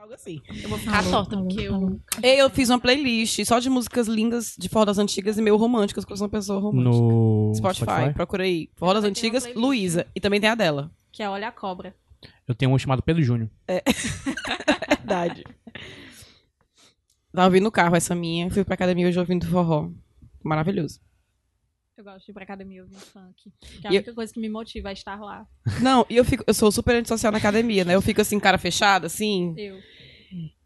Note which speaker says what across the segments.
Speaker 1: algo assim.
Speaker 2: Eu vou ficar torta, porque eu.
Speaker 1: Ei, eu fiz uma playlist só de músicas lindas de forró das antigas e meio românticas, porque eu sou uma pessoa romântica.
Speaker 3: No
Speaker 1: Spotify,
Speaker 3: Spotify.
Speaker 1: procura aí. Forró das
Speaker 2: Eu tenho uma
Speaker 1: antigas,
Speaker 2: playlist.
Speaker 1: Luísa. E também tem a dela.
Speaker 2: Que é Olha a Cobra.
Speaker 3: Eu tenho um chamado Pedro Júnior.
Speaker 1: Verdade. Tava ouvindo no carro essa minha. Fui pra academia hoje ouvindo forró. Maravilhoso.
Speaker 2: Eu gosto de ir pra academia ouvir funk. Que é a
Speaker 1: E eu-
Speaker 2: única coisa que me motiva a estar lá.
Speaker 1: Não, e eu fico, eu sou super antissocial na academia, né? Eu fico assim, cara fechada, assim.
Speaker 2: Eu.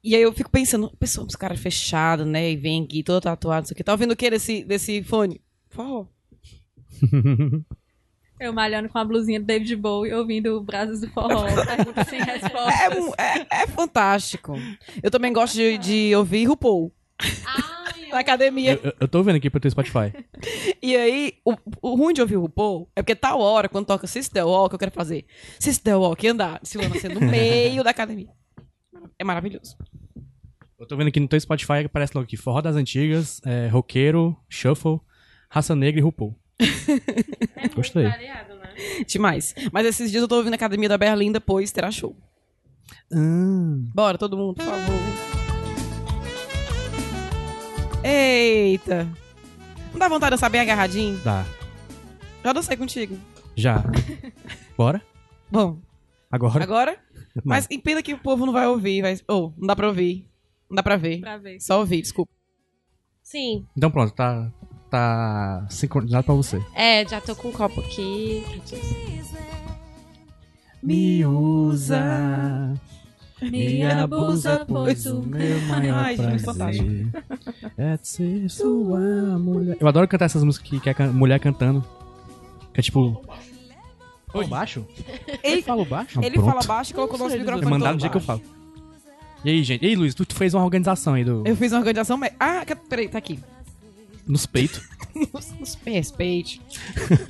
Speaker 1: E aí eu fico pensando, pessoa, esse cara fechado, né? E vem aqui, todo tatuado, isso aqui. Tá ouvindo o que desse, desse fone? Forró.
Speaker 2: Eu malhando com a blusinha do David Bowie, ouvindo Brasas do Forró. Pergunta sem resposta.
Speaker 1: É, mu- é, é fantástico. Eu também gosto de, de ouvir RuPaul
Speaker 2: Ai,
Speaker 1: na academia.
Speaker 3: Eu, eu, eu tô vendo aqui pro teu Spotify.
Speaker 1: E aí, o, o ruim de ouvir o RuPaul é porque tal hora, quando toca Sister Walk, eu quero fazer Sister Walk e andar, se lançando no meio da academia. É maravilhoso.
Speaker 3: Eu tô vendo aqui no teu Spotify que aparece logo aqui: Forró das Antigas, é, Roqueiro, Shuffle, Raça Negra e RuPaul.
Speaker 2: é muito
Speaker 3: Gostei.
Speaker 2: variado, né?
Speaker 1: Demais. Mas esses dias eu tô ouvindo a academia da Berlim, depois terá show. Bora, todo mundo, por favor. Eita. Não dá vontade de eu saber agarradinho?
Speaker 3: Dá.
Speaker 1: Já dancei contigo.
Speaker 3: Já. Bora?
Speaker 1: Bom,
Speaker 3: Agora?
Speaker 1: agora? Mas pena que o povo não vai ouvir. Vai... Ou, não dá pra ouvir. Não dá pra ver.
Speaker 2: Pra ver.
Speaker 1: Só ouvir, desculpa.
Speaker 4: Sim,
Speaker 3: Então pronto, tá. Tá sincronizado pra você.
Speaker 4: é, já tô com um copo aqui.
Speaker 3: Me usa,
Speaker 2: Me abusa, pois o
Speaker 3: meu
Speaker 1: maior Ai, gente, prazer
Speaker 3: é ser sua mulher. Eu adoro cantar essas músicas que, que é can- mulher cantando. Que é tipo. Oi, baixo?
Speaker 1: Ele-
Speaker 3: fala baixo?
Speaker 1: Ele fala baixo e colocou o nosso microfone.
Speaker 3: É
Speaker 1: todo
Speaker 3: mandado do jeito que eu
Speaker 1: baixo.
Speaker 3: falo. E aí, gente? Ei, Luiz, tu, tu fez uma organização aí do,
Speaker 1: Eu fiz uma organização. me- Ah, que- peraí, tá aqui.
Speaker 3: nos peitos.
Speaker 1: Nos respeite.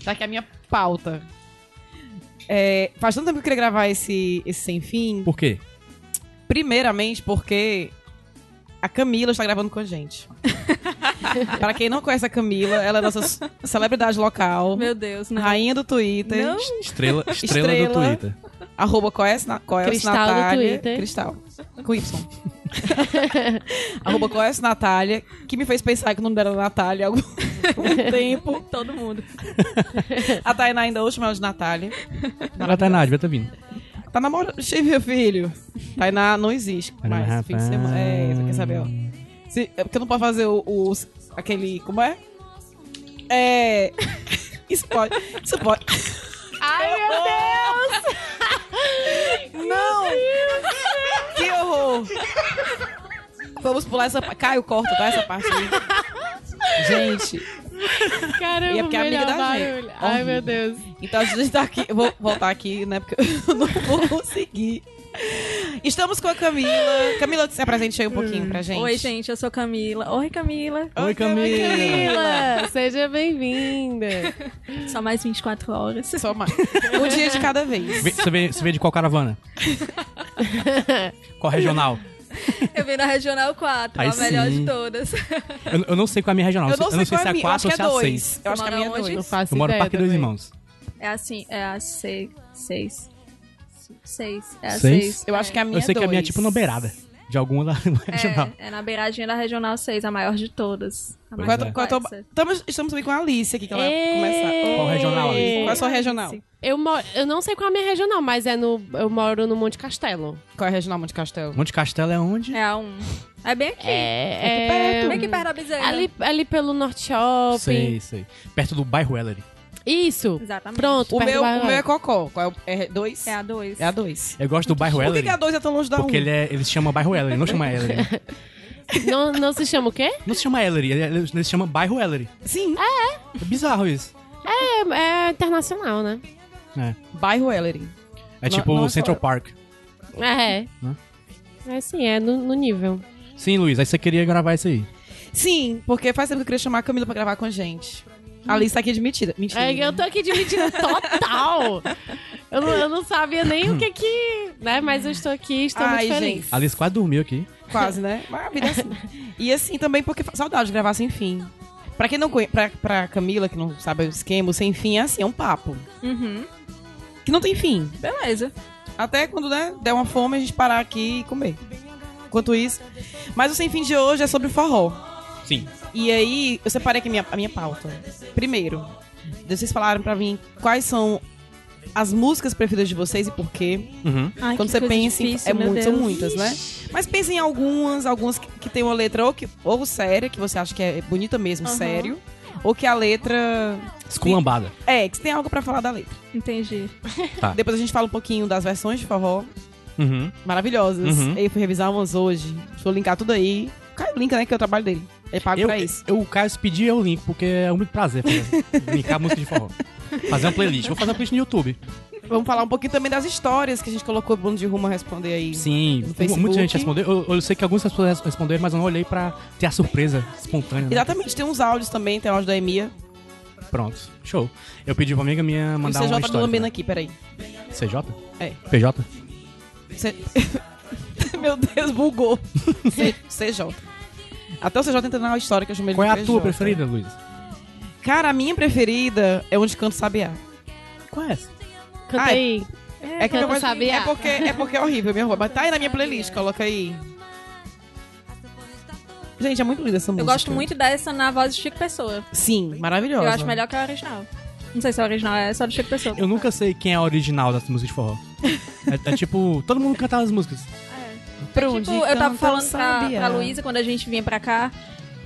Speaker 1: tá aqui a minha pauta. É, faz tanto tempo que eu queria gravar esse, esse sem fim.
Speaker 3: Por quê?
Speaker 1: Primeiramente porque a Camila está gravando com a gente. Para quem não conhece a Camila, ela é nossa s- celebridade local,
Speaker 2: Meu Deus, não.
Speaker 1: rainha do Twitter,
Speaker 2: Não.
Speaker 3: Estrela, estrela,
Speaker 1: Estrela.
Speaker 3: do Twitter.
Speaker 1: arroba é? Coes, na, Coes
Speaker 4: Cristal do
Speaker 1: Natália,
Speaker 4: Twitter.
Speaker 1: Cristal, com Y. arroba Coes Natália, que me fez pensar que o nome dela era Natália há algum tempo.
Speaker 2: Todo mundo.
Speaker 1: A Tainá ainda hoje chama ela de Natália.
Speaker 3: Ela tá na devia tá vindo.
Speaker 1: Tá namorando. Cheio, meu filho. Tainá não existe mais.
Speaker 3: Rapaz.
Speaker 1: Fim de semana. É, você quer saber, ó. Se- é porque eu não posso fazer o, o- aquele. Como é? É. Isso pode. Isso pode.
Speaker 4: Ai, meu
Speaker 1: Não! Que horror! Vamos pular essa parte. Caio, corta, tá? Essa parte aí. Gente,
Speaker 4: Deus! Caramba,
Speaker 1: E é porque é amiga
Speaker 4: melhor
Speaker 1: da gente.
Speaker 4: barulho. Ai,
Speaker 1: Horrível.
Speaker 4: meu Deus.
Speaker 1: então a gente tá aqui. Eu vou voltar aqui, né? Porque eu não vou conseguir. Estamos com a Camila. Camila, se apresente aí um pouquinho pra gente.
Speaker 2: Oi, gente, eu sou Camila. Oi, Camila.
Speaker 3: Oi, Camila.
Speaker 4: Camila, seja bem-vinda.
Speaker 2: Só mais 24 horas.
Speaker 1: Só mais. Um dia de cada vez.
Speaker 3: Vê- Você vê, você vê de qual caravana? qual regional?
Speaker 2: Eu vim na Regional 4,
Speaker 3: Aí
Speaker 2: a melhor
Speaker 3: sim.
Speaker 2: de todas.
Speaker 3: Eu, eu não sei qual é a minha regional.
Speaker 1: Eu não sei,
Speaker 3: se
Speaker 1: qual é
Speaker 3: é
Speaker 1: a
Speaker 3: a
Speaker 1: minha. eu
Speaker 3: 4 ou
Speaker 1: acho
Speaker 3: se
Speaker 1: que
Speaker 3: é
Speaker 1: é
Speaker 3: a
Speaker 1: dois.
Speaker 3: 6.
Speaker 1: Eu acho que a minha é
Speaker 2: Mora onde?
Speaker 1: dois.
Speaker 4: Não faço
Speaker 3: Eu moro no
Speaker 4: ideia
Speaker 3: Parque Dois
Speaker 4: também.
Speaker 3: Irmãos.
Speaker 2: É assim, é a 6. 6. 6. É a
Speaker 3: Seis?
Speaker 2: 6.
Speaker 1: Eu acho que a minha
Speaker 3: Eu sei
Speaker 1: é
Speaker 3: que a minha é tipo na beirada. De alguma da regional.
Speaker 2: É, é na beiradinha da Regional 6, a maior de todas. A
Speaker 1: Qual
Speaker 3: Pois
Speaker 1: é
Speaker 2: mais
Speaker 1: a tua- qual é a tua-
Speaker 2: complexa.
Speaker 1: Estamos, estamos também com a Alice aqui, que ela vai
Speaker 4: Ei!
Speaker 1: começar. Oi.
Speaker 3: Qual regional, Alice?
Speaker 1: Qual é a sua regional?
Speaker 4: Eu, moro, eu não sei qual é a minha regional, mas é no, eu moro no Monte Castelo.
Speaker 1: Qual é a regional Monte Castelo?
Speaker 3: Monte Castelo é onde?
Speaker 2: É a 1. É bem aqui.
Speaker 4: É,
Speaker 2: Bem aqui perto da bezerra.
Speaker 4: ali, ali pelo Norte É, Shopping.
Speaker 3: Sei, sei. Perto do bairro Ellery.
Speaker 4: Isso.
Speaker 2: Exatamente.
Speaker 4: Pronto,
Speaker 1: O
Speaker 4: perto
Speaker 1: meu,
Speaker 4: do bairro.
Speaker 1: o meu é Cocó. Qual é o é dois?
Speaker 2: É a 2.
Speaker 1: É a dois.
Speaker 3: Eu gosto do bairro
Speaker 1: Por que,
Speaker 3: Ellery.
Speaker 1: que a dois é tão longe da
Speaker 3: Porque
Speaker 1: um?
Speaker 3: ele, é, ele se chama bairro Ellery, não chama Ellery. né?
Speaker 4: não, não se chama o quê?
Speaker 3: Não se chama Ellery, ele, ele- ele se chama bairro Ellery.
Speaker 1: Sim.
Speaker 3: É bizarro isso.
Speaker 4: É, é internacional, né?
Speaker 1: Bairro Ellery.
Speaker 3: É
Speaker 1: Não-
Speaker 3: tipo
Speaker 1: não é
Speaker 3: Central
Speaker 1: só-
Speaker 3: Park.
Speaker 4: É.
Speaker 3: Hã?
Speaker 4: É sim, é no, no nível.
Speaker 3: Sim, Luiz, aí você queria gravar isso aí.
Speaker 1: Sim, porque faz tempo que eu queria chamar a Camila pra gravar com a gente. A Alice tá aqui admitida. Mentira.
Speaker 4: É, eu tô aqui de mentira total. Eu não, eu não sabia nem o que que... Né? Mas eu estou aqui, estou
Speaker 1: Ai,
Speaker 4: muito feliz.
Speaker 1: gente.
Speaker 3: A Alice quase dormiu aqui.
Speaker 1: Quase, né? Mas a vida é assim. E assim também porque fa- saudade de gravar sem fim. Pra quem não conhece, pra, pra Camila, que não sabe o esquema, o sem fim é assim, é um papo.
Speaker 2: Uhum.
Speaker 1: Que não tem fim.
Speaker 2: Beleza.
Speaker 1: Até quando, né, der uma fome, a gente parar aqui e comer. Enquanto isso. Mas o Sem Fim de hoje é sobre forró.
Speaker 3: Sim.
Speaker 1: E aí, eu separei aqui minha, a minha pauta. Primeiro, vocês falaram pra mim quais são as músicas preferidas de vocês e por quê.
Speaker 3: Uhum.
Speaker 2: Ai,
Speaker 1: Quando
Speaker 2: que
Speaker 1: você
Speaker 2: coisa
Speaker 1: pensa em-
Speaker 2: difícil,
Speaker 1: é
Speaker 2: meu
Speaker 1: muito- são
Speaker 2: Deus.
Speaker 1: muitas, né? Mas pensa em algumas, algumas que, que tem uma letra ou, que, ou séria, que você acha que é bonita mesmo,
Speaker 2: Aham.
Speaker 1: sério. Ou que a letra.
Speaker 3: Esculambada.
Speaker 1: É, que você tem algo pra falar da letra.
Speaker 2: Entendi.
Speaker 3: Tá.
Speaker 1: Depois a gente fala um pouquinho das versões de forró
Speaker 3: Uhum.
Speaker 1: maravilhosas.
Speaker 3: Uhum.
Speaker 1: Eu fui revisar umas hoje. Vou linkar tudo aí. O Caio linka, né? Que é o trabalho dele. Ele paga
Speaker 3: Eu,
Speaker 1: pra isso.
Speaker 3: eu, o Caio se pedir, eu linko, porque é um muito prazer fazer, linkar música de forró. Fazer uma playlist. Vou fazer uma playlist no YouTube.
Speaker 1: Vamos falar um pouquinho também das histórias que a gente colocou o bando de rumo a responder aí.
Speaker 3: Sim,
Speaker 1: No Facebook.
Speaker 3: muita gente respondeu. Eu, eu sei que algumas pessoas responderam, mas eu não olhei pra ter a surpresa espontânea. né?
Speaker 1: Exatamente, tem uns áudios também, tem áudio da Emia.
Speaker 3: Pronto, show. Eu pedi pra uma amiga minha
Speaker 1: O
Speaker 3: mandar
Speaker 1: CJ
Speaker 3: uma
Speaker 1: tá me
Speaker 3: história.
Speaker 1: lambendo aqui, peraí.
Speaker 3: pra- CJ?
Speaker 1: É.
Speaker 3: PJ?
Speaker 1: C- Meu Deus, bugou. C- CJ. Até o CJ entra na história que eu chamei ele
Speaker 3: Qual é
Speaker 1: de
Speaker 3: a
Speaker 1: CJ.
Speaker 3: tua preferida, Luiz?
Speaker 1: Cara, a minha preferida é Onde Canto Sabiá.
Speaker 3: Qual é essa?
Speaker 4: Canta
Speaker 1: Ai.
Speaker 4: aí.
Speaker 1: É que
Speaker 4: Canto
Speaker 1: eu vou-
Speaker 4: Sabiá.
Speaker 1: É porque, é porque é horrível, minha roupa. Mas tá aí na minha playlist, coloca aí. Gente, é muito linda essa
Speaker 2: Eu
Speaker 1: música.
Speaker 2: gosto muito dessa na voz de Chico Pessoa.
Speaker 1: Sim, maravilhosa.
Speaker 2: Eu acho melhor que a original. Não sei se a original é só do Chico Pessoa.
Speaker 3: Eu nunca sei quem é a original das músicas de forró. É, é tipo, todo mundo cantava as músicas.
Speaker 1: Pra
Speaker 2: Tipo,
Speaker 1: onde
Speaker 2: eu tava
Speaker 1: canta
Speaker 2: falando pra,
Speaker 1: Sabiá.
Speaker 2: pra Luísa quando a gente vinha pra cá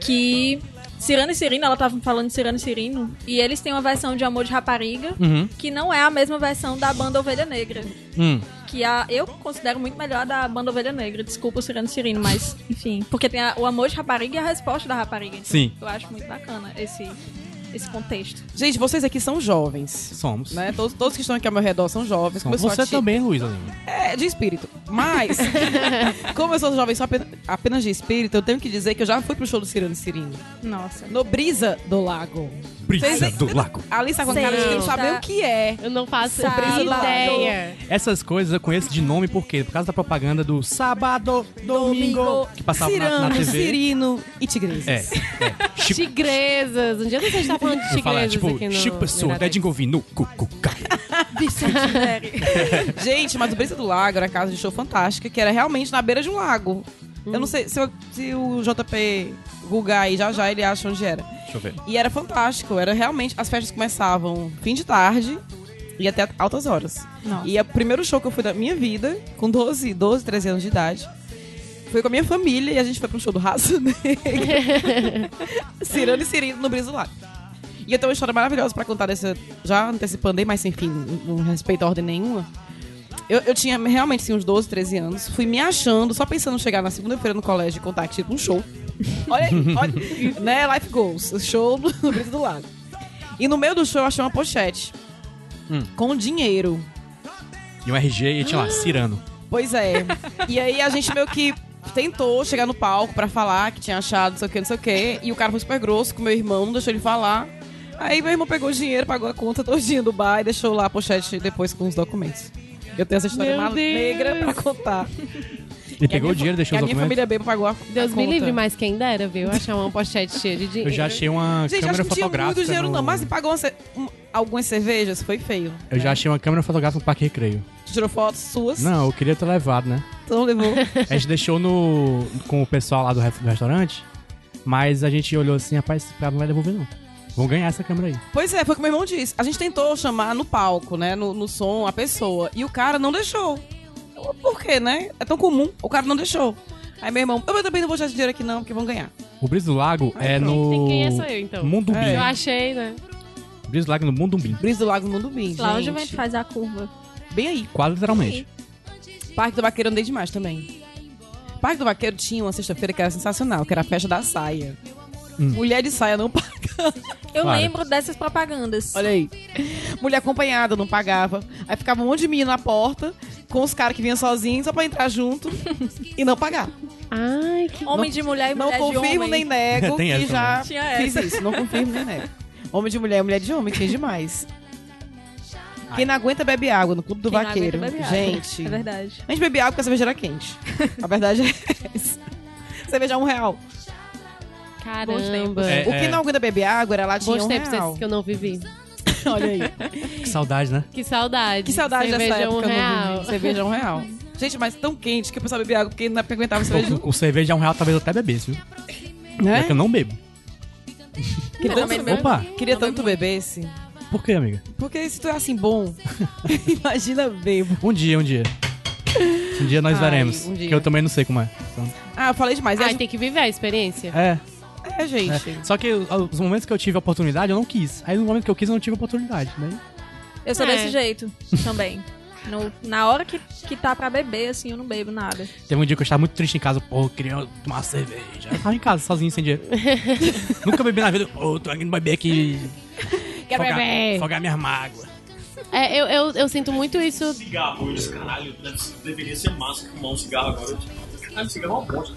Speaker 2: que Cirano e Cirino, ela tava falando de Cirano e Cirino, e eles têm uma versão de Amor de Rapariga
Speaker 3: Uhum.
Speaker 2: que não é a mesma versão da banda Ovelha Negra.
Speaker 3: Hum.
Speaker 2: Que a, eu considero muito melhor a da banda Ovelha Negra. Desculpa o Cirano e Cirino, mas enfim. Porque tem a- o Amor de Rapariga e a resposta da Rapariga. Então
Speaker 3: Sim.
Speaker 2: Eu acho muito bacana esse, esse contexto.
Speaker 1: Gente, vocês aqui são jovens.
Speaker 3: Somos.
Speaker 1: Né? Todos, todos que estão aqui ao meu redor são jovens.
Speaker 3: Somos.
Speaker 1: como eu sou
Speaker 3: Você
Speaker 1: ativa-
Speaker 3: também, Luiz.
Speaker 1: É, de espírito. Mas, como eu sou jovem só apenas, apenas de espírito, eu tenho que dizer que eu já fui pro show do Cirano e Cirino.
Speaker 2: Nossa.
Speaker 1: No Brisa do Lago.
Speaker 3: Brisa
Speaker 1: Vocês-
Speaker 3: do Lago.
Speaker 1: Ali está com cara de quem
Speaker 2: Sexta.
Speaker 1: saber o que é.
Speaker 4: Eu não faço
Speaker 2: Sábado.
Speaker 4: ideia.
Speaker 3: Essas coisas eu conheço de nome por quê? Por causa da propaganda do Sábado, Domingo,
Speaker 2: Domingo.
Speaker 3: que passava na- na,
Speaker 1: Cirano,
Speaker 3: TV.
Speaker 1: Cirino e Tigresas.
Speaker 3: É, é. Chico,
Speaker 4: Tigresas. Um dia você está falando de
Speaker 3: eu
Speaker 4: tigresas
Speaker 3: falar, tipo,
Speaker 4: aqui no
Speaker 3: Chico Pessoa,
Speaker 4: Iradex.
Speaker 3: Dedinho Govino, Cucuca.
Speaker 1: Gente, mas o Brisa do Lago era uma casa de show fantástica, que era realmente na beira de um lago. Eu não sei se, eu- se o JP Guga aí já já ele acha onde era.
Speaker 3: Deixa eu ver.
Speaker 1: E era fantástico, era realmente. As festas começavam fim de tarde e até altas horas.
Speaker 2: Nossa.
Speaker 1: E é o primeiro show que eu fui da minha vida, com 12, 12, 13 anos de idade. Foi com a minha família e a gente foi pra um show do Raça Negra. Cirano e Cirino no Brisa do Lago. E eu tenho uma história maravilhosa pra contar dessa. Já antecipando aí, mas enfim, não não respeito a ordem nenhuma. Eu, eu tinha realmente assim, uns 12, 13 anos. Fui me achando, só pensando em chegar na segunda-feira no colégio e contar que tinha um show. Olha aí, olha. né? Life Goals. Show no no Brito do Lago. E no meio do show eu achei uma pochete.
Speaker 3: Hum.
Speaker 1: Com dinheiro.
Speaker 3: E um RG e tinha lá, Cirano.
Speaker 1: Pois é. E aí a gente meio que tentou chegar no palco pra falar que tinha achado, não sei o que, não sei o que. E o cara foi super grosso com meu irmão, não deixou ele falar. Aí meu irmão pegou o dinheiro, pagou a conta todinha do bar e deixou lá a pochete depois com os documentos. Eu tenho essa história
Speaker 4: Meu
Speaker 1: mal-
Speaker 4: Deus.
Speaker 1: negra pra contar.
Speaker 3: Ele pegou o dinheiro,
Speaker 1: Que
Speaker 3: deixou
Speaker 1: a
Speaker 3: os
Speaker 1: minha
Speaker 3: documentos.
Speaker 1: família bem pagou a
Speaker 4: Deus
Speaker 1: a
Speaker 4: me
Speaker 1: conta.
Speaker 4: livre, mas quem dera, viu? Achar uma pochete cheia de dinheiro.
Speaker 3: Eu já achei uma
Speaker 1: Gente, acho
Speaker 3: câmera
Speaker 1: que não tinha muito
Speaker 3: fotográfica.
Speaker 1: dinheiro
Speaker 3: no-
Speaker 1: não, mas pagou uma ce- um- algumas cervejas, foi feio.
Speaker 3: Eu já achei uma câmera fotográfica no Parque Recreio.
Speaker 1: Tu tirou fotos suas?
Speaker 3: Não, eu queria ter levado, né?
Speaker 1: Então levou.
Speaker 3: A gente deixou no com o pessoal lá do, ref- do restaurante, mas a gente olhou assim, rapaz, esse cara não vai devolver não. Vão ganhar essa câmera aí.
Speaker 1: Pois é, foi o que meu irmão disse. A gente tentou chamar no palco, né? No, no som, a pessoa. E o cara não deixou. Eu, Por quê, né? É tão comum. O cara não deixou. Aí meu irmão, eu também não vou deixar esse dinheiro aqui não, porque vão ganhar.
Speaker 3: O Brisa do Lago é
Speaker 4: Tem
Speaker 3: no
Speaker 4: quem é sou eu, então.
Speaker 3: Mundumbim.
Speaker 1: É.
Speaker 4: Eu achei, né?
Speaker 3: Brisa do Lago é no Mundumbim,
Speaker 1: Brisa do Lago Mundo Bim,
Speaker 2: Lá onde
Speaker 1: gente.
Speaker 2: o vento faz a curva.
Speaker 1: Bem aí.
Speaker 3: quase literalmente.
Speaker 1: Parque do Vaqueiro eu andei demais também. Parque do Vaqueiro tinha uma sexta-feira que era sensacional, que era a festa da saia.
Speaker 3: Hum.
Speaker 1: Mulher de saia não paga.
Speaker 2: Eu
Speaker 3: Claro.
Speaker 2: lembro dessas propagandas.
Speaker 1: Olha aí. Mulher acompanhada, não pagava. Aí ficava um monte de menino na porta, com os caras que vinham sozinhos, só pra entrar junto e não pagar.
Speaker 4: Ai, que
Speaker 2: Homem de mulher e
Speaker 1: Não
Speaker 2: mulher de homem.
Speaker 1: confirmo nem nego
Speaker 3: Tem
Speaker 1: que
Speaker 3: essa
Speaker 1: já
Speaker 2: Tinha
Speaker 1: fiz isso. Não confirmo nem nego. Homem de mulher, mulher de homem, tinha demais. Quem não aguenta bebe água no Clube do
Speaker 2: Quem não
Speaker 1: Vaqueiro.
Speaker 2: aguenta bebe água.
Speaker 1: Gente,
Speaker 2: É verdade.
Speaker 1: a gente bebe água porque a cerveja era quente. A verdade é essa. Cerveja é um real.
Speaker 4: Caramba.
Speaker 3: É,
Speaker 1: o que não aguenta beber água era latinha
Speaker 4: Bons
Speaker 1: um
Speaker 4: tempos
Speaker 1: real.
Speaker 4: esses que eu não vivi.
Speaker 1: Olha aí.
Speaker 3: Que saudade, né?
Speaker 4: Que saudade.
Speaker 1: Que saudade
Speaker 4: Cerveja
Speaker 1: dessa época.
Speaker 4: um
Speaker 1: eu não
Speaker 4: real.
Speaker 1: vivi. Cerveja é um real. Gente, mas tão quente que o pessoal bebia água porque não aguentava cerveja.
Speaker 3: Com, com cerveja a um real, talvez eu até bebesse, viu? É que eu não bebo.
Speaker 1: Que
Speaker 2: Não,
Speaker 1: tanto,
Speaker 2: mas
Speaker 1: bebe-
Speaker 3: Opa!
Speaker 1: Queria tanto beber esse.
Speaker 3: Por que, amiga?
Speaker 1: Porque se tu é assim bom, imagina bebo.
Speaker 3: Um dia, um dia. Um dia nós
Speaker 1: Ai,
Speaker 3: veremos.
Speaker 1: um dia.
Speaker 3: Que eu também não sei como é. Então,
Speaker 1: Ah, eu falei demais. É,
Speaker 4: Ai, tem que viver a experiência.
Speaker 3: é,
Speaker 1: é, gente.
Speaker 3: é. Só que os momentos que eu tive a oportunidade, eu não quis. Aí no momento que eu quis, eu não tive a oportunidade. né? Daí
Speaker 2: Eu sou
Speaker 4: É.
Speaker 2: desse jeito também. No- na hora que, que tá pra beber, assim, eu não bebo nada.
Speaker 3: Teve um dia que eu estava muito triste em casa, pô, eu queria tomar uma cerveja. Eu tava em casa, sozinho, sem dinheiro. Nunca bebi na vida, pô, tô indo beber aqui.
Speaker 4: Quero
Speaker 3: afogar,
Speaker 4: beber.
Speaker 3: afogar minhas mágoas.
Speaker 4: É, eu, eu, eu sinto muito isso.
Speaker 5: Cigarro, esse caralho, deve- deveria ser massa fumar um cigarro agora. Eu disse, Caralho, cigarro é uma bosta.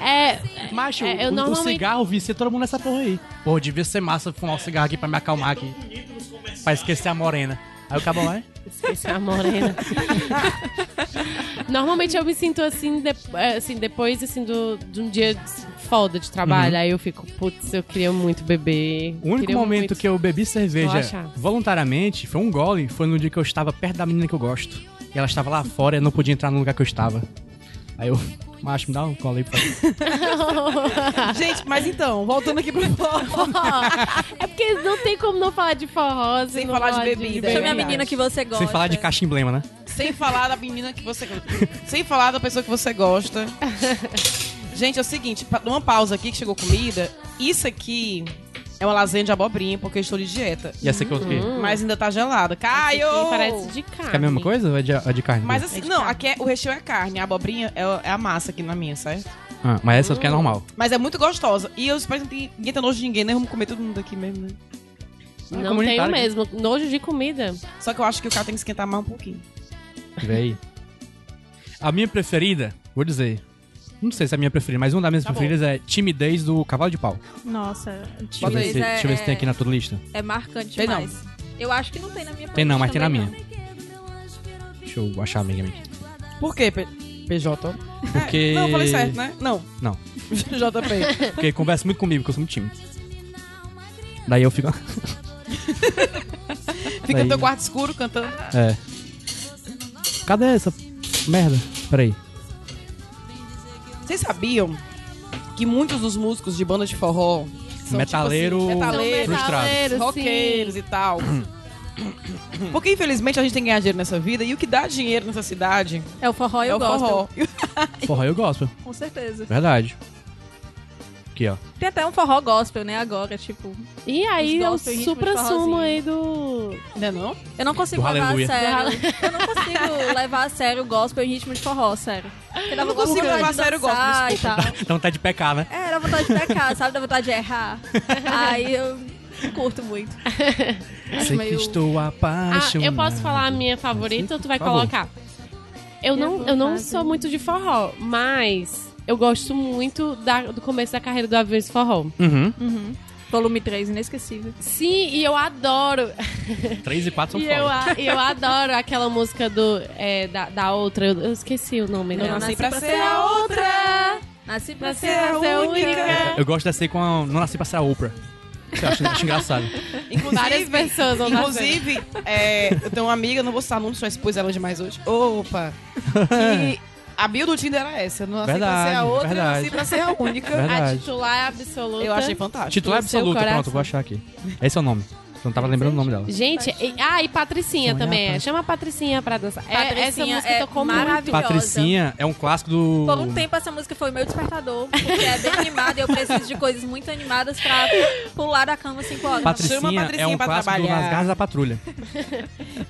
Speaker 4: É,
Speaker 3: Macho,
Speaker 4: É, eu
Speaker 3: o,
Speaker 4: normalmente-
Speaker 3: o cigarro um vicia todo mundo nessa porra aí. Pô, devia ser massa fumar um cigarro aqui pra me acalmar aqui. Pra esquecer a morena. Aí o cabo lá, é?
Speaker 4: Esqueci a morena. Normalmente eu me sinto assim, de- é, assim, depois assim, do, de um dia foda de trabalho. Aí eu fico, putz, eu queria muito beber.
Speaker 3: Uhum. O único
Speaker 4: Queria
Speaker 3: momento
Speaker 4: muito-
Speaker 3: que eu bebi cerveja
Speaker 4: relaxar.
Speaker 3: voluntariamente, foi um gole, foi no dia que eu estava perto da menina que eu gosto. E ela estava lá fora e eu não podia entrar no lugar que eu estava. Aí eu, macho, me dá um gole aí pra
Speaker 1: Gente, mas então, voltando aqui pro forró.
Speaker 4: é porque não tem como não falar de forró, assim,
Speaker 1: Sem
Speaker 4: não
Speaker 1: falar de bebida.
Speaker 2: Chame a
Speaker 1: verdade.
Speaker 2: menina que você gosta.
Speaker 3: Sem falar de caixa emblema, né?
Speaker 1: Sem falar da menina que você. Sem falar da pessoa que você gosta. Gente, é o seguinte, pa- uma pausa aqui que chegou comida. Isso aqui é uma lasanha de abobrinha, porque eu estou de dieta.
Speaker 3: E essa aqui é o quê?
Speaker 4: Hum.
Speaker 1: Mas ainda tá gelada.
Speaker 4: Ai,
Speaker 1: Caio!
Speaker 4: parece de carne.
Speaker 3: É a mesma coisa ou é de, é de carne?
Speaker 1: Mas assim,
Speaker 4: É de
Speaker 1: não,
Speaker 4: carne.
Speaker 1: aqui é- o recheio é carne, a abobrinha é, é a massa aqui na minha, certo?
Speaker 3: Ah, mas essa
Speaker 2: Hum.
Speaker 3: aqui é normal.
Speaker 1: Mas é muito gostosa. E eu espero que ninguém- ninguém tenha nojo de ninguém, né? Vamos comer todo mundo aqui mesmo, né?
Speaker 4: Não tenho
Speaker 3: Comunitário.
Speaker 4: mesmo. Nojo de comida.
Speaker 1: Só que eu acho que o cara tem que esquentar mais um pouquinho.
Speaker 3: Véi. A minha preferida, vou dizer. Não sei se é a minha preferida, mas uma das minhas
Speaker 1: Tá bom.
Speaker 3: preferidas é Timidez do Cavalo de Pau.
Speaker 2: Nossa,
Speaker 3: Deixa eu, ver
Speaker 2: timidez
Speaker 3: se,
Speaker 2: é,
Speaker 3: deixa eu ver se tem aqui na tua lista.
Speaker 2: é marcante
Speaker 1: Tem não.
Speaker 2: demais. Eu acho que não tem na minha
Speaker 3: Tem não, mas tem
Speaker 2: playlist
Speaker 3: na
Speaker 2: também,
Speaker 3: minha. Deixa eu achar a minha aqui.
Speaker 1: Por quê, P- PJ?
Speaker 3: Porque-
Speaker 1: não, eu falei certo, né? Não.
Speaker 3: Não.
Speaker 1: JP.
Speaker 3: Porque conversa muito comigo, que eu sou muito tímido. Daí eu fico.
Speaker 1: Fica
Speaker 3: Daí-
Speaker 1: no teu quarto escuro cantando.
Speaker 3: É. Cadê essa merda? Peraí.
Speaker 1: Vocês sabiam que muitos dos músicos de banda de forró, tipo
Speaker 3: Metaleiro.
Speaker 1: assim, metaleiro,
Speaker 3: São frustrado.
Speaker 4: metaleiro,
Speaker 1: roqueiros e tal. Porque infelizmente a gente tem que ganhar dinheiro nessa vida e o que dá dinheiro nessa cidade
Speaker 2: não. É o forró,
Speaker 1: é
Speaker 2: eu
Speaker 1: o
Speaker 2: gosto.
Speaker 1: forró.
Speaker 3: Forró eu gosto.
Speaker 2: Com certeza.
Speaker 3: Verdade. Aqui, ó.
Speaker 2: Tem até um forró gospel, né, agora, tipo...
Speaker 4: E aí
Speaker 2: Os
Speaker 4: é o
Speaker 2: gospel, ritmo de
Speaker 4: supra sumo
Speaker 2: forrozinho.
Speaker 4: aí do.
Speaker 1: Ainda não?
Speaker 2: Eu não consigo
Speaker 3: Do
Speaker 2: levar
Speaker 3: Hallelujah.
Speaker 2: a sério. Eu não consigo levar a sério o gospel em ritmo de forró, sério. Porque dá
Speaker 1: Eu não
Speaker 2: vontade
Speaker 1: consigo
Speaker 2: de
Speaker 1: levar a sério o gospel,
Speaker 2: dançar e tal.
Speaker 3: Então tá de pecar, né?
Speaker 2: É, dá vontade de pecar, sabe? Dá vontade de errar. Aí eu não curto muito. Acho
Speaker 3: Sei que
Speaker 2: meio...
Speaker 3: estou
Speaker 4: Ah,
Speaker 3: apaixonado.
Speaker 4: eu posso falar a minha favorita ou tu vai
Speaker 3: um assim? Por favor.
Speaker 4: colocar? Eu não, eu não sou muito de forró, mas eu gosto muito da- do começo da carreira do Aviões Forró.
Speaker 3: Uhum.
Speaker 2: Volume 3, inesquecível.
Speaker 4: Sim, e eu adoro.
Speaker 3: 3 e 4 são
Speaker 4: E
Speaker 3: foda.
Speaker 4: eu, a- e eu adoro aquela música do, é, da, da outra. Eu, eu esqueci o nome.
Speaker 1: Eu
Speaker 4: né?
Speaker 1: nasci pra ser a outra.
Speaker 2: Nasci pra
Speaker 4: Nasci
Speaker 2: ser um, a
Speaker 4: pra ser a
Speaker 1: única.
Speaker 4: única.
Speaker 3: Eu gosto dessa aí com a... Não nasci pra ser a Oprah. Eu acho, acho engraçado.
Speaker 1: Inclusive,
Speaker 4: Várias pessoas vão
Speaker 1: Inclusive, é, eu tenho uma amiga, não vou citar nome, só expus ela demais hoje. Opa! Que a bio do Tinder era essa. Eu não nasci pra ser a
Speaker 3: Verdade,
Speaker 1: outra, eu
Speaker 3: verdade.
Speaker 1: nasci pra ser a única.
Speaker 4: A
Speaker 3: É Verdade.
Speaker 4: titular é absoluta.
Speaker 1: Eu achei fantástico.
Speaker 3: Titular
Speaker 4: Do seu
Speaker 3: absoluta,
Speaker 4: coração.
Speaker 3: pronto, vou achar aqui. Esse é o nome. Eu não tava lembrando o nome dela.
Speaker 4: Gente, e- ah, e Patricinha
Speaker 3: Olha,
Speaker 4: também. é.
Speaker 3: rapaz.
Speaker 4: Chama a Patricinha pra dançar. É, essa
Speaker 2: Patricinha
Speaker 4: música
Speaker 2: é
Speaker 4: tocou muito.
Speaker 2: maravilhosa.
Speaker 3: Patricinha é um clássico do.
Speaker 2: Por um tempo essa música foi meu despertador, porque é bem animada e eu preciso de coisas muito animadas pra pular da cama 5 horas.
Speaker 3: Patricinha,
Speaker 1: Chama a Patricinha
Speaker 3: é um
Speaker 1: pra
Speaker 3: clássico do
Speaker 1: trabalhar.
Speaker 3: Nas Garras da Patrulha.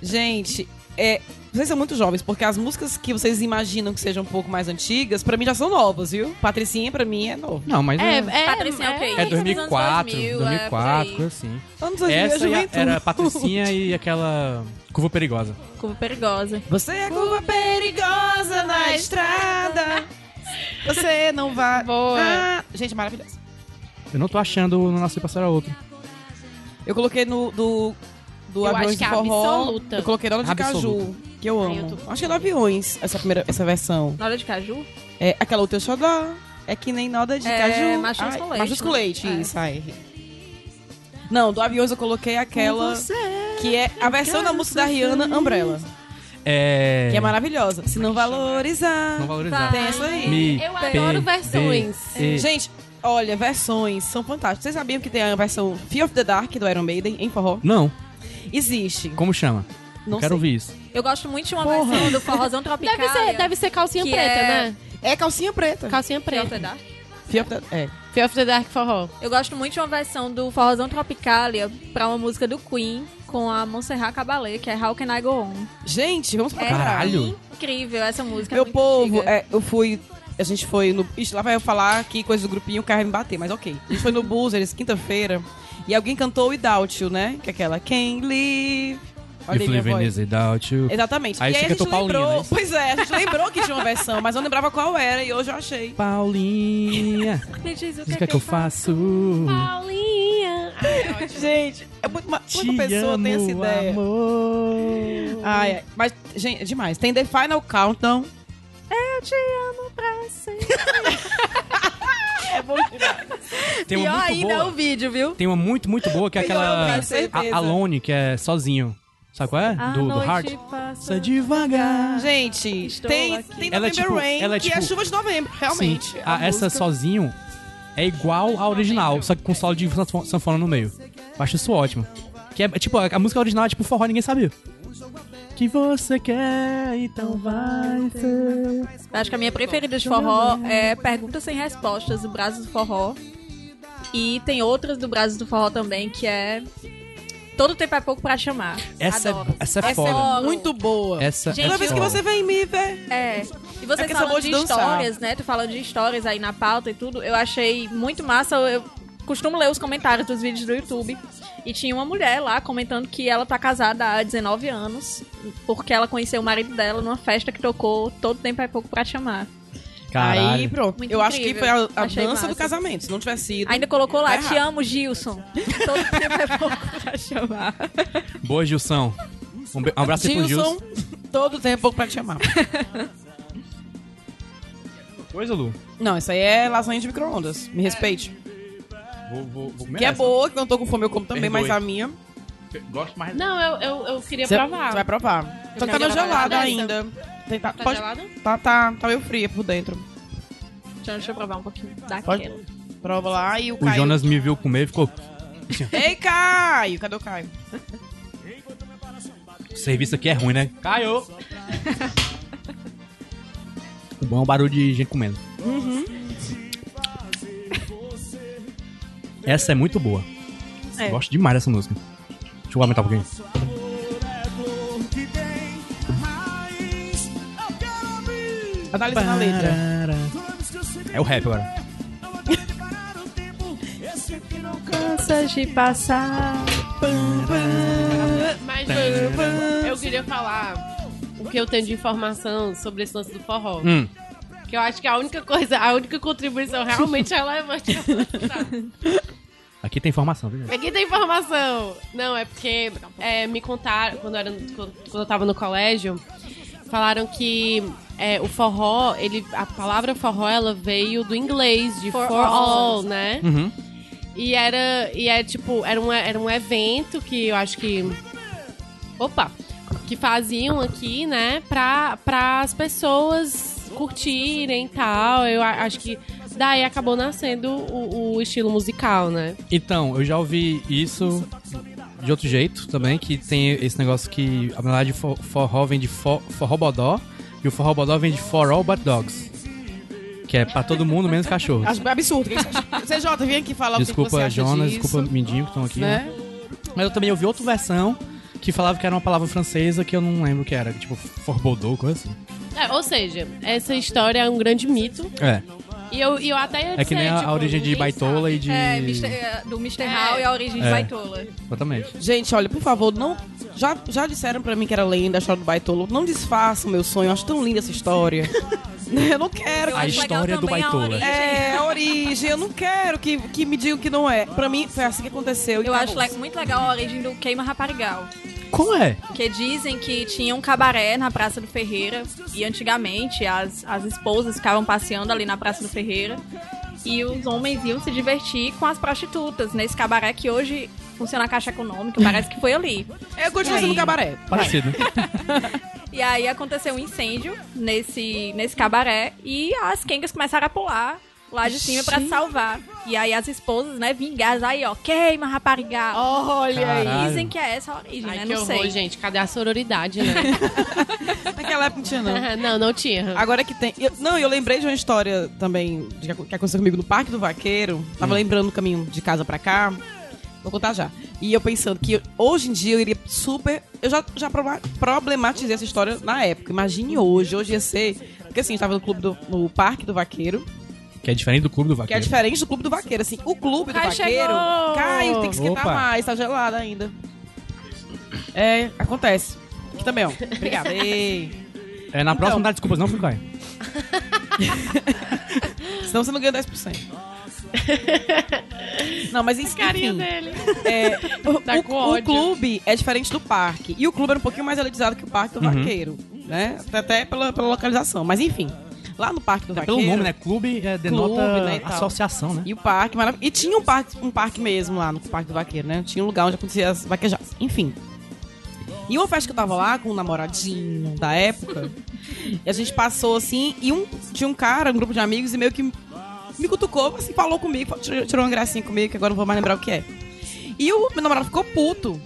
Speaker 1: Gente, é, vocês são muito jovens, porque as músicas que vocês imaginam que sejam um pouco mais antigas, pra mim já são novas, viu? Patricinha, pra mim, é novo.
Speaker 3: Não, mas é,
Speaker 4: É, é,
Speaker 2: Patricinha, ok.
Speaker 3: é 2004,
Speaker 2: 2000,
Speaker 3: 2004,
Speaker 2: é, por aí.
Speaker 3: coisa assim.
Speaker 1: Anos 2000 é
Speaker 3: Essa e a-
Speaker 1: juventude.
Speaker 3: era Patricinha e aquela Curva Perigosa.
Speaker 2: Como perigosa.
Speaker 1: Você é curva perigosa na estrada. Você não vai.
Speaker 4: Boa.
Speaker 1: Ah, gente, maravilhosa.
Speaker 3: Eu não tô achando o Não Nasci Pra Ser a Outra.
Speaker 1: Eu coloquei no do. Do
Speaker 4: Eu
Speaker 1: Aviões
Speaker 4: acho
Speaker 1: de
Speaker 4: que é
Speaker 1: Forró.
Speaker 4: absoluta.
Speaker 1: Eu coloquei Dona de
Speaker 3: Absoluta.
Speaker 1: Caju, que eu
Speaker 4: Ai, eu
Speaker 1: amo.
Speaker 4: tô-
Speaker 1: Acho que é do Aviões, essa primeira essa versão.
Speaker 2: Na hora de caju?
Speaker 1: É aquela o teu xodó. É que nem noda de
Speaker 2: É,
Speaker 1: caju.
Speaker 2: Machos
Speaker 1: Ai,
Speaker 2: com Leite,
Speaker 1: Machos com
Speaker 2: né?
Speaker 1: leite,
Speaker 2: É.
Speaker 1: isso aí. Não, do Aviões eu coloquei aquela que é a versão da música da Rihanna, Umbrella.
Speaker 3: É.
Speaker 1: Que é maravilhosa. Se não valorizar.
Speaker 3: Não valorizar.
Speaker 1: Tem essa aí.
Speaker 3: Me
Speaker 4: Eu adoro
Speaker 3: pe-
Speaker 4: versões.
Speaker 3: de- e-
Speaker 1: Gente, olha, versões são fantásticas. Vocês sabiam que tem a versão Fear of the Dark do Iron Maiden em forró?
Speaker 3: Não,
Speaker 1: Existe.
Speaker 3: como chama?
Speaker 1: Não
Speaker 3: Quero
Speaker 1: sei.
Speaker 3: ouvir isso.
Speaker 2: Eu gosto muito de uma versão do Forrozão Tropical.
Speaker 4: Deve ser, deve ser calcinha
Speaker 2: Que
Speaker 4: preta,
Speaker 2: é-
Speaker 4: né?
Speaker 1: É calcinha preta.
Speaker 4: Calcinha preta.
Speaker 1: Fear of the... É.
Speaker 4: Fear of the Dark Forró.
Speaker 2: Eu gosto muito de uma versão do Forrozão Tropicalia pra uma música do Queen com a Montserrat Caballé, que é How Can I Go On.
Speaker 1: Gente, vamos
Speaker 2: É
Speaker 1: procurar.
Speaker 3: Caralho.
Speaker 2: incrível essa música. é
Speaker 1: Meu
Speaker 2: muito
Speaker 1: povo,
Speaker 2: antiga.
Speaker 1: é, eu fui. A gente foi no. Ixi, lá vai eu falar que coisa do grupinho, o cara vai me bater, mas ok. A gente foi no Boozers quinta-feira e alguém cantou Without You, né? Que é aquela Can't Live. Olha aí
Speaker 3: If
Speaker 1: minha
Speaker 3: Living
Speaker 1: voz. É
Speaker 3: is without you.
Speaker 1: Exatamente.
Speaker 3: Aí
Speaker 1: e aí
Speaker 3: você
Speaker 1: a gente
Speaker 3: cantou Paulinha,
Speaker 1: lembrou.
Speaker 3: né? Isso.
Speaker 1: Pois é, a gente lembrou que tinha uma versão, mas eu não lembrava qual era e hoje eu achei.
Speaker 3: Paulinha,
Speaker 2: Me diz o
Speaker 3: diz o que é que eu faço.
Speaker 4: Paulinha.
Speaker 1: Gente, é muito. Uma,
Speaker 3: Te
Speaker 1: uma pessoa
Speaker 3: amo,
Speaker 1: tem essa ideia.
Speaker 3: amor.
Speaker 1: Ai, ai. Mas, gente, é demais. Tem The Final Countdown.
Speaker 2: Eu te amo pra sempre.
Speaker 1: É bom demais.
Speaker 3: Tem uma
Speaker 2: Pior
Speaker 3: muito
Speaker 2: ainda
Speaker 3: boa.
Speaker 2: é o vídeo, viu?
Speaker 3: Tem uma muito, muito boa que é
Speaker 1: Eu
Speaker 3: aquela
Speaker 1: tenho certeza. Ah,
Speaker 3: a- Alone, que é sozinho. Sabe qual é?
Speaker 2: A
Speaker 3: Do, é do
Speaker 2: noite
Speaker 3: Heart.
Speaker 1: tipo,
Speaker 2: passa.
Speaker 3: devagar.
Speaker 1: Gente,
Speaker 2: Estou
Speaker 1: tem,
Speaker 2: aqui.
Speaker 1: tem November
Speaker 3: Ela é tipo-
Speaker 1: Rain,
Speaker 3: ela é
Speaker 1: que é
Speaker 3: tipo-
Speaker 1: chuva de novembro, realmente.
Speaker 3: Sim.
Speaker 1: É
Speaker 3: Ah,
Speaker 1: uma
Speaker 3: essa
Speaker 1: música-
Speaker 3: sozinho é igual à original, só que com solo de sanfo- sanfona no meio. Eu acho isso ótimo. Que é, tipo, a música original é tipo forró, ninguém sabia. Que você quer, então vai ser.
Speaker 2: Acho que a minha preferida de forró é Perguntas Sem Respostas, do Brasil do Forró. E tem outras do Brasil do Forró também, que é Todo Tempo é Pouco Pra Chamar.
Speaker 3: Essa,
Speaker 2: Adoro.
Speaker 3: é, essa é
Speaker 1: Essa
Speaker 3: foda.
Speaker 1: é muito boa.
Speaker 3: Essa
Speaker 2: Gente,
Speaker 3: é
Speaker 1: Toda vez que
Speaker 3: foda.
Speaker 1: você vem me ver.
Speaker 2: É. E
Speaker 1: É
Speaker 2: vocês
Speaker 1: que sabor
Speaker 2: falando
Speaker 1: de
Speaker 2: de
Speaker 1: dançar.
Speaker 2: histórias, né? Tu falando de histórias aí na pauta e tudo. Eu achei muito massa. Eu costumo ler os comentários dos vídeos do YouTube. E tinha uma mulher lá comentando que ela tá casada há 19 anos, porque ela conheceu o marido dela numa festa que tocou Todo Tempo é Pouco Pra Te Amar.
Speaker 3: Caralho.
Speaker 1: Aí, pronto.
Speaker 2: Muito
Speaker 1: eu acho que
Speaker 2: incrível.
Speaker 1: foi a, a
Speaker 2: Achei
Speaker 1: dança
Speaker 2: massa.
Speaker 1: do casamento. Se não tivesse sido.
Speaker 2: Ainda colocou lá,
Speaker 1: Tá
Speaker 2: te
Speaker 1: errado.
Speaker 2: amo, Gilson. Todo tempo é pouco pra chamar.
Speaker 3: Boa, Gilson. Um, be- um abraço aí pro
Speaker 1: Gilson,
Speaker 3: Gilson.
Speaker 1: todo tempo é pouco pra te amar.
Speaker 3: Coisa, Lu.
Speaker 1: Não, isso aí é lasanha de micro-ondas. Me respeite.
Speaker 3: Vou, vou, vou comer
Speaker 1: que é
Speaker 3: essa.
Speaker 1: boa, que eu não tô com fome, eu como também,
Speaker 3: Perdoe.
Speaker 1: mas a minha.
Speaker 5: Gosto mais
Speaker 4: Não, eu, eu, eu queria
Speaker 3: é
Speaker 1: Você
Speaker 4: provar.
Speaker 1: vai provar. Só que tá na
Speaker 4: quero
Speaker 1: gelada
Speaker 4: provar essa.
Speaker 1: ainda. Tem- tá,
Speaker 4: Tá
Speaker 1: pode-
Speaker 4: gelada?
Speaker 1: tá, tá, tá meio fria por dentro.
Speaker 2: Deixa, eu- deixa eu provar um pouquinho daquela.
Speaker 1: Pode. Prova lá e o,
Speaker 3: O
Speaker 1: Caio.
Speaker 3: Jonas me viu comer e ficou.
Speaker 1: Ei, Caio! Cadê o Caio?
Speaker 3: O serviço aqui é ruim, né? Caiu! o bom é o barulho de gente comendo.
Speaker 1: Uhum.
Speaker 3: Essa é muito boa.
Speaker 1: É.
Speaker 3: Gosto demais dessa música. Deixa eu aumentar um pouquinho.
Speaker 1: Analisando a letra.
Speaker 3: É o rap agora.
Speaker 2: Cansas de passar.
Speaker 4: Mas eu, eu queria falar o que eu tenho de informação sobre esse lance do forró.
Speaker 3: Hum.
Speaker 4: Que eu acho que a única coisa, a única contribuição realmente relevante é mostrar.
Speaker 3: Aqui tem informação, viu? gente?
Speaker 4: Aqui É tem informação. Não, é porque é, me contaram, quando, eu era, quando quando eu tava no colégio, falaram que é, o forró, ele, a palavra forró, ela veio do inglês, de for,
Speaker 2: For
Speaker 4: all,
Speaker 2: all.
Speaker 4: né?
Speaker 3: Uhum.
Speaker 4: E era. E é tipo, era um, era um evento que eu acho que. Opa! Que faziam aqui, né? Pra, pra as pessoas curtirem e tal. Eu a- acho que daí acabou nascendo o, o estilo musical, né?
Speaker 3: Então, eu já ouvi isso de outro jeito também, que tem esse negócio que a verdade for- forró vem de for, forró bodó e o forró bodó vem de for all but dogs. Que é pra todo mundo, menos cachorros.
Speaker 1: Acho absurdo. o que que você acha? CJ, vem aqui falar o que que você
Speaker 3: Desculpa,
Speaker 1: acha
Speaker 3: Jonas,
Speaker 1: disso,
Speaker 3: desculpa, Mindinho, que estão aqui. né?
Speaker 1: Né?
Speaker 3: Mas eu também ouvi outra versão que falava que era uma palavra francesa que eu não lembro o que era, tipo forbodô, coisa assim.
Speaker 4: É, ou seja, essa história é um grande mito.
Speaker 3: É,
Speaker 4: E eu, e eu até ia
Speaker 3: é que
Speaker 4: dizer,
Speaker 3: nem a,
Speaker 4: tipo,
Speaker 3: a origem de
Speaker 4: ninguém
Speaker 3: baitola e de...
Speaker 2: É, Mr. é, do Mr.
Speaker 4: É.
Speaker 2: Hall e a origem
Speaker 3: É.
Speaker 2: de Baitola.
Speaker 3: Exatamente.
Speaker 1: Gente, olha, por favor, não. Já, já disseram pra mim que era lenda a história do Baitolo. Não desfaçam meu sonho. Eu acho tão linda essa história. Né, eu não quero.
Speaker 2: Eu
Speaker 3: A
Speaker 1: que-
Speaker 2: acho legal
Speaker 3: história do
Speaker 2: também a
Speaker 3: Baitola.
Speaker 2: origem.
Speaker 1: É, a origem. Eu não quero que, que me digam que não é. Pra mim, foi assim que aconteceu. e
Speaker 2: Eu acho
Speaker 1: acabou.
Speaker 2: le- muito legal a origem do Queima Raparigal.
Speaker 3: Como é?
Speaker 2: Porque dizem que tinha um cabaré na Praça do Ferreira. E antigamente as, as esposas ficavam passeando ali na Praça do Ferreira. E os homens iam se divertir com as prostitutas nesse cabaré que hoje funciona a Caixa Econômica. Parece que foi ali.
Speaker 1: Eu continuo sendo
Speaker 2: Aí.
Speaker 1: cabaré.
Speaker 3: Parecido.
Speaker 2: E E aí aconteceu um incêndio nesse, nesse cabaré e as quengas começaram a pular lá de cima pra
Speaker 1: Gente.
Speaker 2: salvar. E aí as esposas, né, vingadas, aí ó, queima raparigá.
Speaker 4: Olha aí.
Speaker 3: Caralho.
Speaker 2: Dizem que é essa a origem,
Speaker 4: Ai,
Speaker 2: né?
Speaker 4: que
Speaker 2: Não
Speaker 4: horror,
Speaker 2: sei.
Speaker 4: gente. Cadê a sororidade, né? Então,
Speaker 1: Naquela época não tinha, não.
Speaker 4: não, não tinha.
Speaker 1: Agora que tem. eu- não, eu lembrei de uma história também de que acon- que aconteceu comigo no Parque do Vaqueiro. Tava
Speaker 3: Hum.
Speaker 1: lembrando o caminho de casa pra cá. Vou contar já. E eu pensando que hoje em dia eu iria super. Eu já, já proba- problematizei essa história na época. Imagine hoje. Hoje ia ser. Porque assim, a gente tava no clube do. no Parque do Vaqueiro.
Speaker 3: Que é diferente do clube do
Speaker 1: Que é
Speaker 3: vaqueiro.
Speaker 1: diferente do clube do vaqueiro, assim. O clube
Speaker 4: Caio
Speaker 1: do vaqueiro.
Speaker 4: chegou!
Speaker 1: Cai, tem que esquentar
Speaker 3: Opa!
Speaker 1: mais, tá gelado ainda. É, acontece. Aqui também, ó. Obrigada. Ei.
Speaker 3: É, na próxima
Speaker 1: Então.
Speaker 3: não dá desculpas, não, Fulcaio.
Speaker 1: Senão você não ganha 10%. Não, mas enfim,
Speaker 4: dele.
Speaker 1: é, o,
Speaker 4: Tá com
Speaker 1: o- o
Speaker 4: ódio.
Speaker 1: clube é diferente do parque. E o clube era um pouquinho mais elitizado que o Parque
Speaker 3: Uhum.
Speaker 1: do Vaqueiro, né? Até- Até pela, pela localização. Mas enfim, lá no Parque do Vaqueiro...
Speaker 3: Pelo nome, né? Clube é, denota
Speaker 1: Clube, né, e tal.
Speaker 3: associação, né?
Speaker 1: E o parque, marav- e tinha um parque, um parque mesmo lá no Parque do Vaqueiro, né? Tinha um lugar onde acontecia as vaquejadas. Enfim. E uma festa que eu tava lá com um namoradinho da época. e a gente passou assim, e um, tinha um cara, um grupo de amigos, e meio que me cutucou, assim, falou comigo, falou- tirou, tirou uma gracinha comigo, que agora eu não vou mais lembrar o que é. E o meu namorado ficou puto.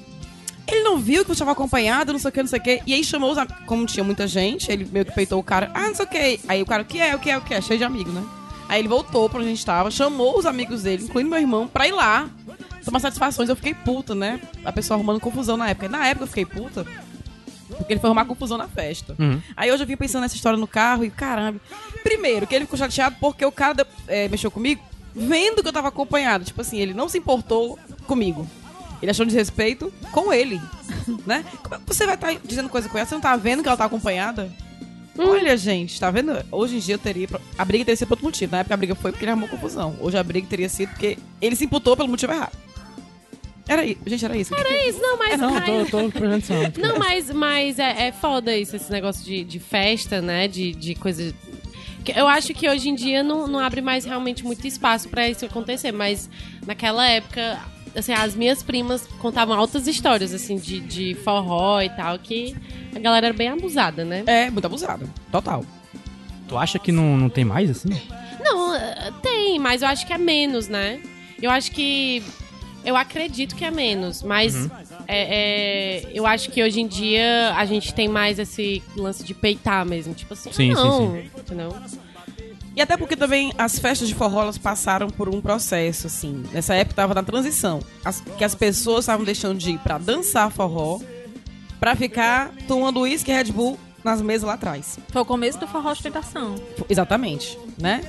Speaker 1: Ele não viu que eu estava acompanhado, não sei o que, não sei o que. E aí chamou os am- Como tinha muita gente, ele meio que peitou o cara. Ah, não sei o que. Aí o cara, o que é, o que é, o que é? Cheio de amigo, né? Aí ele voltou pra onde a gente tava, chamou os amigos dele, incluindo meu irmão, pra ir lá tomar satisfações. Eu fiquei puta, né? A pessoa arrumando confusão na época. Na época eu fiquei puta. Porque ele foi arrumar confusão na festa.
Speaker 3: Uhum.
Speaker 1: Aí hoje eu vim pensando nessa história no carro e, caramba. Primeiro, que ele ficou chateado porque o cara eh, mexeu comigo vendo que eu tava acompanhado. Tipo assim, ele não se importou comigo. Ele achou um desrespeito com ele, né? Como é que você vai estar dizendo coisa com ela? Você não tá vendo que ela tá acompanhada? Olha, gente, tá vendo? Hoje em dia eu teria. pro- A briga teria sido por outro motivo. Na época a briga foi porque ele arrumou confusão. Hoje a briga teria sido porque ele se imputou pelo motivo errado. Era isso. Gente, era isso. Era
Speaker 4: Mas não, mas.
Speaker 1: É, não,
Speaker 4: mas-
Speaker 3: Tô, tô prestando atenção.
Speaker 4: Não, mas, mas é, é foda isso, esse negócio de, de festa, né? De, de coisa. que Eu acho que hoje em dia não, não abre mais realmente muito espaço pra isso acontecer, mas naquela época, assim, as minhas primas contavam altas histórias, assim, de, de forró e tal, que a galera era bem abusada, né?
Speaker 1: É, muito abusado. Total.
Speaker 3: Tu acha que não, não tem mais, assim?
Speaker 4: Não, eh, tem, mas eu acho que é menos, né? Eu acho que. Eu acredito que é menos, mas
Speaker 3: Uhum.
Speaker 4: é, é, eu acho que hoje em dia a gente tem mais esse lance de peitar mesmo. Tipo assim,
Speaker 3: Sim,
Speaker 4: ah,
Speaker 3: sim,
Speaker 4: não, entendeu?
Speaker 1: E até porque também as festas de forró elas passaram por um processo, assim. Nessa época tava na transição. As- que as pessoas estavam deixando de ir pra dançar forró pra ficar tomando uísque e Red Bull nas mesas lá atrás.
Speaker 2: Foi o começo do forró ostentação.
Speaker 1: Exatamente, né?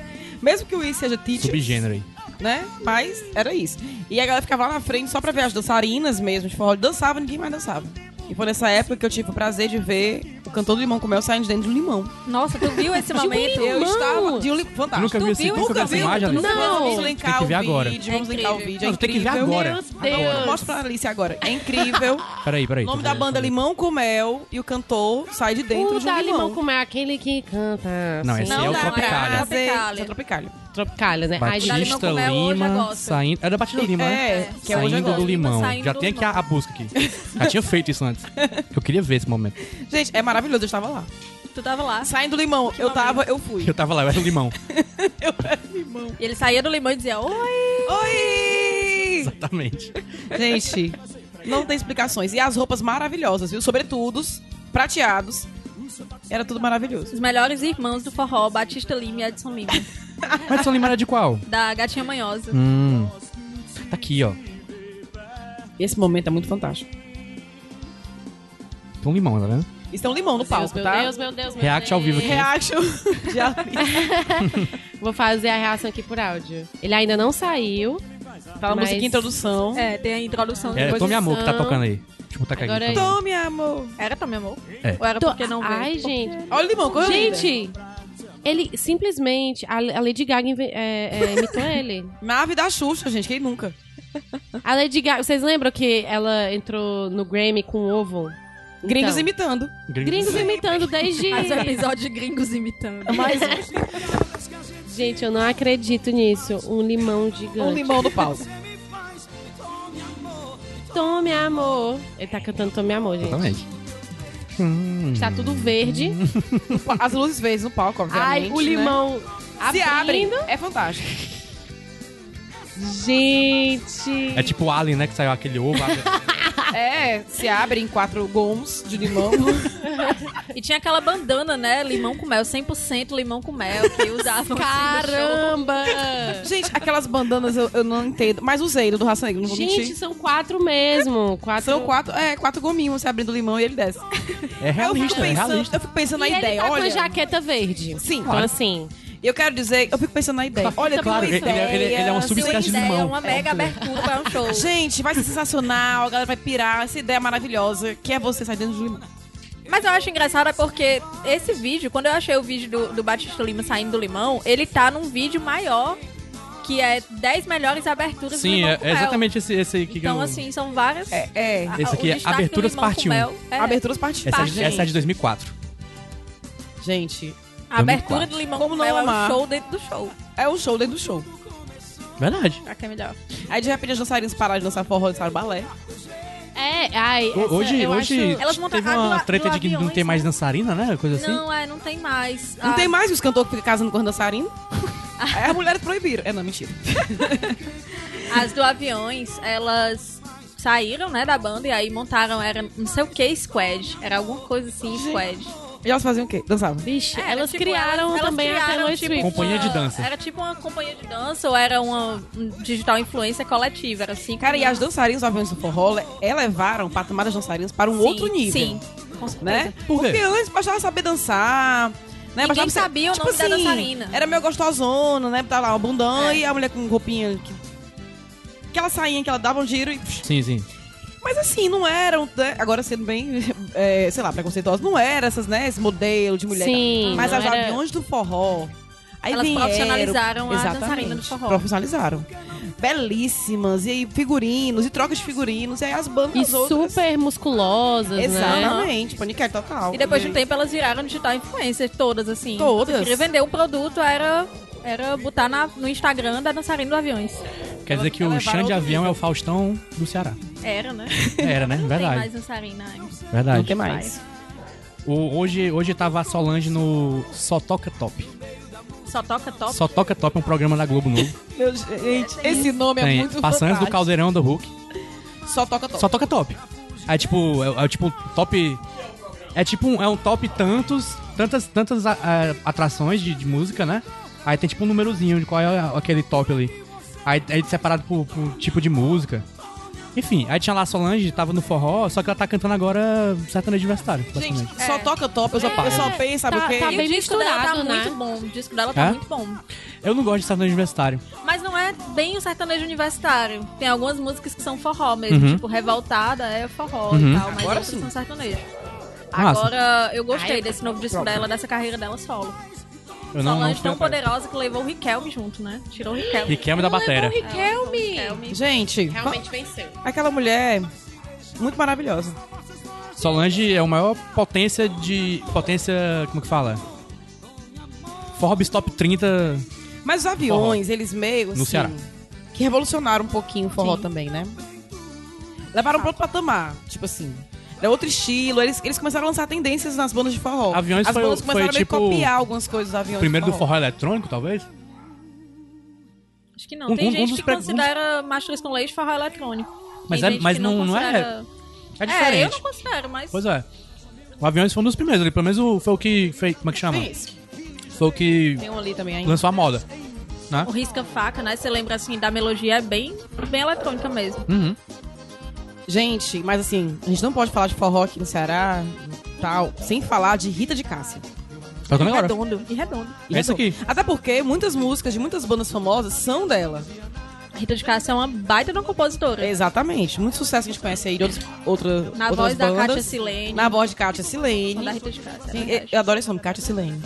Speaker 1: Mesmo que o uísque seja teacher,
Speaker 3: Subgênero aí.
Speaker 1: né? Mas era isso. E a galera ficava lá na frente só pra ver as dançarinas mesmo de forró. Dançava, ninguém mais dançava. E foi nessa época que eu tive o prazer de ver o cantor do Limão com Mel saindo de dentro de um limão.
Speaker 2: Nossa, tu viu esse momento?
Speaker 1: Eu
Speaker 4: Limão?
Speaker 1: estava de um limão. Fantástico.
Speaker 3: Nunca
Speaker 2: Tu
Speaker 3: vi, esse,
Speaker 2: viu?
Speaker 3: nunca vi
Speaker 2: Nunca
Speaker 3: essa
Speaker 2: viu?
Speaker 3: imagem,
Speaker 1: Tu
Speaker 3: amigo?
Speaker 1: nunca viu?
Speaker 4: Não.
Speaker 1: Vamos linkar
Speaker 3: Tem que ver
Speaker 1: o
Speaker 3: agora.
Speaker 1: vídeo, vamos
Speaker 2: É
Speaker 1: linkar o
Speaker 2: incrível.
Speaker 1: vídeo. É
Speaker 3: Não, tem que ver
Speaker 1: incrível.
Speaker 3: agora. Bora.
Speaker 4: Meu Deus!
Speaker 1: Mostra pra Alice agora. É incrível.
Speaker 3: Peraí, peraí.
Speaker 1: o nome
Speaker 3: tô
Speaker 1: da
Speaker 3: vendo,
Speaker 1: banda é
Speaker 3: tô vendo.
Speaker 1: Limão com Mel e o cantor sai de dentro
Speaker 4: o
Speaker 1: de um
Speaker 4: da
Speaker 1: limão.
Speaker 4: limão como é aquele que canta.
Speaker 3: Não,
Speaker 4: assim,
Speaker 3: esse é o
Speaker 2: não, é
Speaker 3: Tropicália.
Speaker 2: a- Tropicália.
Speaker 1: Esse é Tropicália.
Speaker 4: Tropicália, né? Ai, gente,
Speaker 2: Limão
Speaker 3: Batista
Speaker 2: com Mel, hoje é
Speaker 3: Lima
Speaker 2: gospel.
Speaker 3: saindo. É da Batista Lima, né?
Speaker 1: É, que é hoje
Speaker 3: saindo
Speaker 1: agora.
Speaker 3: do limão.
Speaker 2: Saindo
Speaker 3: Já
Speaker 2: do
Speaker 3: tem aqui a, a busca aqui. Já tinha feito isso antes. Eu queria ver esse momento.
Speaker 1: Gente, é maravilhoso, eu estava lá.
Speaker 2: Tu tava lá.
Speaker 1: Saindo do limão, eu tava, eu fui.
Speaker 3: Eu tava lá, eu era o limão.
Speaker 1: Eu era limão.
Speaker 2: E ele saía do limão e dizia, oi!
Speaker 1: Oi!
Speaker 3: Exatamente.
Speaker 1: Gente, não tem explicações. E as roupas maravilhosas, viu? Sobretudos, prateados. Era tudo maravilhoso.
Speaker 2: Os melhores irmãos do forró, Batista Lima e Edson Lima.
Speaker 3: Mas São Lima era de qual?
Speaker 2: da Gatinha Manhosa.
Speaker 3: Hum. Tá aqui, ó.
Speaker 1: Esse momento é muito fantástico.
Speaker 3: Tem um limão, tá vendo?
Speaker 1: Estão limão no palco,
Speaker 4: meu
Speaker 1: tá?
Speaker 4: Deus, meu Deus, meu
Speaker 3: React ao
Speaker 4: Deus.
Speaker 3: vivo aqui.
Speaker 1: Reaction de Alice.
Speaker 4: Vou fazer a reação aqui por áudio. Ele ainda não saiu.
Speaker 1: Tá na
Speaker 4: Mas-
Speaker 1: música introdução.
Speaker 2: É, tem a introdução.
Speaker 3: É,
Speaker 2: depois
Speaker 3: Tome Amor que tá
Speaker 4: são-
Speaker 3: tocando aí. Deixa eu botar aqui.
Speaker 4: Agora
Speaker 3: Tome
Speaker 4: é-
Speaker 3: Amor.
Speaker 1: Tome, amor.
Speaker 2: Era também, amor?
Speaker 3: É.
Speaker 2: Ou era
Speaker 4: Tô-
Speaker 2: porque não veio?
Speaker 4: Ai, gente.
Speaker 1: Olha o limão, correndo.
Speaker 4: Gente, ele simplesmente. A a Lady Gaga inve- é, é, imitou ele.
Speaker 1: Nave da Xuxa, gente, quem nunca?
Speaker 4: Então. A Lady Gaga. Vocês lembram que ela entrou no Grammy com um ovo?
Speaker 1: Gringos
Speaker 4: Então,
Speaker 1: imitando.
Speaker 4: Gringos imitando desde.
Speaker 2: Mas
Speaker 1: é-
Speaker 2: o episódio de gringos imitando.
Speaker 4: Mais um. Gente, eu não acredito nisso. Um limão gigante.
Speaker 1: Um limão no palco.
Speaker 4: Tome amor. Ele tá cantando Tome amor, gente.
Speaker 3: Exatamente. Hum.
Speaker 4: que tá tudo verde.
Speaker 1: As luzes verdes no palco, obviamente.
Speaker 4: Ai, o
Speaker 1: né?
Speaker 4: limão
Speaker 1: Se abrem.
Speaker 4: abrindo.
Speaker 1: É fantástico.
Speaker 4: Gente.
Speaker 3: É tipo Alien, né? Que saiu aquele ovo. abre-
Speaker 1: É, se abrem quatro gomos de limão.
Speaker 2: E tinha aquela bandana, né? Limão com mel, 100% limão com mel, que usava
Speaker 4: Caramba!
Speaker 1: Gente, aquelas bandanas eu, eu não entendo. Mas usei do, do Raça Negra, não vou
Speaker 4: Gente,
Speaker 1: mentir.
Speaker 4: são quatro mesmo. Quatro.
Speaker 1: São quatro, é, quatro gominhos, você abrindo o limão e ele desce.
Speaker 3: É
Speaker 1: eu fico
Speaker 3: realista, é
Speaker 1: pensando,
Speaker 3: realista.
Speaker 1: Eu fico pensando na
Speaker 4: e ele
Speaker 1: ideia,
Speaker 4: tá com
Speaker 1: olha.
Speaker 4: a jaqueta verde.
Speaker 1: Sim,
Speaker 4: Então, assim,
Speaker 1: eu quero dizer, eu fico pensando na ideia. Olha, tem
Speaker 3: Claro,
Speaker 1: uma
Speaker 3: ele, ele é- ele é- ele é uma
Speaker 1: ideia, assim,
Speaker 3: subespécie de
Speaker 2: ideia,
Speaker 3: limão. É
Speaker 2: uma mega abertura pra um show.
Speaker 1: Gente, vai ser sensacional, a galera vai pirar, essa ideia maravilhosa, que é você sair dentro de limão.
Speaker 2: Mas eu acho engraçado é porque esse vídeo, quando eu achei o vídeo do, do Batista Lima saindo do limão, ele tá num vídeo maior, que é 10 melhores aberturas do
Speaker 3: Sim,
Speaker 2: limão
Speaker 3: é,
Speaker 2: com
Speaker 3: é
Speaker 2: mel.
Speaker 3: exatamente esse, esse aí que
Speaker 2: Então,
Speaker 3: eu...
Speaker 2: assim, são várias.
Speaker 1: É, é.
Speaker 2: a-
Speaker 3: Esse
Speaker 2: o
Speaker 3: aqui é
Speaker 2: destaque do
Speaker 3: Aberturas
Speaker 2: limão com
Speaker 3: parte
Speaker 2: mel é-
Speaker 1: Aberturas partidas.
Speaker 3: Essa, é- essa é
Speaker 1: gente.
Speaker 3: de 2004.
Speaker 1: gente,
Speaker 2: a abertura do limão
Speaker 1: Como
Speaker 2: com
Speaker 1: não
Speaker 2: mel é um
Speaker 1: amar?
Speaker 2: show dentro do show.
Speaker 1: é o show dentro do show.
Speaker 3: Verdade.
Speaker 2: Pra que é melhor.
Speaker 1: Aí de repente as dançarinas pararam de dançar forró, dançaram balé.
Speaker 4: É, ai,
Speaker 3: Ho-
Speaker 4: essa
Speaker 3: hoje
Speaker 4: eu
Speaker 3: hoje
Speaker 4: acho-
Speaker 2: Elas vão
Speaker 3: teve
Speaker 2: tra- ah,
Speaker 3: uma
Speaker 2: do-
Speaker 3: treta
Speaker 2: do
Speaker 3: de que não
Speaker 2: aviões,
Speaker 3: tem mais
Speaker 2: né?
Speaker 3: dançarina, né? Coisa assim.
Speaker 2: Não, é, não tem mais.
Speaker 1: Não
Speaker 2: Ah,
Speaker 1: tem mais os cantores que ficam casando com as dançarinas? Aí as mulheres proibiram. É, não, mentira.
Speaker 2: As do aviões, elas saíram, né, da banda e aí montaram, era não sei o que squad. Era alguma coisa assim, squad.
Speaker 1: E elas faziam o quê? Dançavam.
Speaker 4: Vixe,
Speaker 2: Era,
Speaker 4: É, elas
Speaker 2: tipo,
Speaker 4: criaram
Speaker 2: elas- elas
Speaker 4: também a
Speaker 2: criaram,
Speaker 4: Taylor
Speaker 2: tipo,
Speaker 4: Swift.
Speaker 3: Companhia
Speaker 2: uma-
Speaker 3: de dança.
Speaker 2: Era tipo uma companhia de dança ou era uma um digital influência coletiva. Era assim.
Speaker 1: Cara, e as dançarinas do Aviões do Forró le- elevaram o patamar das dançarinas para um
Speaker 2: Sim,
Speaker 1: outro nível.
Speaker 2: Sim, com certeza.
Speaker 1: Né?
Speaker 3: Por quê?
Speaker 1: Porque antes bastava saber dançar. Né?
Speaker 2: Ninguém
Speaker 1: Bastava ser-
Speaker 2: sabia o
Speaker 1: tipo
Speaker 2: nome da
Speaker 1: assim,
Speaker 2: dançarina.
Speaker 1: Era meio gostosona, né? Tá lá, uma bundão
Speaker 2: É.
Speaker 1: e a mulher com um roupinha. Que... Aquela sainha que ela dava um giro e.
Speaker 3: Sim, sim.
Speaker 1: Mas assim, não eram. né? Agora sendo bem, é, sei lá, preconceituosa, não era essas, né? Esse modelo de mulher.
Speaker 4: Sim,
Speaker 1: Mas
Speaker 4: não
Speaker 1: as
Speaker 4: era-
Speaker 1: aviões do forró. Aí
Speaker 2: Elas
Speaker 1: vieram-
Speaker 2: profissionalizaram a
Speaker 1: Exatamente,
Speaker 2: dançarina do forró.
Speaker 1: Profissionalizaram. Belíssimas. E aí, figurinos, e troca de figurinos, e aí as
Speaker 4: E
Speaker 1: bandas outras.
Speaker 4: super musculosas, né?
Speaker 1: Exatamente, paniquete total.
Speaker 2: E depois de um tempo elas viraram digital influencer, todas assim.
Speaker 1: Todas.
Speaker 2: Queria vender um produto, era, era botar na- no Instagram da dançarina do aviões.
Speaker 3: Quer dizer que
Speaker 1: Ela
Speaker 3: o
Speaker 1: levaram
Speaker 3: Xande
Speaker 1: outro
Speaker 3: Avião
Speaker 1: nível.
Speaker 3: é o Faustão do Ceará.
Speaker 2: Era, né?
Speaker 3: Era, né?
Speaker 2: Não tem mais
Speaker 3: Verdade.
Speaker 2: dançarina.
Speaker 1: Não
Speaker 3: Verdade.
Speaker 1: tem mais.
Speaker 3: O- hoje, hoje tava a Solange no Só Toca Top.
Speaker 2: Só toca top.
Speaker 3: Só Toca Top é um programa da Globo Novo.
Speaker 1: Meu, gente, esse nome é
Speaker 3: Tem
Speaker 1: muito
Speaker 3: Passantes do
Speaker 1: fantástico.
Speaker 3: Caldeirão do Hulk.
Speaker 1: Só toca toca.
Speaker 3: Só toca top. É tipo, é, é tipo top. É tipo um, é um top tantos, tantas, tantas a- a- atrações de, de música, né? Aí tem tipo um númerozinho de qual é a- aquele top ali. Aí é separado por, por tipo de música. Enfim, aí tinha lá a Solange, tava no forró, só que ela tá cantando agora sertanejo universitário,
Speaker 1: Gente,
Speaker 3: basicamente.
Speaker 1: só toca top, eu só, eu só penso, sabe
Speaker 4: É. tá-
Speaker 1: o quê?
Speaker 4: tá
Speaker 2: E
Speaker 4: bem
Speaker 2: o disco dela tá
Speaker 4: misturado, né?
Speaker 2: muito bom. O disco dela tá
Speaker 3: É?
Speaker 2: muito bom.
Speaker 3: Eu não gosto de sertanejo universitário.
Speaker 2: Mas não é bem o sertanejo universitário. Tem algumas músicas que são forró mesmo.
Speaker 3: Uhum.
Speaker 2: Tipo, Revoltada é forró
Speaker 3: Uhum.
Speaker 2: e tal. Mas
Speaker 1: Agora
Speaker 2: outras
Speaker 1: sim.
Speaker 2: são sertanejo.
Speaker 3: É Massa.
Speaker 2: Agora, Ah, eu gostei
Speaker 4: Ai,
Speaker 2: desse novo disco
Speaker 1: pronto.
Speaker 2: dela, dessa carreira dela solo.
Speaker 3: Eu não, não
Speaker 2: Solange tá
Speaker 3: fui
Speaker 2: tão
Speaker 3: atrás.
Speaker 2: poderosa que levou o Riquelme junto, né? Tirou o Riquelme.
Speaker 3: Riquelme da
Speaker 4: Levou
Speaker 3: Batera.
Speaker 4: o Riquelme.
Speaker 2: Riquelme.
Speaker 1: Gente,
Speaker 4: Então, Realmente venceu.
Speaker 1: aquela mulher muito maravilhosa.
Speaker 3: Solange é a maior potência de. Potência. Como que fala? Forbes Top 30
Speaker 1: Mas os aviões, eles meio assim,
Speaker 3: No Ceará.
Speaker 1: que revolucionaram um pouquinho o forró
Speaker 2: Sim.
Speaker 1: também, né? Levaram pra outro patamar, tipo assim. É outro estilo, eles, eles começaram a lançar tendências nas bandas de forró.
Speaker 3: Aviões
Speaker 1: As
Speaker 3: foi-
Speaker 1: bandas
Speaker 3: foi,
Speaker 1: começaram a meio
Speaker 3: tipo,
Speaker 1: que copiar algumas coisas dos aviões. É,
Speaker 3: Primeiro
Speaker 1: de
Speaker 3: do forró eletrônico, talvez?
Speaker 2: Acho que não.
Speaker 3: Um-
Speaker 2: Tem
Speaker 3: um- um
Speaker 2: gente
Speaker 3: dos
Speaker 2: que
Speaker 3: pre-
Speaker 2: considera Masters com Leite forró eletrônico.
Speaker 3: Mas
Speaker 2: Tem
Speaker 3: é-
Speaker 2: gente
Speaker 3: mas
Speaker 2: que
Speaker 3: não- não é-
Speaker 2: considera-
Speaker 3: É
Speaker 2: É, eu
Speaker 3: diferente.
Speaker 2: não considero, mas...
Speaker 3: Pois é. O Aviões foi um dos primeiros ali, pelo menos o- foi o que. Foi, como é que chama?
Speaker 1: Tem isso.
Speaker 3: Foi o que
Speaker 1: Tem um ali também ainda.
Speaker 3: lançou a moda. Né?
Speaker 2: O Risca Faca, né? Você lembra, assim, da melodia, é bem, bem eletrônica mesmo.
Speaker 3: Uhum.
Speaker 1: Gente, mas assim, a gente não pode falar de forró aqui no Ceará tal, sem falar de Rita de Cássia.
Speaker 3: Tocando
Speaker 2: E
Speaker 3: agora.
Speaker 2: redondo, e redondo.
Speaker 1: E
Speaker 3: Essa
Speaker 1: Redondo.
Speaker 3: aqui.
Speaker 1: Até porque muitas músicas de muitas bandas famosas são dela.
Speaker 2: A Rita de Cássia é uma baita de uma
Speaker 3: É.
Speaker 2: compositora.
Speaker 1: Exatamente. Muito sucesso que a gente conhece aí de outros, outras,
Speaker 2: Na
Speaker 1: outras
Speaker 2: voz da
Speaker 1: bandas.
Speaker 2: Kátia Silene.
Speaker 1: Na voz de Kátia Silene.
Speaker 2: Da Rita de Cássia, é
Speaker 1: Sim,
Speaker 2: verdade.
Speaker 1: eu adoro esse nome, Kátia Silene.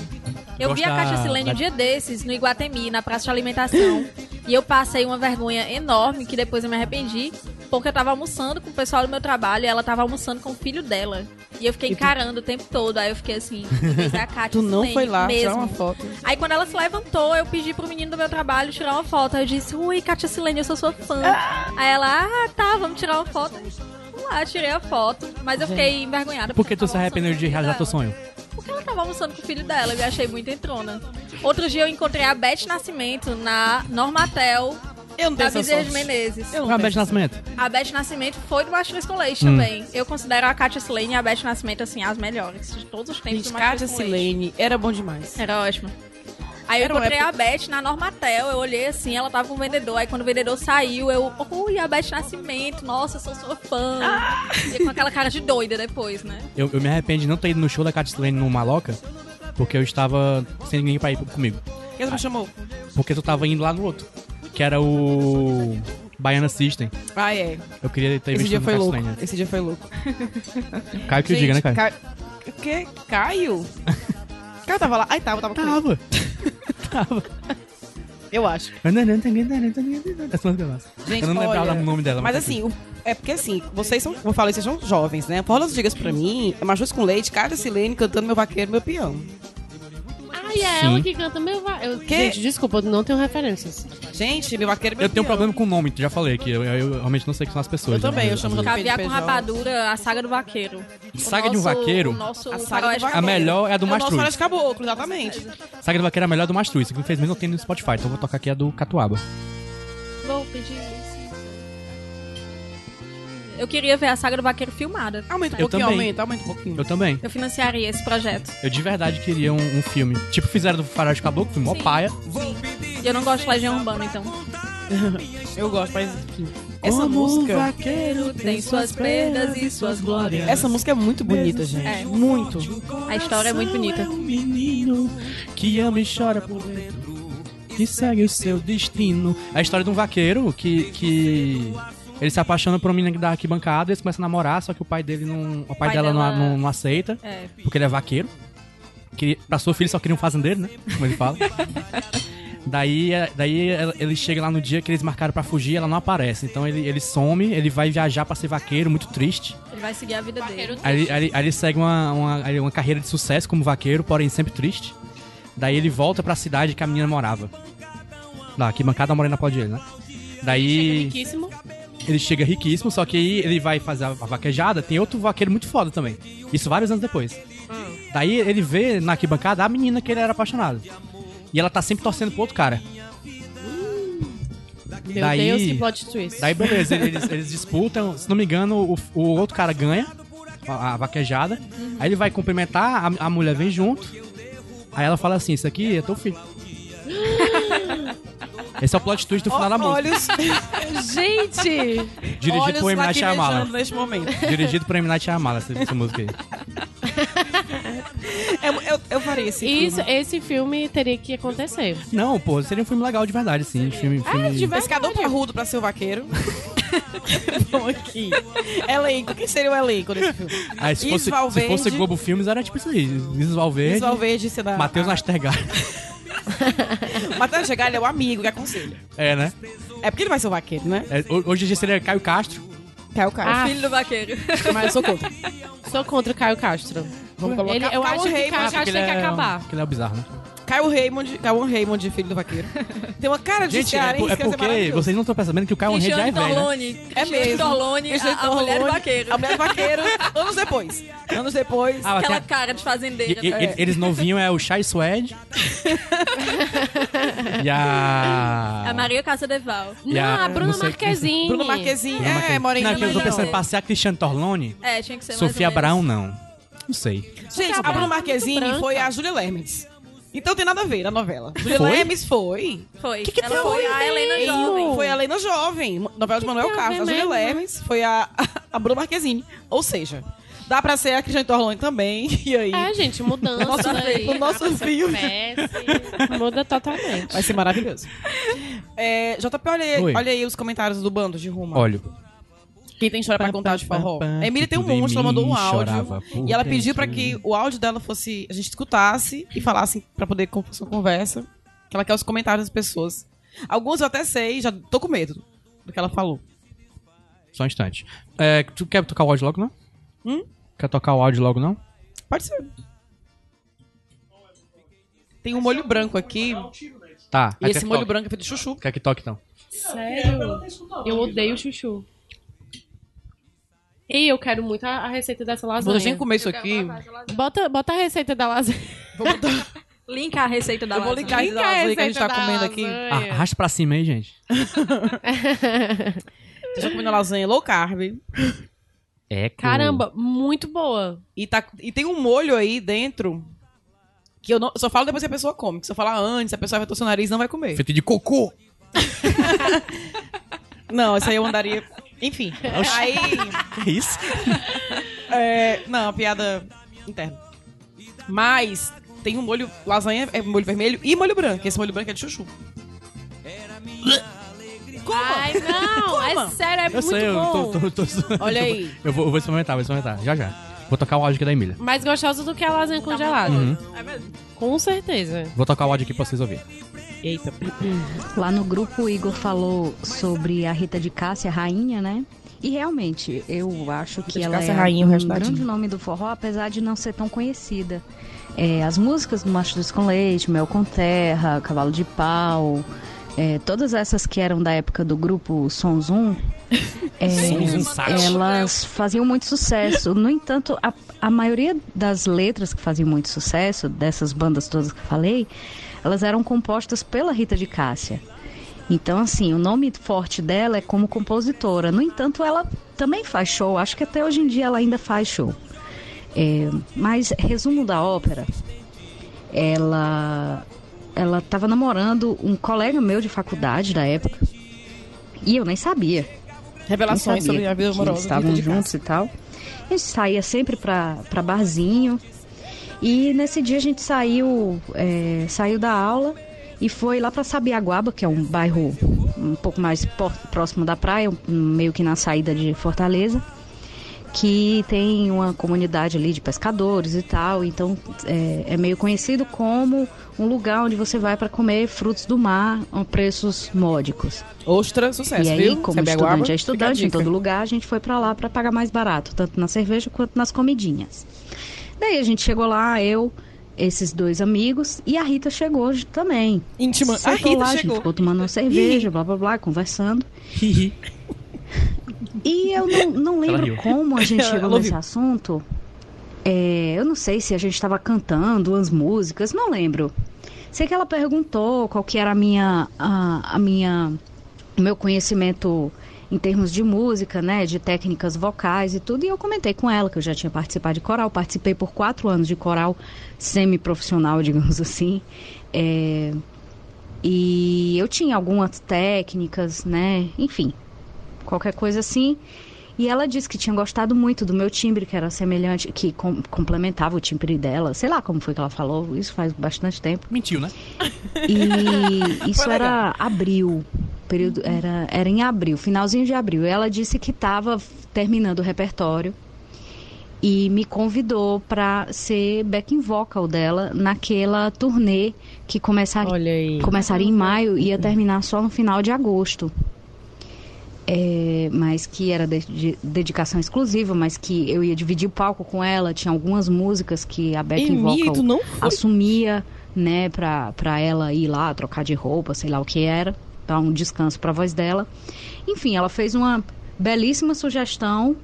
Speaker 2: Eu
Speaker 3: Gosto
Speaker 2: vi a
Speaker 3: da-
Speaker 2: Caixa Silene
Speaker 3: da-
Speaker 2: um dia desses no Iguatemi, na praça de alimentação. e eu passei uma vergonha enorme que depois eu me arrependi, porque eu tava almoçando com o pessoal do meu trabalho e ela tava almoçando com o filho dela. E eu fiquei encarando o tempo todo. Aí eu fiquei assim, "Mas é a Caixa
Speaker 1: Tu não
Speaker 2: Silene
Speaker 1: foi lá
Speaker 2: mesmo.
Speaker 1: tirar uma foto.
Speaker 2: Aí quando ela se levantou, eu pedi pro menino do meu trabalho tirar uma "Ah, foto. Aí eu disse, ui, Kátia Silene, eu sou sua fã. Aí ela, ah, tá, vamos tirar uma foto. lá, tirei a foto, mas eu fiquei envergonhada.
Speaker 3: Por que
Speaker 2: porque
Speaker 3: tu
Speaker 2: eu
Speaker 3: se
Speaker 2: tava
Speaker 3: arrependeu
Speaker 2: almoçando com o
Speaker 3: de
Speaker 2: filho
Speaker 3: realizar teu
Speaker 2: dela.
Speaker 3: sonho?
Speaker 2: Porque ela tava almoçando com o filho dela e eu achei muito entrona. Outro dia eu encontrei a Beth Nascimento na Normatel
Speaker 1: Eu não
Speaker 2: da
Speaker 1: tenho essa
Speaker 2: Bezerra
Speaker 1: sorte.
Speaker 2: de Menezes.
Speaker 1: Eu
Speaker 3: Qual
Speaker 1: não
Speaker 3: é
Speaker 1: tenho
Speaker 3: a Beth
Speaker 1: essa
Speaker 3: Nascimento?
Speaker 2: A Beth Nascimento foi do Mastruz com Leite
Speaker 3: Hum.
Speaker 2: também. Eu considero a Kátia Silene e a Beth Nascimento, assim, as melhores de todos os tempos
Speaker 1: Gente,
Speaker 2: do Mastruz
Speaker 1: Kátia
Speaker 2: com Leite.
Speaker 1: Silene era bom demais.
Speaker 2: Era ótimo. Aí eu
Speaker 1: Era uma
Speaker 2: encontrei a Beth na Normatel, eu olhei assim, ela tava com o vendedor. Aí quando o vendedor saiu, eu, ui, a Beth Nascimento, nossa, eu sou sua fã.
Speaker 1: Ah!
Speaker 2: E com aquela cara de doida depois, né?
Speaker 3: Eu, eu me arrependo de não ter ido no show da Cat Slane no Maloca, porque eu estava sem ninguém pra ir comigo.
Speaker 1: Quem me chamou?
Speaker 3: Porque tu tava indo lá no outro, que era o Baiana System.
Speaker 1: Ah, é.
Speaker 3: Eu queria ter
Speaker 1: Esse
Speaker 3: visto
Speaker 1: dia
Speaker 3: no
Speaker 1: foi louco.
Speaker 3: Castlevania.
Speaker 1: Esse dia foi louco.
Speaker 3: Caio que eu diga, né, Caio?
Speaker 1: Ca... O quê? Caio? Caio tava lá. Ai, tava, tava comigo.
Speaker 3: Tava. tava.
Speaker 1: Eu acho.
Speaker 3: Essa música é massa. eu não lembrava
Speaker 1: olha,
Speaker 3: o nome dela.
Speaker 1: Mas assim, o- é porque assim, vocês são, como eu falei, vocês são jovens, né? Porra das Digas pra mim, é Majus com Leite, Cara Silene cantando Meu Vaqueiro, Meu Peão.
Speaker 4: Ah, e é ela
Speaker 3: Sim.
Speaker 4: que canta meu. va- Eu...
Speaker 1: Que?
Speaker 4: Gente, desculpa, eu não tenho referências.
Speaker 1: Gente, Meu Vaqueiro, Meu
Speaker 3: eu tenho um
Speaker 1: Peão.
Speaker 3: problema com o nome, tu já falei que eu, eu- eu realmente não sei que são as pessoas.
Speaker 1: Eu também,
Speaker 3: né?
Speaker 1: eu chamo
Speaker 3: Às vezes.
Speaker 2: Caviar com
Speaker 1: Pedro Pejol.
Speaker 2: rapadura, a saga do vaqueiro. O
Speaker 3: Saga de um vaqueiro?
Speaker 2: O nosso
Speaker 1: A saga
Speaker 2: faroeste
Speaker 1: do
Speaker 3: A
Speaker 1: vaqueiro.
Speaker 3: melhor é a do
Speaker 1: É o nosso
Speaker 3: Mastruz.
Speaker 1: Faroeste de Caboclo, exatamente.
Speaker 3: Saga do Vaqueiro é a melhor do Mastruz, que infelizmente não tem no Spotify, então eu vou tocar aqui a do Catuaba.
Speaker 2: Vou pedir Eu queria ver a saga do vaqueiro filmada.
Speaker 1: Aumenta um
Speaker 3: Eu
Speaker 1: pouquinho,
Speaker 3: também.
Speaker 1: aumenta, aumenta um pouquinho.
Speaker 3: Eu também.
Speaker 2: Eu financiaria esse projeto.
Speaker 3: Eu de verdade queria um, um filme. Tipo, fizeram do Faroeste Caboclo, filme mó
Speaker 2: Sim.
Speaker 3: paia.
Speaker 2: E eu não gosto de Legião Urbana, então.
Speaker 1: Eu gosto, mas essa música,
Speaker 3: vaqueiro
Speaker 2: Tem suas perdas e suas glórias.
Speaker 1: essa música é muito bonita, gente.
Speaker 2: É.
Speaker 1: Muito.
Speaker 2: A história é muito bonita.
Speaker 3: um menino que ama e chora por dentro, que segue o seu destino. É a história de um vaqueiro que. que... Ele se apaixona por uma menina que dá arquibancada, eles começam a namorar, só que o pai dele não. O pai,
Speaker 2: pai
Speaker 3: dela, não-
Speaker 2: dela-
Speaker 3: Não, não aceita,
Speaker 2: É.
Speaker 3: porque ele é vaqueiro. Queria, pra sua filha só queria um fazendeiro, né? Como ele fala. daí é, daí ela- ele chega lá no dia que eles marcaram pra fugir ela não aparece. Então ele, ele some, ele vai viajar pra ser vaqueiro, muito triste.
Speaker 2: Ele vai seguir a vida dele.
Speaker 3: Aí, ele- aí ele- aí ele segue uma, uma, aí uma carreira de sucesso como vaqueiro, porém sempre triste. Daí ele volta pra cidade que a menina morava. Lá, que bancada a morena pode ele, né? Daí
Speaker 4: Riquíssimo.
Speaker 3: ele chega riquíssimo, só que aí ele vai fazer a a vaquejada, tem outro vaqueiro muito foda também. Isso vários anos depois. Daí ele vê na arquibancada a menina que ele era apaixonado. E ela tá sempre torcendo pro outro cara.
Speaker 4: Meu
Speaker 3: Daí-
Speaker 4: Deus, que plot twist.
Speaker 3: Daí beleza, eles, eles disputam, se não me engano, o, o outro cara ganha a, a vaquejada. Aí ele vai cumprimentar, a, a mulher vem junto. Aí ela fala assim, isso aqui é teu filho. Esse é o plot twist do final da música.
Speaker 1: Olhos,
Speaker 4: Gente!
Speaker 3: Dirigido
Speaker 1: olhos
Speaker 3: por M. Night
Speaker 1: lacrimejando
Speaker 3: Shyamalan.
Speaker 1: neste momento.
Speaker 3: Dirigido por M. Night Shyamalan, essa, essa música aí.
Speaker 1: Eu, eu, eu faria esse
Speaker 4: Isso,
Speaker 1: filme.
Speaker 4: esse filme teria que acontecer.
Speaker 3: Não, pô, seria um filme legal de verdade, sim. Filme,
Speaker 1: Ah,
Speaker 4: É,
Speaker 3: filme...
Speaker 1: Pescador parrudo pra ser o vaqueiro. Vamos aqui. Elenco. Quem seria o elenco desse filme?
Speaker 3: Aí, Ah, se, fosse, se
Speaker 1: Isvalverde.
Speaker 3: fosse Globo Filmes, era tipo isso aí. Isis Valverde,
Speaker 1: Visual Verde ser da...
Speaker 3: Matheus Nastergaard.
Speaker 1: Matheus Chegar, ele é o amigo que aconselha.
Speaker 3: É, né?
Speaker 1: É porque ele vai ser o vaqueiro, né?
Speaker 3: É, ho- hoje em dia seria Caio Castro.
Speaker 1: Caiu o cara.
Speaker 4: Ah,
Speaker 2: Filho do vaqueiro.
Speaker 1: Mas eu sou contra.
Speaker 4: sou contra o Caio Castro.
Speaker 1: Vamos colocar.
Speaker 4: Ele- eu
Speaker 1: Cauã
Speaker 4: acho que
Speaker 1: Raymond.
Speaker 4: Caio- Acho
Speaker 3: Porque
Speaker 4: que tem que
Speaker 3: ele é um-
Speaker 4: acabar.
Speaker 3: Porque ele é um bizarro, né?
Speaker 1: Caio Raymond, Caio Raymond, filho do vaqueiro. Tem uma cara de
Speaker 3: Gente, é,
Speaker 1: cearense
Speaker 3: po- é
Speaker 1: que ia ser
Speaker 3: porque
Speaker 1: maravilhoso.
Speaker 3: vocês não estão percebendo que o Caio Rei já é
Speaker 2: Cristiane
Speaker 3: velho. né?
Speaker 2: Torlone.
Speaker 1: É
Speaker 2: Cristiane
Speaker 1: mesmo.
Speaker 2: Torlone, a,
Speaker 1: Cristiane
Speaker 2: a mulher do
Speaker 1: Torlone,
Speaker 2: vaqueiro.
Speaker 1: A mulher do vaqueiro. Anos depois. Anos depois.
Speaker 3: Ah, mas
Speaker 2: Aquela
Speaker 3: tem-
Speaker 2: cara de fazendeira.
Speaker 3: e- e-
Speaker 2: né?
Speaker 3: e- Eles novinhos é o Chai Suede. e a.
Speaker 2: A É. Maria Casadeval.
Speaker 3: E a-
Speaker 4: não, a Bruna
Speaker 3: não sei-
Speaker 4: Ah, Marquezine.
Speaker 1: Bruno Marquezine.
Speaker 3: Bruna
Speaker 1: É, um-
Speaker 3: Marquezine.
Speaker 1: Moreninha.
Speaker 3: Não, é que eu tô
Speaker 2: não.
Speaker 3: pensando, passei a Cristiane Torlone,
Speaker 2: É, tinha que ser mais
Speaker 3: Sofia
Speaker 2: ou menos.
Speaker 3: Abraão, não. Não sei.
Speaker 1: Gente, a Bruna
Speaker 4: Cabra é muito
Speaker 1: Marquezine
Speaker 4: branca.
Speaker 1: foi a Júlia Lemertz. Então tem nada a ver na novela. Júlia
Speaker 3: Foi?
Speaker 1: Lemertz foi.
Speaker 2: Foi.
Speaker 1: Que que
Speaker 2: Ela
Speaker 3: tá
Speaker 1: tem
Speaker 2: foi a Helena
Speaker 4: meio?
Speaker 2: Jovem.
Speaker 1: Foi a Helena Jovem, novela de Manuel
Speaker 4: tem a
Speaker 1: Carlos.
Speaker 4: ver
Speaker 1: A Júlia
Speaker 4: mesmo, né?
Speaker 1: Lemertz foi a, a Bruna Marquezine. Ou seja, dá pra ser a Cristiane Torlone também. E aí?
Speaker 4: É, gente, mudança.
Speaker 1: Nosso-
Speaker 4: aí,
Speaker 1: o nosso
Speaker 4: acontece,
Speaker 1: filme.
Speaker 4: acontece, Muda totalmente.
Speaker 1: Vai ser maravilhoso. É, JP, olha aí,
Speaker 3: Oi.
Speaker 1: olha aí os comentários do bando de Ruma.
Speaker 3: Olha.
Speaker 1: Quem tem história pra contar de forró?
Speaker 3: Pá, pá,
Speaker 1: A Emília tem um
Speaker 3: tudo em
Speaker 1: monte, ela mandou
Speaker 3: mim,
Speaker 1: um áudio.
Speaker 3: chorava por
Speaker 1: E ela pediu
Speaker 3: dentro. né?
Speaker 1: pra que o áudio dela fosse. A gente escutasse e falasse pra poder com sua conversa. Que ela quer os comentários das pessoas. Alguns eu até sei, já tô com medo do que ela falou.
Speaker 3: Só um instante. É, tu quer tocar o áudio logo, não?
Speaker 1: Hum?
Speaker 3: Quer tocar o áudio logo, não?
Speaker 1: Pode ser. Tem um molho branco aqui.
Speaker 3: Tá.
Speaker 1: E
Speaker 3: aí
Speaker 1: esse
Speaker 3: quer que
Speaker 1: molho
Speaker 3: toque.
Speaker 1: branco é feito de chuchu.
Speaker 3: Quer que toque, então?
Speaker 4: Sério? Eu odeio chuchu. E eu quero muito a, a receita dessa
Speaker 1: Vou
Speaker 4: lasanha.
Speaker 1: deixar comer isso aqui.
Speaker 4: Bota, bota a receita da lasanha.
Speaker 1: Vou botar.
Speaker 2: Linka a receita da
Speaker 1: Eu vou
Speaker 2: lasanha.
Speaker 1: linkar. Cai da
Speaker 4: Quem quer
Speaker 1: lasanha que a gente tá
Speaker 4: receita da
Speaker 1: comendo aqui?
Speaker 4: lasanha?
Speaker 3: Arrasta pra cima, hein, gente?
Speaker 1: Deixa eu comer uma lasanha low carb.
Speaker 3: É, co-
Speaker 4: Caramba, muito boa.
Speaker 1: E, tá, e tem um molho aí dentro que eu não, só falo depois que a pessoa come. Que se eu falar antes, a pessoa vai torcer o nariz e não vai comer.
Speaker 3: Feito de cocô.
Speaker 1: Não, isso aí eu andaria. Enfim. Aí.
Speaker 3: É isso?
Speaker 1: É, não, piada interna. Mas tem um molho. Lasanha é molho vermelho e molho branco. Esse molho branco é de chuchu. Como?
Speaker 4: Ai, não, é
Speaker 1: Coma.
Speaker 4: sério, é
Speaker 3: Eu
Speaker 4: muito
Speaker 3: sei, eu
Speaker 4: bom.
Speaker 3: tô, tô, tô zoando.
Speaker 1: Olha aí.
Speaker 3: Eu vou, eu vou experimentar, vou experimentar. Já, já. Vou tocar o áudio aqui da Emília.
Speaker 4: Mais gostosa do que a lasanha
Speaker 1: Tá
Speaker 4: congelada.
Speaker 2: É mesmo?
Speaker 4: Com certeza.
Speaker 3: Vou tocar o áudio aqui pra vocês ouvirem.
Speaker 1: Eita.
Speaker 6: Lá no grupo, o Igor falou sobre a Rita de Cássia, rainha, né? E realmente, eu acho que
Speaker 1: de
Speaker 6: ela
Speaker 1: Cássia
Speaker 6: é
Speaker 1: é rainha, o
Speaker 6: um
Speaker 1: resto tadinho.
Speaker 6: grande nome do forró, apesar de não ser tão conhecida. É, as músicas do Machos com Leite, Mel com Terra, Cavalo de Pau, é, todas essas que eram da época do grupo Som Zoom, é,
Speaker 3: Sonzum Sax.
Speaker 6: elas faziam muito sucesso. No entanto, a, a maioria das letras que faziam muito sucesso, dessas bandas todas que eu falei, elas eram compostas pela Rita de Cássia. Então, assim, o nome forte dela é como compositora. No entanto, ela também faz show. Acho que até hoje em dia ela ainda faz show. É, mas, resumo da ópera, ela ela estava namorando um colega meu de faculdade da época. E eu nem sabia. Nem sabia
Speaker 1: Revelações sobre a vida
Speaker 6: que
Speaker 1: amorosa.
Speaker 6: Eles estavam
Speaker 1: Rita de
Speaker 6: juntos e tal. A gente saía sempre pra, pra barzinho. E nesse dia a gente saiu, é, saiu da aula e foi lá pra Sabiaguaba, que é um bairro um pouco mais por- próximo da praia, um- meio que na saída de Fortaleza, que tem uma comunidade ali de pescadores e tal. Então é, é meio conhecido como um lugar onde você vai pra comer frutos do mar a preços módicos.
Speaker 1: Cássia. Ostra, sucesso,
Speaker 6: E aí,
Speaker 1: viu?
Speaker 6: como
Speaker 1: Sabe a guarda? Fica
Speaker 6: estudante é
Speaker 1: a
Speaker 6: estudante em
Speaker 1: dica.
Speaker 6: todo lugar, a gente foi pra lá pra pagar mais barato, tanto na cerveja quanto nas comidinhas. Daí a gente chegou lá, eu, esses dois amigos, e a Rita chegou hoje também.
Speaker 1: Íntima. A
Speaker 6: Sentou
Speaker 1: Rita
Speaker 6: lá, a gente
Speaker 1: chegou.
Speaker 6: ficou tomando uma cerveja, blá blá blá, conversando. E eu não, não
Speaker 3: riu.
Speaker 6: lembro como a gente
Speaker 1: Ela
Speaker 6: chegou
Speaker 1: ouviu.
Speaker 6: nesse assunto. É, eu não sei se a gente estava cantando umas músicas, não lembro. Sei que ela perguntou qual que era a minha, a, a minha, o meu conhecimento em termos de música, né, de técnicas vocais e tudo. E eu comentei com ela que eu já tinha participado de coral, participei por quatro anos de coral semiprofissional, digamos assim. É, e eu tinha algumas técnicas, né, enfim, qualquer coisa assim. E ela disse que tinha gostado muito do meu timbre, que era semelhante, que com- complementava o timbre dela. Sei lá como foi que ela falou, isso faz bastante tempo.
Speaker 3: Mentiu, né?
Speaker 6: E isso
Speaker 1: Foi legal. Uhum.
Speaker 6: era abril. Período, era, era em abril, finalzinho de abril. Ela disse que estava terminando o repertório e me convidou para ser backing vocal dela naquela turnê que começaria
Speaker 4: Olha aí.
Speaker 6: começaria em maio e ia terminar só no final de agosto. É, mas que era de- de- dedicação exclusiva, mas que eu ia dividir o palco com ela. Tinha algumas músicas que a backing
Speaker 1: Emílio,
Speaker 6: vocal
Speaker 1: tu não foi.
Speaker 6: assumia, né, pra, pra ela ir lá trocar de roupa, sei lá o que era, dar um descanso pra voz dela. Enfim, ela fez uma belíssima sugestão,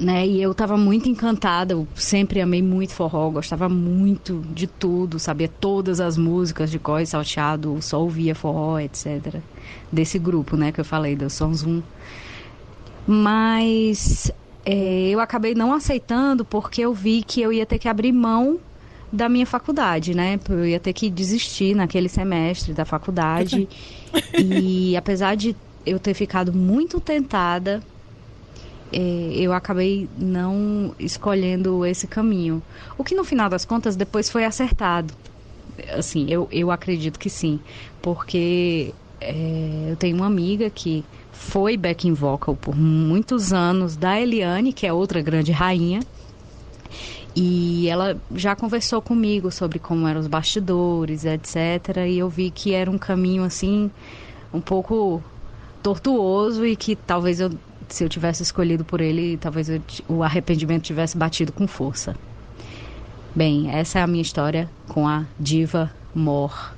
Speaker 6: né, e eu tava muito encantada, eu sempre amei muito forró, gostava muito de tudo, sabia todas as músicas de cor e salteado, só ouvia forró, etc. Desse grupo, né, que eu falei, do Som Zoom. Mas é, eu acabei não aceitando porque eu vi que eu ia ter que abrir mão da minha faculdade, né? Eu ia ter que desistir naquele semestre da faculdade. e apesar de eu ter ficado muito tentada, é, eu acabei não escolhendo esse caminho. O que no final das contas depois foi acertado. Assim, eu, eu acredito que sim. Porque é, eu tenho uma amiga que foi backing vocal por muitos anos da Eliane, que é outra grande rainha. E ela já conversou comigo sobre como eram os bastidores, etc. E eu vi que era um caminho assim um pouco tortuoso e que talvez eu, se eu tivesse escolhido por ele, talvez eu ti- o arrependimento tivesse batido com força. Bem, essa é a minha história com a diva mor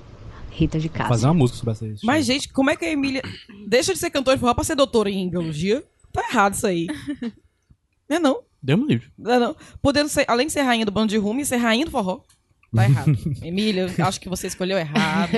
Speaker 6: Rita de
Speaker 3: Fazer
Speaker 6: Cássia.
Speaker 3: uma música sobre essa história.
Speaker 1: Mas, gente, como é que a Emília deixa de ser cantora de forró pra ser doutora em biologia? Tá errado isso aí. Não é não.
Speaker 3: Deu um livro.
Speaker 1: Não, é não. Podendo ser, além de ser rainha do bando de rumo e ser rainha do forró. Tá errado. Emília, eu acho que você escolheu errado.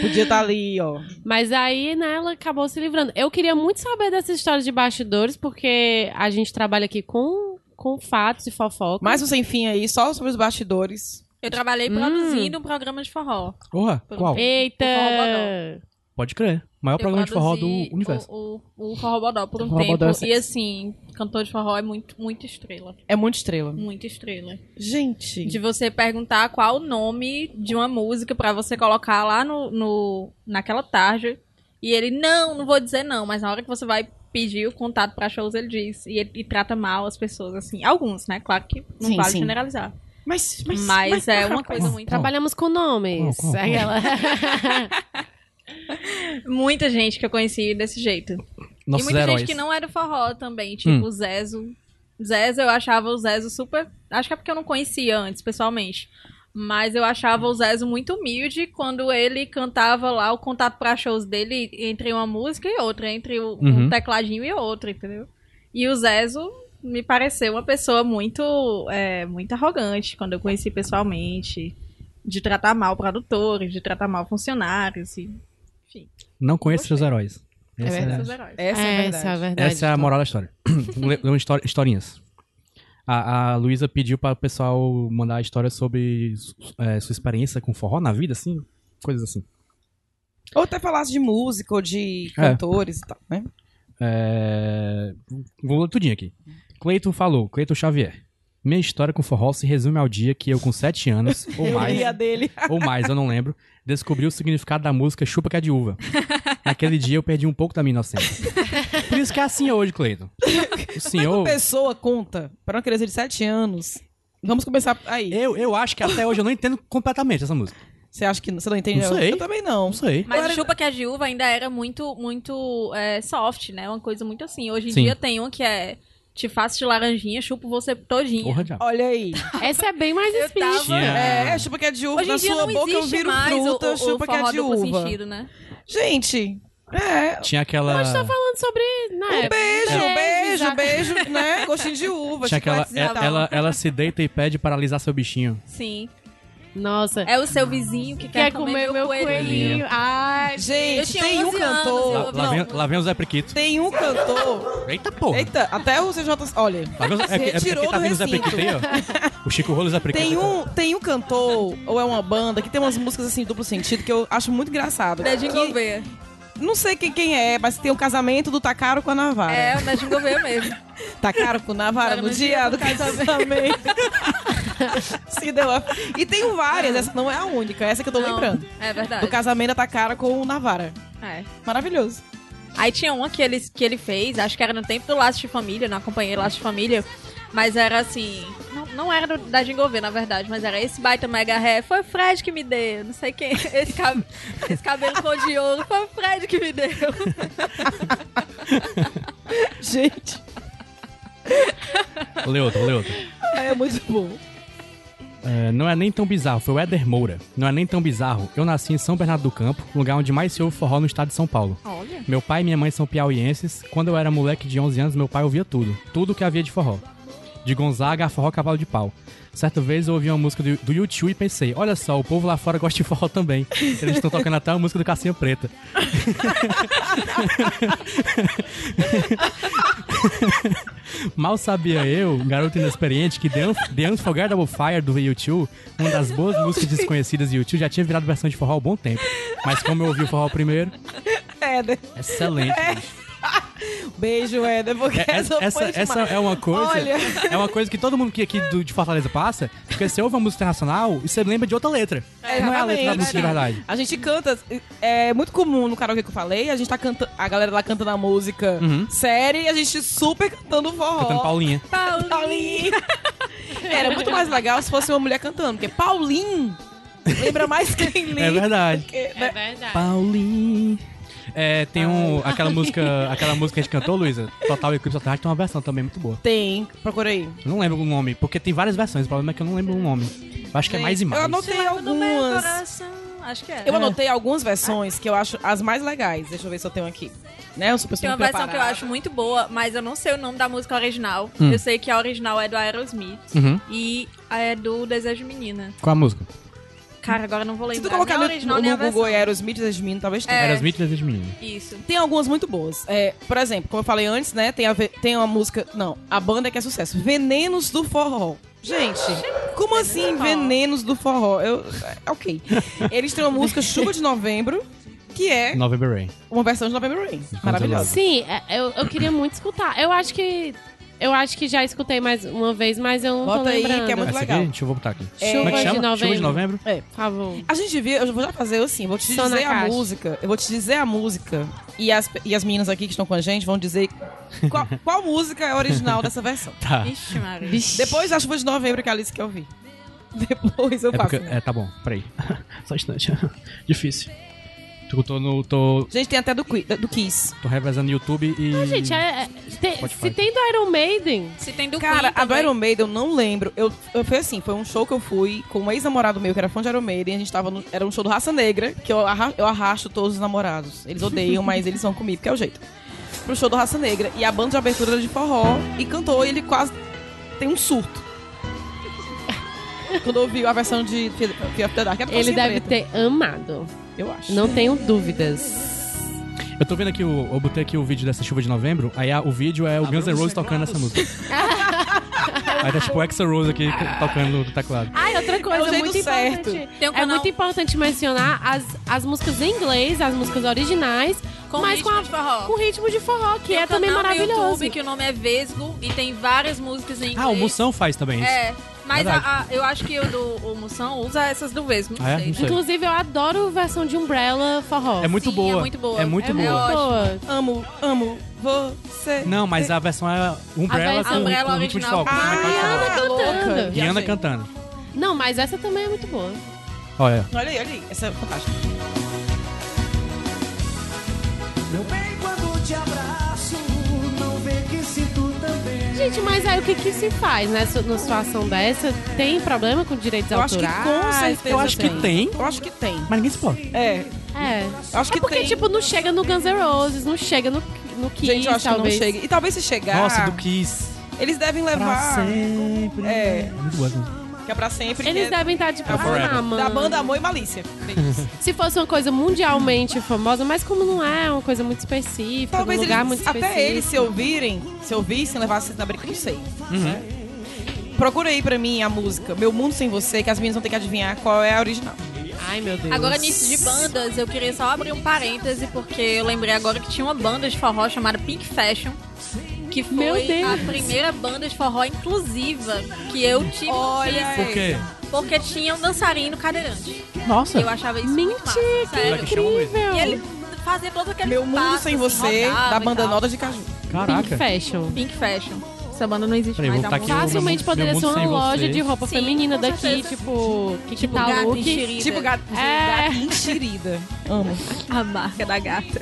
Speaker 1: Podia estar ali, ó.
Speaker 4: Mas aí, né, ela acabou se livrando. Eu queria muito saber dessa história de bastidores, porque a gente trabalha aqui com, com fatos e fofoca.
Speaker 1: Mais um sem fim aí, só sobre os bastidores.
Speaker 2: Eu trabalhei produzindo um programa de forró.
Speaker 3: Porra,
Speaker 2: Por um
Speaker 3: Hum. qual?
Speaker 2: tempo.
Speaker 4: Eita!
Speaker 3: Pode crer. Maior programa de forró do
Speaker 2: produzi
Speaker 3: universo.
Speaker 2: O, o, o Forró Bodó por um
Speaker 3: Forró
Speaker 2: tempo.
Speaker 3: Bodó é
Speaker 2: e
Speaker 3: sexy.
Speaker 2: assim, cantor de forró é muito, muito estrela.
Speaker 1: É muito estrela.
Speaker 2: Muito estrela.
Speaker 1: Gente.
Speaker 2: De você perguntar qual o nome de uma música pra você colocar lá no, no- naquela tarde. E ele, não, não vou dizer não, mas na hora que você vai pedir o contato pra shows, ele diz. E ele e trata mal as pessoas, assim. Alguns, né? Claro que não
Speaker 1: Sim,
Speaker 2: vale
Speaker 1: sim.
Speaker 2: generalizar.
Speaker 1: Mas,
Speaker 2: Mas, é uma coisa
Speaker 3: Qual?
Speaker 2: muito.
Speaker 3: Qual?
Speaker 4: Trabalhamos com nomes. É
Speaker 3: Qual, qual, qual?
Speaker 4: Aquela-
Speaker 2: Muita gente que eu conheci desse jeito. e
Speaker 3: Nossos
Speaker 2: muita
Speaker 3: heróis.
Speaker 2: gente que não era forró também, tipo
Speaker 3: Hum.
Speaker 2: o Zezo. Zezo, eu achava o Zezo super. Acho que é porque eu não conhecia antes, pessoalmente. Mas eu achava o Zezo muito humilde quando ele cantava lá o contato pra shows dele entre uma música e outra, entre o,
Speaker 3: Uhum.
Speaker 2: um tecladinho e outro, entendeu? E o Zezo me pareceu uma pessoa muito, é, muito arrogante quando eu conheci pessoalmente. De tratar mal produtores, de tratar mal funcionários. E... é
Speaker 3: Não conheço seus heróis.
Speaker 1: É
Speaker 3: Essa
Speaker 1: verdade.
Speaker 2: seus heróis.
Speaker 1: Essa é,
Speaker 4: É,
Speaker 1: a
Speaker 4: Essa é a
Speaker 1: verdade.
Speaker 4: verdade.
Speaker 3: Essa é a moral da história. Lê- lê uma história- historinhas. A, a Luísa pediu para o pessoal mandar histórias sobre su- é, sua experiência com forró na vida, assim, coisas assim.
Speaker 1: Ou até falasse de música ou de
Speaker 3: É.
Speaker 1: cantores e tal, né?
Speaker 3: É, Vou ler tudinho aqui. Cleiton falou, Cleiton Xavier. Minha história com forró se resume ao dia que eu, com 7 anos, ou mais,
Speaker 1: a dele.
Speaker 3: ou mais, eu não lembro, descobri o significado da música Chupa que é de uva. Naquele dia eu perdi um pouco da minha inocência. Por isso que é assim hoje, Cleiton. O
Speaker 1: Uma
Speaker 3: senhor.
Speaker 1: pessoa conta para uma criança de 7 anos. Vamos começar aí.
Speaker 3: Eu, eu acho que até hoje eu não entendo completamente essa música.
Speaker 1: Você acha que não- você não entende?
Speaker 3: Não
Speaker 1: Eu-
Speaker 3: sei.
Speaker 1: Eu também não.
Speaker 3: Não sei.
Speaker 2: Mas
Speaker 1: Agora-
Speaker 2: o Chupa que a Viúva ainda era muito, muito é, soft, né? Uma coisa muito assim. Hoje em
Speaker 3: Sim.
Speaker 2: dia tem um que é te faço de laranjinha, chupo você todinha.
Speaker 3: Porra, já.
Speaker 1: Olha aí.
Speaker 4: Essa é bem mais
Speaker 2: Eu tava-
Speaker 4: espírita.
Speaker 3: Tinha-
Speaker 1: É, chupa que é de uva.
Speaker 2: Hoje
Speaker 1: na
Speaker 2: em dia
Speaker 1: sua
Speaker 2: não
Speaker 1: boca eu
Speaker 2: existe
Speaker 1: viro
Speaker 2: mais
Speaker 1: fruta,
Speaker 2: o, o,
Speaker 1: chupa
Speaker 2: o
Speaker 1: que é
Speaker 2: forró
Speaker 1: de
Speaker 2: duplo
Speaker 1: uva.
Speaker 2: sentido, né?
Speaker 1: Gente, é.
Speaker 3: Tinha aquela.
Speaker 4: Falando sobre. Né,
Speaker 1: Beijo,
Speaker 2: É,
Speaker 1: um
Speaker 4: exato.
Speaker 1: beijo, beijo, né? Gostinho de uva.
Speaker 3: Tinha aquela.
Speaker 1: chicletes e
Speaker 3: Ela,
Speaker 1: tal.
Speaker 3: ela, ela se deita e pede paralisar seu bichinho.
Speaker 2: Sim.
Speaker 4: Nossa.
Speaker 2: É o seu vizinho que quer,
Speaker 4: Quer comer meu coelhinho. Ai,
Speaker 2: Eu
Speaker 1: Gente,
Speaker 2: tinha
Speaker 1: tem um
Speaker 2: 11 anos,
Speaker 1: cantor.
Speaker 3: Lá, lá
Speaker 2: Não.
Speaker 3: vem, lá vem o Zé Priquito.
Speaker 1: Tem um cantor.
Speaker 3: Eita porra!
Speaker 1: Eita, até o CJ. Olha.
Speaker 3: Lá vem o Zé- é, que- é,
Speaker 1: Retirou
Speaker 3: porque tá
Speaker 1: do
Speaker 3: vindo o Zé
Speaker 1: recinto.
Speaker 3: Priquito aí, ó. O Chico Rolo tá? e o Zé Priquito.
Speaker 1: Tem um, tem um cantor, ou é uma banda, que tem umas músicas assim, duplo sentido, que eu acho muito engraçado.
Speaker 2: Nedinho
Speaker 1: Que-
Speaker 2: Gouveia.
Speaker 1: não sei quem, quem é, mas tem o casamento do Takaro com a Navara.
Speaker 2: É, o Nedinho Gouveia mesmo.
Speaker 1: Takaro com Navara no dia do casamento. Se deu a... E tem várias, essa não é a única, essa que eu tô
Speaker 2: Não,
Speaker 1: lembrando.
Speaker 2: É verdade.
Speaker 1: Do casamento da Takara com o Navara.
Speaker 2: É.
Speaker 1: Maravilhoso.
Speaker 2: Aí tinha uma que ele, que ele fez, acho que era no tempo do Laço de Família, não acompanhei Laço de Família, mas era assim. Não, não era do- da Jingle V, na verdade, mas era esse baita mega ré. Foi o Fred que me deu, não sei quem. Esse, cab- esse cabelo cor de ouro, foi o Fred que me deu. um
Speaker 1: Gente,
Speaker 3: Lê outro, lê outro.
Speaker 1: é muito bom.
Speaker 3: É, não é nem tão bizarro, foi o Éder Moura. Não é nem tão bizarro. Eu nasci em São Bernardo do Campo, um lugar onde mais se ouve forró no estado de São Paulo.
Speaker 2: Olha.
Speaker 3: Meu pai e minha mãe são piauienses. Quando eu era moleque de 11 anos, meu pai ouvia tudo. Tudo que havia de forró. De Gonzaga a forró cavalo de pau. Certa vez eu ouvi uma música do, do YouTube e pensei, olha só, o povo lá fora gosta de forró também. Eles estão tocando até uma música do Cassinha Preta. Mal sabia eu, um garoto inexperiente, que The, Unf The Unforgettable Fire do U2, uma das boas músicas desconhecidas de U2, já tinha virado versão de forró há um bom tempo. Mas como eu ouvi o forró primeiro,
Speaker 1: Éder.
Speaker 3: excelente. bicho.
Speaker 1: É, né? Beijo, Éder, porque
Speaker 3: É,
Speaker 1: É, essa,
Speaker 3: essa, essa,
Speaker 1: foi
Speaker 3: essa
Speaker 1: demais.
Speaker 3: é uma coisa.
Speaker 1: Olha.
Speaker 3: É uma coisa que todo mundo que aqui do- de Fortaleza passa, porque você ouve uma música internacional e você lembra de outra letra.
Speaker 1: É,
Speaker 3: não é a letra da
Speaker 1: exatamente.
Speaker 3: música de verdade.
Speaker 1: A gente canta, é muito comum no karaokê que eu falei, a gente tá cantando, a galera lá cantando a música
Speaker 3: Uhum.
Speaker 1: séria e a gente super cantando forró.
Speaker 3: Cantando Paulinha.
Speaker 1: Paulinho. Era muito mais legal se fosse uma mulher cantando, porque Paulinho lembra mais quem lê.
Speaker 3: É verdade.
Speaker 1: Porque,
Speaker 4: É
Speaker 1: né?
Speaker 4: verdade.
Speaker 3: Paulinho. É, tem um, aquela música, aquela música que a gente cantou, Luísa, Total Eclipse of the Heart, tem uma versão também muito boa.
Speaker 1: Tem, procura aí.
Speaker 3: Eu não lembro o nome, porque tem várias versões, o problema é que eu não lembro o nome. Eu acho que é mais e
Speaker 1: Eu
Speaker 3: mais.
Speaker 1: anotei
Speaker 2: No meu
Speaker 1: algumas.
Speaker 2: coração. Acho que é.
Speaker 1: Eu anotei algumas versões que eu acho as mais legais. Deixa eu ver se eu tenho aqui. né? Eu sou
Speaker 2: Tem
Speaker 1: pessoa
Speaker 2: uma
Speaker 1: muito
Speaker 2: versão que eu
Speaker 1: preparada.
Speaker 2: acho muito boa, mas eu não sei o nome da música original.
Speaker 3: Hum.
Speaker 2: Eu sei que a original é do Aerosmith
Speaker 3: Uhum.
Speaker 2: e é do Desejo Menina.
Speaker 3: Qual a música?
Speaker 2: Cara, agora eu não vou
Speaker 1: Se
Speaker 2: lembrar.
Speaker 1: tu colocar
Speaker 2: nem a
Speaker 1: no,
Speaker 2: original,
Speaker 1: no,
Speaker 2: nem a
Speaker 1: no Google
Speaker 2: versão.
Speaker 1: Aerosmith, Jasmine, talvez tenha.
Speaker 2: É.
Speaker 3: Aerosmith e as Meninas.
Speaker 2: Isso.
Speaker 1: Tem algumas muito boas. É, por exemplo, como eu falei antes, né? Tem, a, ve- tem uma música. Não, a banda que é sucesso. Venenos do Forró. Gente, como assim Venenos do Forró? Eu, é, ok. Eles têm uma música Chuva de Novembro, que é
Speaker 3: November Rain.
Speaker 1: uma versão de November Rain. Maravilhosa.
Speaker 4: Sim, é- eu, eu queria muito escutar. Eu acho que. Eu acho que já escutei mais uma vez, mas eu não tô
Speaker 1: Bota aí,
Speaker 4: lembrando.
Speaker 1: que é muito-
Speaker 3: Essa
Speaker 1: legal.
Speaker 3: aqui, deixa eu botar aqui.
Speaker 1: É-
Speaker 3: Como é que
Speaker 4: Chuva de
Speaker 3: chama? Chuva de
Speaker 4: Novembro.
Speaker 3: Novembro?
Speaker 1: É.
Speaker 4: Por favor.
Speaker 1: A gente via, eu vou já fazer assim, vou te
Speaker 4: Som na
Speaker 1: dizer a
Speaker 4: caixa.
Speaker 1: música, eu vou te dizer a música e as, e as meninas aqui que estão com a gente vão dizer qual, qual música é a original dessa versão.
Speaker 3: Tá.
Speaker 2: Ixi, Maria.
Speaker 1: Depois da chuva de novembro que a Alice quer ouvir. Depois eu
Speaker 3: É,
Speaker 1: faço. né?
Speaker 3: porque- é, tá bom, peraí. Só um instante. Difícil. Tô, tô, no, tô,
Speaker 1: Gente, tem até do, Qui- do Kiss.
Speaker 3: tô revezando no YouTube e.
Speaker 4: Não, gente, é- é- tem-
Speaker 3: Spotify.
Speaker 4: se tem do Iron Maiden.
Speaker 2: Se tem do
Speaker 1: Cara,
Speaker 2: Queen
Speaker 1: a do
Speaker 2: também.
Speaker 1: Iron Maiden eu não lembro. Eu, eu foi assim, foi um show que eu fui com um ex-namorado meu que era fã de Iron Maiden. A gente tava no, era um show do Raça Negra, que eu, arra, eu arrasto todos os namorados. Eles odeiam, mas eles vão comigo, porque é o jeito. Pro show do Raça Negra. E a banda de abertura era de forró e cantou e ele quase tem um surto. Quando ouviu a versão de Fear of the Dark, era
Speaker 4: Ele
Speaker 1: calcinha
Speaker 4: deve
Speaker 1: preta,
Speaker 4: ter amado.
Speaker 1: Eu acho.
Speaker 4: Não tenho dúvidas.
Speaker 3: Eu tô vendo aqui, o, eu botei aqui o vídeo dessa chuva de novembro, aí a- o vídeo é o Guns N' Roses tocando essa música. aí tá tipo o Axel Rose aqui tocando do teclado.
Speaker 4: Ah, e outra
Speaker 1: É o
Speaker 4: coisa
Speaker 1: jeito
Speaker 4: muito
Speaker 1: certo.
Speaker 4: importante.
Speaker 2: Tem um
Speaker 4: é
Speaker 2: canal-
Speaker 4: muito importante mencionar as, as músicas em inglês, as músicas originais,
Speaker 2: Com
Speaker 4: mas
Speaker 2: ritmo
Speaker 4: com,
Speaker 2: de forró.
Speaker 4: com ritmo de forró, que
Speaker 2: Tem
Speaker 4: é
Speaker 2: um
Speaker 4: também
Speaker 2: canal no
Speaker 4: maravilhoso.
Speaker 2: YouTube que o nome é Vesgo e tem várias músicas em inglês.
Speaker 3: Ah, o Moção faz também isso.
Speaker 2: É, mas
Speaker 3: Verdade.
Speaker 2: a- a- eu acho que o do o Moção usa essas do Vesgo, não
Speaker 3: Ah, é?
Speaker 2: sei. né?
Speaker 3: Não sei.
Speaker 4: Inclusive, eu adoro a versão de Umbrella forró.
Speaker 3: É muito
Speaker 2: Sim,
Speaker 3: boa.
Speaker 2: é muito boa.
Speaker 3: É muito
Speaker 4: É muito
Speaker 3: boa.
Speaker 2: ótimo.
Speaker 4: boa.
Speaker 1: Amo, amo você.
Speaker 3: Não, mas a versão é Umbrella
Speaker 4: A versão
Speaker 3: com,
Speaker 2: Umbrella
Speaker 3: com ritmo de
Speaker 2: original.
Speaker 3: foco.
Speaker 2: Ah,
Speaker 4: Rihanna cantando.
Speaker 3: tá e Ana cantando.
Speaker 4: Não, mas essa também é muito boa.
Speaker 3: Olha.
Speaker 1: Olha aí, olha aí. Essa é fantástica.
Speaker 7: Meu bem, quando te abraço, não vê que sinto também.
Speaker 4: Gente, mas aí o que, que se faz nessa numa situação dessa? Tem problema com direitos
Speaker 1: Eu acho que
Speaker 4: autorais?
Speaker 1: com certeza
Speaker 3: Eu acho que tem,
Speaker 1: Eu acho que tem.
Speaker 3: mas ninguém se pode.
Speaker 1: É,
Speaker 4: É.
Speaker 1: eu acho
Speaker 4: É
Speaker 1: que
Speaker 4: porque,
Speaker 1: tem.
Speaker 4: tipo, não chega no Guns N' Roses, não chega no, no Kiss,
Speaker 1: Gente, eu acho
Speaker 4: talvez.
Speaker 1: que não chega. E talvez se chegar,
Speaker 3: Nossa, do Kiss.
Speaker 1: eles devem
Speaker 3: Pra
Speaker 1: levar...
Speaker 3: sempre.
Speaker 1: É.
Speaker 3: Muito boa essa música.
Speaker 1: Que é pra sempre.
Speaker 4: Eles
Speaker 1: que é
Speaker 4: devem estar, tipo,
Speaker 3: É
Speaker 4: ah,
Speaker 3: forever.
Speaker 4: mano.
Speaker 1: da banda Amor e Malícia.
Speaker 4: Se fosse uma coisa mundialmente famosa, mas como não é uma coisa muito específica,
Speaker 1: Talvez
Speaker 4: um lugar
Speaker 1: eles,
Speaker 4: muito específico.
Speaker 1: até eles se ouvirem, se ouvissem, levassem na briga, não sei.
Speaker 3: Uhum.
Speaker 1: né? Procura aí pra mim a música Meu Mundo Sem Você, que as meninas vão ter que adivinhar qual é a original.
Speaker 4: Ai, meu Deus.
Speaker 2: Agora, nisso de bandas, eu queria só abrir um parêntese, porque eu lembrei agora que tinha uma banda de forró chamada Pink Fashion, que foi
Speaker 4: Meu Deus.
Speaker 2: a primeira banda de forró inclusiva que eu tive
Speaker 1: Olha
Speaker 2: notícia,
Speaker 3: Por quê?
Speaker 2: porque tinha um dançarino cadeirante.
Speaker 3: Nossa.
Speaker 2: Eu achava isso muito massa,
Speaker 4: Mentira,
Speaker 3: É.
Speaker 2: sério.
Speaker 4: que incrível.
Speaker 2: E ele fazia todo aquele
Speaker 1: Meu
Speaker 2: assim,
Speaker 1: Mundo Sem Você, da banda Notas de Caju.
Speaker 4: Pink
Speaker 3: Caraca.
Speaker 4: Fashion.
Speaker 2: Pink Fashion. Essa banda não existe
Speaker 3: Peraí,
Speaker 2: mais.
Speaker 3: vou
Speaker 2: é
Speaker 3: botar
Speaker 2: uma
Speaker 3: aqui
Speaker 2: música.
Speaker 3: o-
Speaker 4: Facilmente
Speaker 3: Meu
Speaker 4: poderia
Speaker 3: Mundo
Speaker 4: ser uma
Speaker 3: Sem
Speaker 4: loja
Speaker 3: Você.
Speaker 4: de roupa
Speaker 2: Sim,
Speaker 4: feminina
Speaker 2: com
Speaker 4: daqui,
Speaker 2: certeza.
Speaker 4: tipo, que
Speaker 2: Tipo
Speaker 4: tá
Speaker 2: gata
Speaker 4: look.
Speaker 2: enxerida.
Speaker 1: Tipo gato,
Speaker 4: É.
Speaker 1: gato enxerida. Amo.
Speaker 2: A
Speaker 1: é
Speaker 2: marca da gata.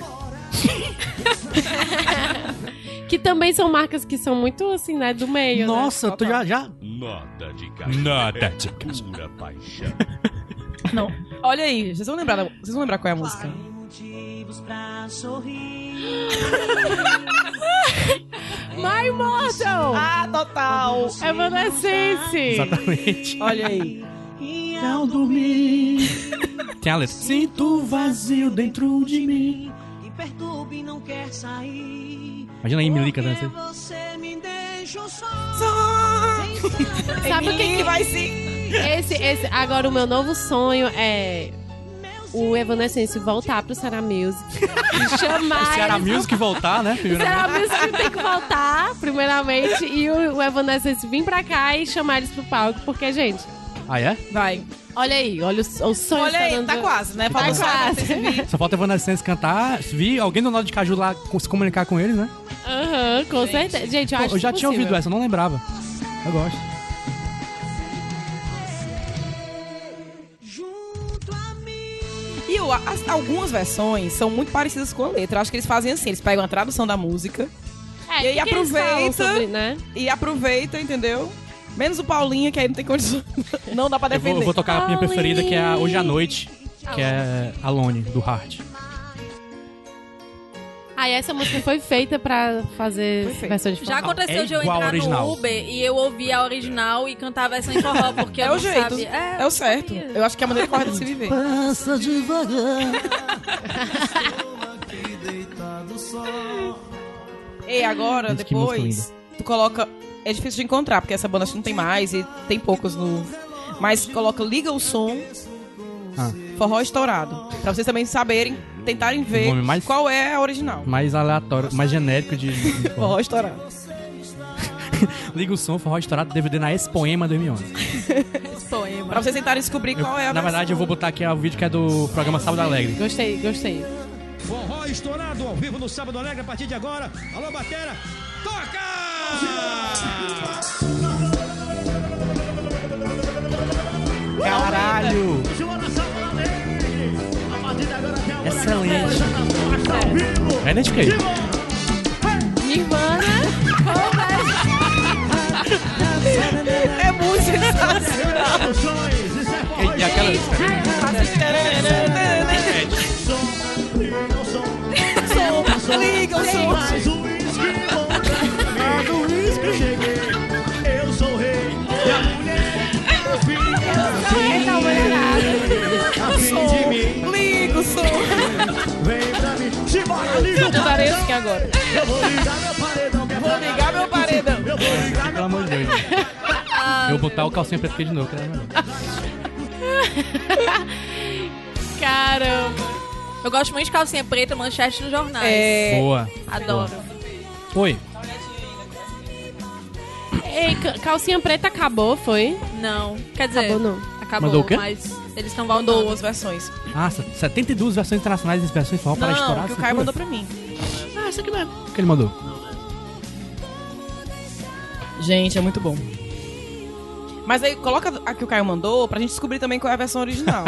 Speaker 4: Que também são marcas que são muito assim, né, do meio. né?
Speaker 3: Nossa, eu tô já, já.
Speaker 8: Nota de caixa.
Speaker 3: Nota de
Speaker 8: Pura paixão.
Speaker 1: Não. Olha aí, vocês vão lembrar, da- vocês vão lembrar qual é a música.
Speaker 7: Motivos pra sorrir.
Speaker 4: My É Mortal!
Speaker 1: Ah, total!
Speaker 3: É.
Speaker 4: Evanescence!
Speaker 3: Exatamente.
Speaker 1: Olha aí.
Speaker 7: E
Speaker 3: Ao dormir. Tem a letra. Sinto vazio dentro de mim.
Speaker 7: me perturbe e não quer sair.
Speaker 3: Imagina aí, Milica dança.
Speaker 7: Porque Você me deixa só.
Speaker 4: Sabe o que que-
Speaker 1: vai ser?
Speaker 4: Esse, esse, agora o meu novo sonho é o Evanescence voltar pro Sarah Music. E
Speaker 1: É
Speaker 4: chamar.
Speaker 3: Se era a
Speaker 4: eles-
Speaker 3: music voltar, né?
Speaker 4: o Sarah Music tem que voltar, primeiramente, e o, o Evanescence vir pra cá e chamar eles pro palco, porque, gente,
Speaker 3: Ah, é?
Speaker 1: Vai.
Speaker 4: olha aí, olha o, o sonho
Speaker 1: Olha
Speaker 4: que
Speaker 1: aí, tá
Speaker 4: dando-
Speaker 1: quase, né?
Speaker 4: Tá
Speaker 1: Falta só
Speaker 4: quase.
Speaker 1: esse vídeo.
Speaker 3: Só falta a Evanescence cantar, se vir alguém do Nó de Caju lá co- se comunicar com eles, né?
Speaker 4: Aham, com certeza. Gente, eu
Speaker 3: Pô,
Speaker 4: acho
Speaker 3: eu já tinha
Speaker 4: impossível.
Speaker 3: ouvido essa, eu não lembrava. Eu gosto.
Speaker 1: E eu- as- algumas versões são muito parecidas com a letra. Eu acho que eles fazem assim, eles pegam a tradução da música
Speaker 4: É,
Speaker 1: E aí
Speaker 4: que que eles falam
Speaker 1: aproveita-
Speaker 4: sobre, né?
Speaker 1: e aproveita, entendeu? Menos o Paulinho, que aí não tem condição. Não dá pra
Speaker 3: Eu vou,
Speaker 1: defender.
Speaker 3: eu vou tocar a minha preferida, que é a Hoje à Noite, que é Alone, do Hard.
Speaker 4: Aí essa música foi feita pra fazer
Speaker 1: Foi feita.
Speaker 4: versão de
Speaker 2: Tipo, Já
Speaker 4: forró.
Speaker 2: aconteceu
Speaker 3: é
Speaker 2: de eu
Speaker 3: igual a
Speaker 2: entrar
Speaker 3: original.
Speaker 2: no Uber e eu ouvia a original e cantava essa em forró, porque eu
Speaker 1: É o
Speaker 2: não
Speaker 1: jeito.
Speaker 2: sabia.
Speaker 1: É o certo. Eu acho que é a maneira correta de se viver.
Speaker 7: Passa devagar. Estou aqui deitado só.
Speaker 1: E agora,
Speaker 3: Gente, que
Speaker 1: depois,
Speaker 3: música
Speaker 1: tu coloca. É difícil de encontrar, porque essa banda acho que não tem mais e tem poucos no. Mas coloca Liga o Som,
Speaker 3: Ah.
Speaker 1: Forró Estourado. Pra vocês também saberem, tentarem ver
Speaker 3: nome mais- Hum.
Speaker 1: qual é a original.
Speaker 3: Mais aleatório, mais genérico de. de forró.
Speaker 1: Forró Estourado.
Speaker 3: Liga o som, forró estourado, DVD na Expoema 2011.
Speaker 1: Pra vocês tentarem descobrir qual é a
Speaker 3: Na verdade, eu vou botar aqui o vídeo que é do programa Sábado Alegre.
Speaker 4: Gostei, gostei.
Speaker 9: Forró estourado ao vivo no Sábado Alegre a partir de agora. Alô, Batera, toca!
Speaker 3: Caralho! Excelente! É identifiquei.
Speaker 4: Nirvana.
Speaker 1: É muito sensacional.
Speaker 7: é
Speaker 3: E, e aquela.
Speaker 1: Som, Liga o Som.
Speaker 7: um Mais um uísque bom pra mim. Do uísque cheguei. Eu sou o rei. E a mulher a fim de mim.
Speaker 1: Liga o Som.
Speaker 7: Vem pra mim. Se bora, liga o
Speaker 4: Parece que agora.
Speaker 7: Eu vou ligar meu paredão. que é
Speaker 1: Vou
Speaker 7: pra
Speaker 1: ligar meu paredão.
Speaker 7: Eu vou ligar
Speaker 3: Pelo amor de Deus. Eu vou botar o calcinha preto aqui de novo, que era melhor.
Speaker 4: Caramba.
Speaker 2: Eu gosto muito de calcinha preta, manchete nos jornais.
Speaker 1: É.
Speaker 3: Boa.
Speaker 2: Adoro.
Speaker 3: Oi.
Speaker 4: Ei, ca- calcinha preta acabou, foi?
Speaker 2: Não. Quer dizer,
Speaker 4: Acabou não.
Speaker 2: acabou,
Speaker 3: Mandou o quê?
Speaker 2: mas eles estão
Speaker 1: Mandou
Speaker 2: voltando.
Speaker 1: duas versões.
Speaker 3: Ah, 72 versões internacionais e versões forró para
Speaker 1: Não,
Speaker 3: estourar.
Speaker 1: que o
Speaker 3: essa
Speaker 1: Caio
Speaker 3: loucura.
Speaker 1: mandou pra mim.
Speaker 3: Ah, isso aqui mesmo. O que ele mandou?
Speaker 1: Gente, é muito bom. Mas aí, coloca a que o Caio mandou pra gente descobrir também qual é a versão original.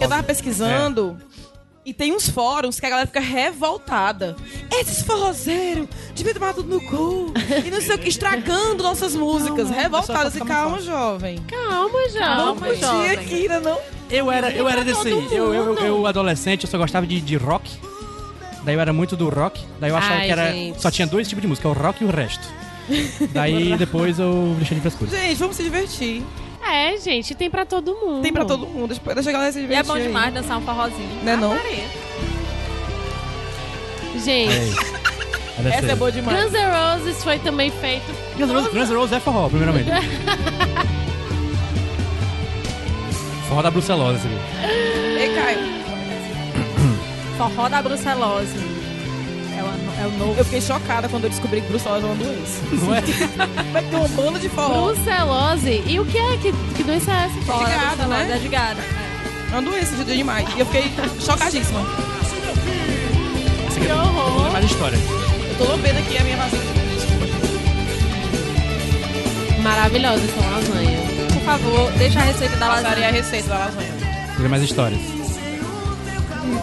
Speaker 1: Eu tava pesquisando
Speaker 2: É.
Speaker 1: e tem uns fóruns que a galera fica revoltada. Esses forrozeiros deviam tomar tudo no cu e não sei o que, estragando nossas músicas. revoltadas. E calma, jovem.
Speaker 4: Calma, já.
Speaker 1: Vamos
Speaker 2: Calma,
Speaker 1: curtir
Speaker 2: jovem.
Speaker 1: aqui, né, não?
Speaker 3: Eu era, eu era desse.
Speaker 4: todo
Speaker 3: Eu, eu,
Speaker 4: mundo.
Speaker 3: eu, adolescente, eu só gostava de, de rock. Daí eu era muito do rock. Daí eu achava
Speaker 4: Ai,
Speaker 3: que era.
Speaker 4: gente.
Speaker 3: Só tinha dois tipos de música, o rock e o resto. Daí depois eu deixei de frescura.
Speaker 1: Gente, vamos se divertir.
Speaker 4: É, gente, tem pra todo mundo.
Speaker 1: Tem pra todo mundo. Deixa deixa a galera se
Speaker 2: Uhum. E
Speaker 1: divertir.
Speaker 2: é bom
Speaker 1: aí.
Speaker 2: demais dançar um forrozinho.
Speaker 1: Né, não?
Speaker 2: Adorei.
Speaker 4: Gente,
Speaker 3: Era
Speaker 1: Essa
Speaker 3: isso
Speaker 1: é
Speaker 3: aí.
Speaker 1: boa demais.
Speaker 4: Guns N' Roses foi também feito.
Speaker 3: Guns N' Roses- Guns N' Roses é forró, primeiramente. forró da brucelose. esse aqui.
Speaker 1: Ei, Caio,
Speaker 2: Forró da Brucelose. É o, é o novo.
Speaker 1: eu fiquei chocada quando eu descobri que Bruce Lawless é uma doença.
Speaker 3: Não é?
Speaker 1: Como é que tem um bando de forró?
Speaker 4: Brucelose. E o que é? Que, que doença é essa?
Speaker 2: Forró da
Speaker 1: gado,
Speaker 2: Brucelose,
Speaker 1: né?
Speaker 2: É de gado.
Speaker 1: É uma doença de demais. E eu fiquei chocadíssima.
Speaker 3: Esse aqui é mais história.
Speaker 1: Eu tô lambendo aqui a minha vasilha.
Speaker 4: Maravilhosa essa lasanha.
Speaker 2: Por favor, deixa a receita da
Speaker 1: Passarei a
Speaker 2: lasanha.
Speaker 1: receita da lasanha.
Speaker 3: Esse aqui é mais histórias.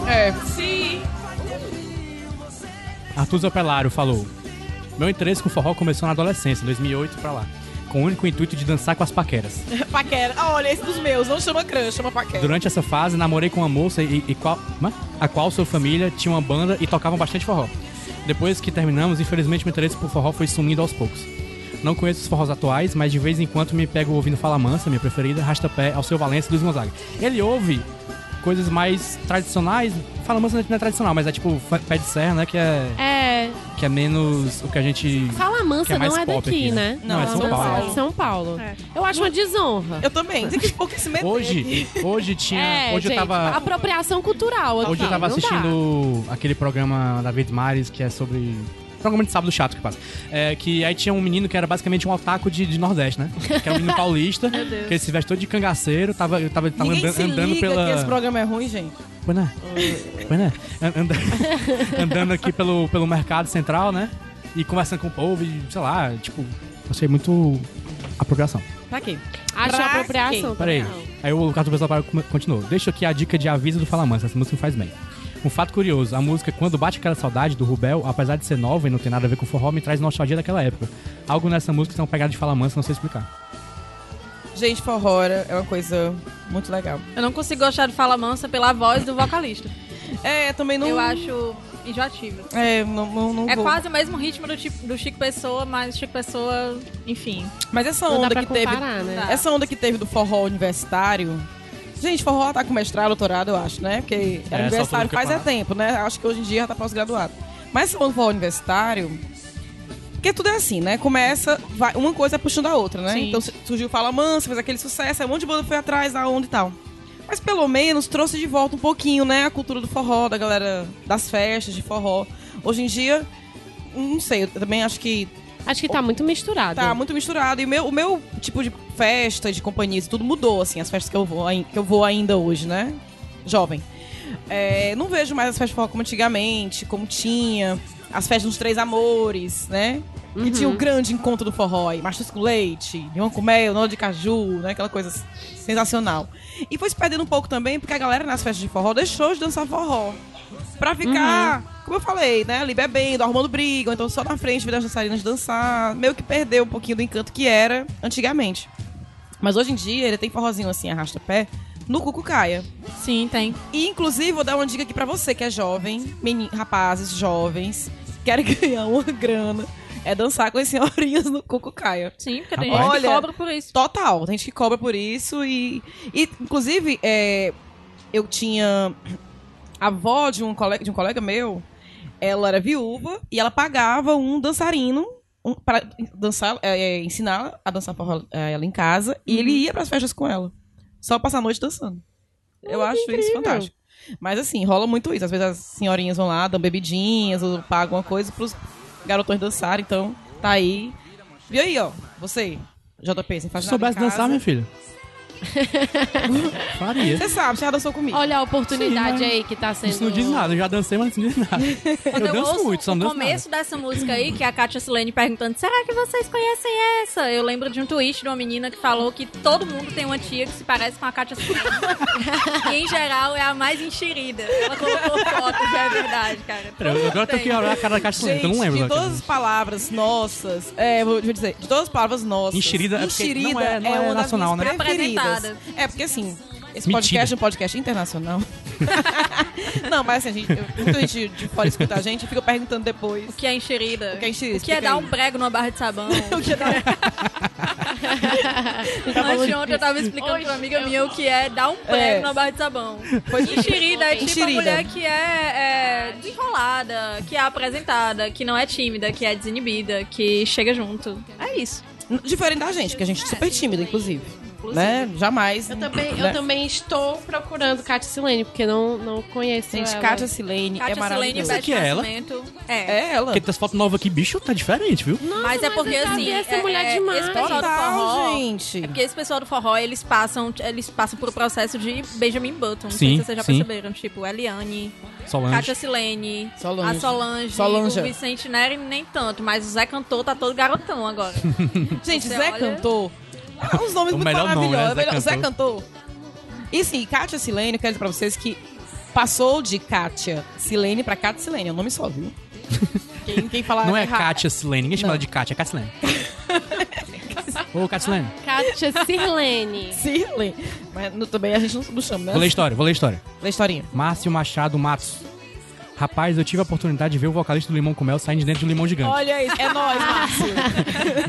Speaker 1: É.
Speaker 3: Arthur Zopelário falou: Meu interesse com forró começou na adolescência, 2008 pra lá, com o único intuito de dançar com as paqueras.
Speaker 1: Paquera. Ah, olha, esse dos meus. Não chama crush, chama paquera.
Speaker 3: Durante essa fase, namorei com uma moça e, e qual, hã? a qual sua família tinha uma banda e tocavam bastante forró. Depois que terminamos, infelizmente, meu interesse por forró foi sumindo aos poucos. Não conheço os forrós atuais, mas de vez em quando me pego ouvindo Fala Mansa, minha preferida, Rastapé, Alceu Valença e Luiz Gonzaga. Ele ouve coisas mais tradicionais. Fala Mansa não é tradicional, mas é tipo fa- Pé de Serra, né? Que é,
Speaker 4: É,
Speaker 3: que é menos o que a gente...
Speaker 4: Fala
Speaker 3: que
Speaker 4: Mansa
Speaker 3: mais
Speaker 4: não é
Speaker 3: pop
Speaker 4: daqui,
Speaker 3: aqui,
Speaker 4: né?
Speaker 1: Não,
Speaker 3: é São Paulo.
Speaker 4: São Paulo.
Speaker 1: É.
Speaker 4: Eu acho uma desonra.
Speaker 1: Eu também. Tem que pouco se meter.
Speaker 3: Hoje, hoje tinha...
Speaker 4: é,
Speaker 3: hoje
Speaker 4: gente,
Speaker 3: eu tava...
Speaker 4: apropriação cultural. aqui,
Speaker 3: Hoje eu tava
Speaker 4: não dá.
Speaker 3: assistindo aquele programa da Verde Mares, que é sobre. Programa de sábado chato que passa. É, que aí tinha um menino que era basicamente um otaku de, de Nordeste, né? Que era um menino paulista, que ele se vestiu todo de cangaceiro, tava, eu tava, tava
Speaker 1: Ninguém
Speaker 3: andando,
Speaker 1: se
Speaker 3: andando
Speaker 1: liga
Speaker 3: pela.
Speaker 1: que esse Hum. programa é ruim, gente.
Speaker 3: Pois né? Pois né? An- anda- andando aqui pelo, pelo mercado central, né? E conversando com o povo, e, sei lá, tipo, achei muito apropriação.
Speaker 1: Pra quê?
Speaker 4: Tá Acho
Speaker 1: Pra
Speaker 4: apropriação.
Speaker 3: Peraí. Aí o Lucas do Pessoal para- continuou. Deixa aqui a dica de aviso do Falamansa, essa música me faz bem. Um fato curioso, a música Quando Bate Aquela Saudade, do Rubel, apesar de ser nova e não ter nada a ver com forró, me traz nostalgia daquela época. Algo nessa música são pegadas de Falamansa, não sei explicar.
Speaker 1: Gente, forró é uma coisa muito legal.
Speaker 2: Eu não consigo gostar de Fala Mansa pela voz do vocalista.
Speaker 1: É, também não.
Speaker 2: Eu acho enjoativo.
Speaker 1: É, não, não, não
Speaker 2: É
Speaker 1: vou.
Speaker 2: quase o mesmo ritmo do, tipo, do Chico Pessoa, mas Chico Pessoa, enfim.
Speaker 1: Mas essa
Speaker 4: Não dá
Speaker 1: onda
Speaker 4: pra
Speaker 1: que teve.
Speaker 4: comparar, né?
Speaker 2: Tá.
Speaker 1: Essa onda que teve do forró universitário. Gente, forró tá com mestrado, doutorado, eu acho, né? Porque
Speaker 3: essa
Speaker 1: era
Speaker 3: altura
Speaker 1: universitário
Speaker 3: do
Speaker 1: faz é
Speaker 3: campeonato.
Speaker 1: tempo, né? Acho que hoje em dia já tá pós-graduado. Mas essa onda do forró universitário. Porque tudo é assim, né? Começa, vai, uma coisa puxando a outra, né?
Speaker 4: Sim.
Speaker 1: Então su- surgiu o Fala Mansa, fez aquele sucesso, aí um monte de banda foi atrás da onda e tal. Mas pelo menos trouxe de volta um pouquinho, né? A cultura do forró, da galera das festas de forró. Hoje em dia, não sei, eu também acho que
Speaker 4: Acho que tá muito misturado.
Speaker 1: Tá muito misturado. E o meu, o meu tipo de festa, de companhia, isso tudo mudou, assim, as festas que eu vou, ai- que eu vou ainda hoje, né? Jovem. É, não vejo mais as festas de forró como antigamente, como tinha. As festas dos Três Amores, né? Que tinha o grande encontro do forró aí. Machus com leite, limão com mel, nó de caju, né? Aquela coisa s- sensacional. E foi se perdendo um pouco também, porque a galera nas festas de forró deixou de dançar forró. Pra ficar, como eu falei, né? Ali bebendo, arrumando briga, ou então só na frente vendo as dançarinas dançar. Meio que perdeu um pouquinho do encanto que era antigamente. Mas hoje em dia ele tem forrozinho assim, arrasta-pé, no Cucucaia.
Speaker 2: Sim, tem.
Speaker 1: E, inclusive, vou dar uma dica aqui pra você que é jovem, meni- rapazes jovens, querem ganhar uma grana, é dançar com as senhorinhas no Cucucaia.
Speaker 2: Sim, porque tem
Speaker 3: Rapaz.
Speaker 2: gente que
Speaker 1: Olha.
Speaker 2: cobra por isso.
Speaker 1: Total, tem gente que cobra por isso e... e inclusive, é, eu tinha a avó de um, colega, de um colega meu, ela era viúva e ela pagava um dançarino um, para dançar, é, é, ensinar a dançar forró é, ela em casa e ele ia pras festas com ela. Só passar a noite dançando. Eu acho isso fantástico. Mas assim, rola muito isso. Às vezes as senhorinhas vão lá, dão bebidinhas ou pagam uma coisa pros garotões dançarem. Então, tá aí. E aí, ó, você, JP, sem
Speaker 3: Se
Speaker 1: fazer nada em
Speaker 3: soubesse dançar,
Speaker 1: casa.
Speaker 3: minha filha. Faria.
Speaker 1: Você sabe, você já dançou comigo.
Speaker 4: Olha a oportunidade
Speaker 3: Sim, mas
Speaker 4: aí que tá sendo.
Speaker 3: Isso não diz nada, eu já dancei, mas não diz nada.
Speaker 2: Quando
Speaker 3: eu danço
Speaker 2: ouço
Speaker 3: muito, só
Speaker 2: o
Speaker 3: não danço nada.
Speaker 2: começo dessa música aí, que é a Kátia Silene perguntando, será que vocês conhecem essa? Eu lembro de um tweet de uma menina que falou que todo mundo tem uma tia que se parece com a Kátia Silene. e em geral é a mais enxerida. Ela colocou fotos, é verdade, cara.
Speaker 3: Pera, eu- Agora eu tenho que olhar a cara da Caixa Solene,
Speaker 1: Gente,
Speaker 3: então eu não lembro.
Speaker 1: de
Speaker 3: daquela
Speaker 1: todas as palavras nossas, é, vou vou dizer, de todas as palavras nossas,
Speaker 3: Enxerida é porque
Speaker 1: enxerida
Speaker 3: não é- não é
Speaker 1: uma das
Speaker 3: nacional,
Speaker 1: minhas
Speaker 3: né?
Speaker 1: preferidas.
Speaker 2: Apresentada.
Speaker 1: É, porque assim, esse
Speaker 3: Mentira.
Speaker 1: podcast é um podcast internacional. não, mas assim, a gente, eu- muita gente de fora escuta a gente e fica perguntando depois.
Speaker 2: O que é enxerida?
Speaker 1: O que é enxerida?
Speaker 2: O que é
Speaker 1: Explica
Speaker 2: dar
Speaker 1: aí.
Speaker 2: um prego numa barra de sabão?
Speaker 1: O que é um dá-
Speaker 2: Antes de ontem eu tava explicando pra uma amiga minha o que é dar um prego
Speaker 1: É.
Speaker 2: numa barra de sabão.
Speaker 1: Pois é.
Speaker 2: Enxerida é tipo
Speaker 1: Enxerida.
Speaker 2: a mulher que é, é desenrolada, que é apresentada, que não é tímida, que é desinibida, que chega junto. É isso.
Speaker 1: Diferente da gente, que a gente é super tímida, inclusive. Né? Jamais.
Speaker 4: Eu também,
Speaker 1: né?
Speaker 4: eu também estou procurando Cátia Silene, porque não, não conheço
Speaker 1: Gente,
Speaker 4: ela.
Speaker 1: Kátia Silene é
Speaker 2: Kátia Silene
Speaker 1: maravilhosa.
Speaker 2: Beth
Speaker 3: que é ela?
Speaker 2: Nascimento. É.
Speaker 1: É ela.
Speaker 3: Porque tem as fotos novas aqui, bicho, tá diferente, viu?
Speaker 4: Nossa,
Speaker 2: Mas é porque
Speaker 4: eu
Speaker 2: assim.
Speaker 4: sabia Essa
Speaker 2: é-
Speaker 4: mulher
Speaker 2: é-
Speaker 4: demais.
Speaker 2: Esse pessoal do forró.
Speaker 1: Total, gente.
Speaker 2: É porque esse pessoal do forró, eles passam, eles passam por um processo de Benjamin Button. Não sei
Speaker 3: Sim,
Speaker 2: se vocês já
Speaker 3: sim.
Speaker 2: perceberam. Tipo, Eliane, Kátia
Speaker 3: Solange.
Speaker 2: Silene,
Speaker 1: Solange.
Speaker 2: a Solange,
Speaker 1: Solange.
Speaker 2: o Vicente Neri nem tanto, mas o Zé Cantor tá todo garotão agora.
Speaker 1: Gente,
Speaker 2: Você
Speaker 1: Zé
Speaker 2: olha-
Speaker 1: Cantor. Ah, uns nomes
Speaker 3: O
Speaker 1: muito
Speaker 3: melhor nome,
Speaker 1: maravilhosos.
Speaker 3: né?
Speaker 1: É o melhor- Zé, Cantor. E sim, Kátia Silene, eu quero dizer pra vocês que passou de Kátia Silene pra Kátia Silene. É o nome só, viu? Quem, quem falar
Speaker 3: Não é
Speaker 1: errado-
Speaker 3: Kátia Silene, ninguém chama ela de Kátia, é Kátia Silene. Ô, Kátia Silene,
Speaker 4: Kátia Sirlene.
Speaker 1: Silene. Mas no- também a gente não, não chama, né?
Speaker 3: vou ler a história, vou ler a história.
Speaker 1: Lê a historinha.
Speaker 3: Márcio Machado Matos. Rapaz, eu tive a oportunidade de ver o vocalista do Limão com Mel saindo de dentro do Limão Gigante.
Speaker 1: Olha isso, é nós, Márcio.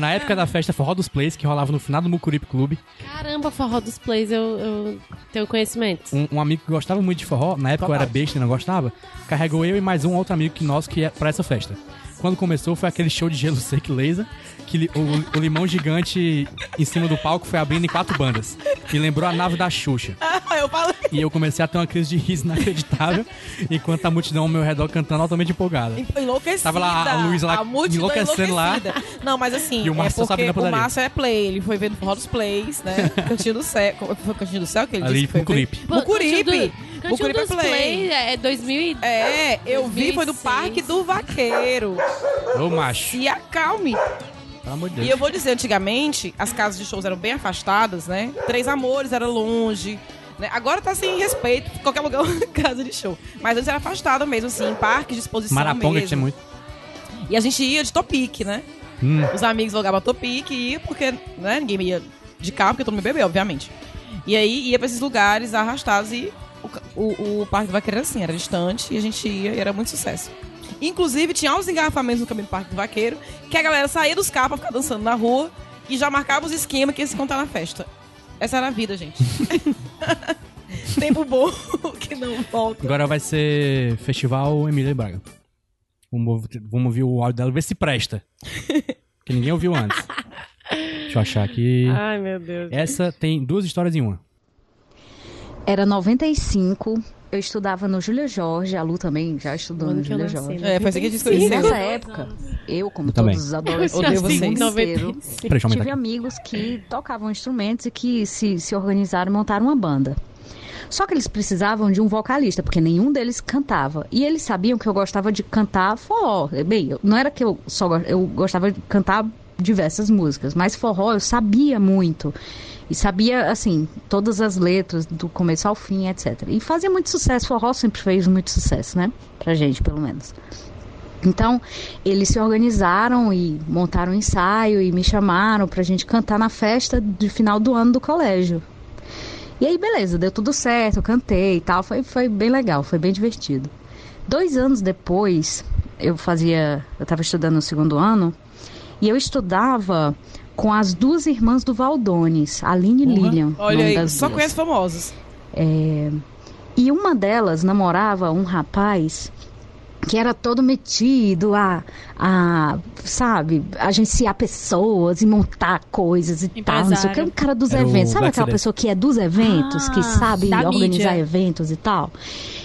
Speaker 3: Na época da festa Forró dos Plays, que rolava no final do Mucuripe Clube,
Speaker 4: Caramba, forró dos plays, eu, eu tenho conhecimento.
Speaker 3: um, um amigo que gostava muito de forró, na época eu era besta e não gostava, carregou eu e mais um outro amigo que nosso que ia pra essa festa. Quando começou foi aquele show de gelo seco e laser, que li- o, o limão gigante em cima do palco foi abrindo em quatro bandas. Me lembrou a nave da Xuxa.
Speaker 1: Ah, eu falei.
Speaker 3: E eu comecei a ter uma crise de riso inacreditável, enquanto a multidão ao meu redor cantando altamente empolgada.
Speaker 1: Enlouquecida.
Speaker 3: Tava lá a Luísa lá
Speaker 1: a multidão
Speaker 3: enlouquecendo lá.
Speaker 1: enlouquecida. Não, mas assim,
Speaker 3: E o
Speaker 1: é
Speaker 3: Márcio só sabe
Speaker 1: porque
Speaker 3: na
Speaker 1: o
Speaker 3: padaria.
Speaker 1: Márcio é play. Ele foi vendo Forró dos Plays, né? Cantinho do Céu. Foi o Cantinho do Céu que ele
Speaker 3: Ali,
Speaker 1: disse que foi
Speaker 3: Mucuripe.
Speaker 1: ver?
Speaker 4: Pô,
Speaker 1: Mucuripe.
Speaker 4: Cantinho do- Cantinho
Speaker 1: Mucuripe é
Speaker 4: dos
Speaker 1: play.
Speaker 4: plays é 2000 e...
Speaker 1: É, eu vi, foi no
Speaker 4: 2006.
Speaker 1: Parque do Vaqueiro.
Speaker 3: Ô macho,
Speaker 1: Se acalme.
Speaker 3: pelo amor de
Speaker 1: E
Speaker 3: Deus.
Speaker 1: eu vou dizer, antigamente, as casas de shows eram bem afastadas, né? Três Amores era longe. né? Agora tá sem respeito, qualquer lugar é uma casa de show. Mas antes era afastada mesmo, assim, em parque de exposição
Speaker 3: Maraponga que
Speaker 1: mesmo.
Speaker 3: tem muito.
Speaker 1: E a gente ia de topique, né?
Speaker 3: Hum.
Speaker 1: Os amigos logavam topique e ia porque, né, ninguém ia de carro, porque todo mundo bebeu, obviamente. E aí ia pra esses lugares arrastados e o ca- o, o Parque do Vaqueiro era assim, era distante e a gente ia e era muito sucesso. Inclusive, tinha uns engarrafamentos no caminho do Parque do Vaqueiro que a galera saía dos carros pra ficar dançando na rua e já marcava os esquemas que ia se contar na festa. Essa era a vida, gente. Tempo bom que não volta.
Speaker 3: Agora vai ser Festival Emília Braga. Vamos, ouvir- vamos ouvir o áudio dela, ver se presta. que ninguém ouviu antes. Deixa eu achar aqui.
Speaker 4: Ai, meu Deus.
Speaker 3: Essa tem duas histórias em uma.
Speaker 6: Era 95, eu estudava no Júlia Jorge, a Lu também já estudou
Speaker 4: Mano,
Speaker 6: no
Speaker 4: que eu
Speaker 6: Júlia
Speaker 4: nasci,
Speaker 6: Jorge.
Speaker 1: É, foi assim que a gente
Speaker 6: E
Speaker 1: conheceu.
Speaker 6: nessa época, eu, como
Speaker 3: Eu também.
Speaker 6: todos os adolescentes
Speaker 1: Odeio
Speaker 6: do mundo
Speaker 1: vocês.
Speaker 6: inteiro,
Speaker 3: Peraí, um
Speaker 4: 95.
Speaker 3: deixa eu aumentar
Speaker 6: tive
Speaker 3: aqui.
Speaker 6: amigos que tocavam instrumentos e que se, se organizaram e montaram uma banda. Só que eles precisavam de um vocalista, porque nenhum deles cantava. E eles sabiam que eu gostava de cantar forró. Bem, eu- não era que eu só go- eu gostava de cantar diversas músicas, mas forró eu sabia muito. E sabia, assim, todas as letras, do começo ao fim, etc. E fazia muito sucesso, forró sempre fez muito sucesso, né? Pra gente, pelo menos. Então, eles se organizaram e montaram um ensaio e me chamaram pra gente cantar na festa de final do ano do colégio. E aí, beleza, deu tudo certo, eu cantei e tal. Foi, foi bem legal, foi bem divertido. Dois anos depois, eu fazia. Eu estava estudando no segundo ano, e eu estudava com as duas irmãs do Valdones, Aline e Lilian. o
Speaker 1: Olha
Speaker 6: é. nome
Speaker 1: aí,
Speaker 6: das
Speaker 1: só
Speaker 6: duas.
Speaker 1: conhece famosos.
Speaker 6: E uma delas namorava um rapaz que era todo metido a, a sabe, agenciar pessoas e montar coisas e tal. Não sei o que.
Speaker 2: Empresário.
Speaker 6: Um cara dos
Speaker 3: Era o
Speaker 6: eventos. Sabe
Speaker 3: Black
Speaker 6: aquela
Speaker 3: Sabbath.
Speaker 6: pessoa que é dos eventos,
Speaker 2: Ah,
Speaker 6: que sabe
Speaker 2: da
Speaker 6: organizar
Speaker 2: mídia.
Speaker 6: eventos e tal?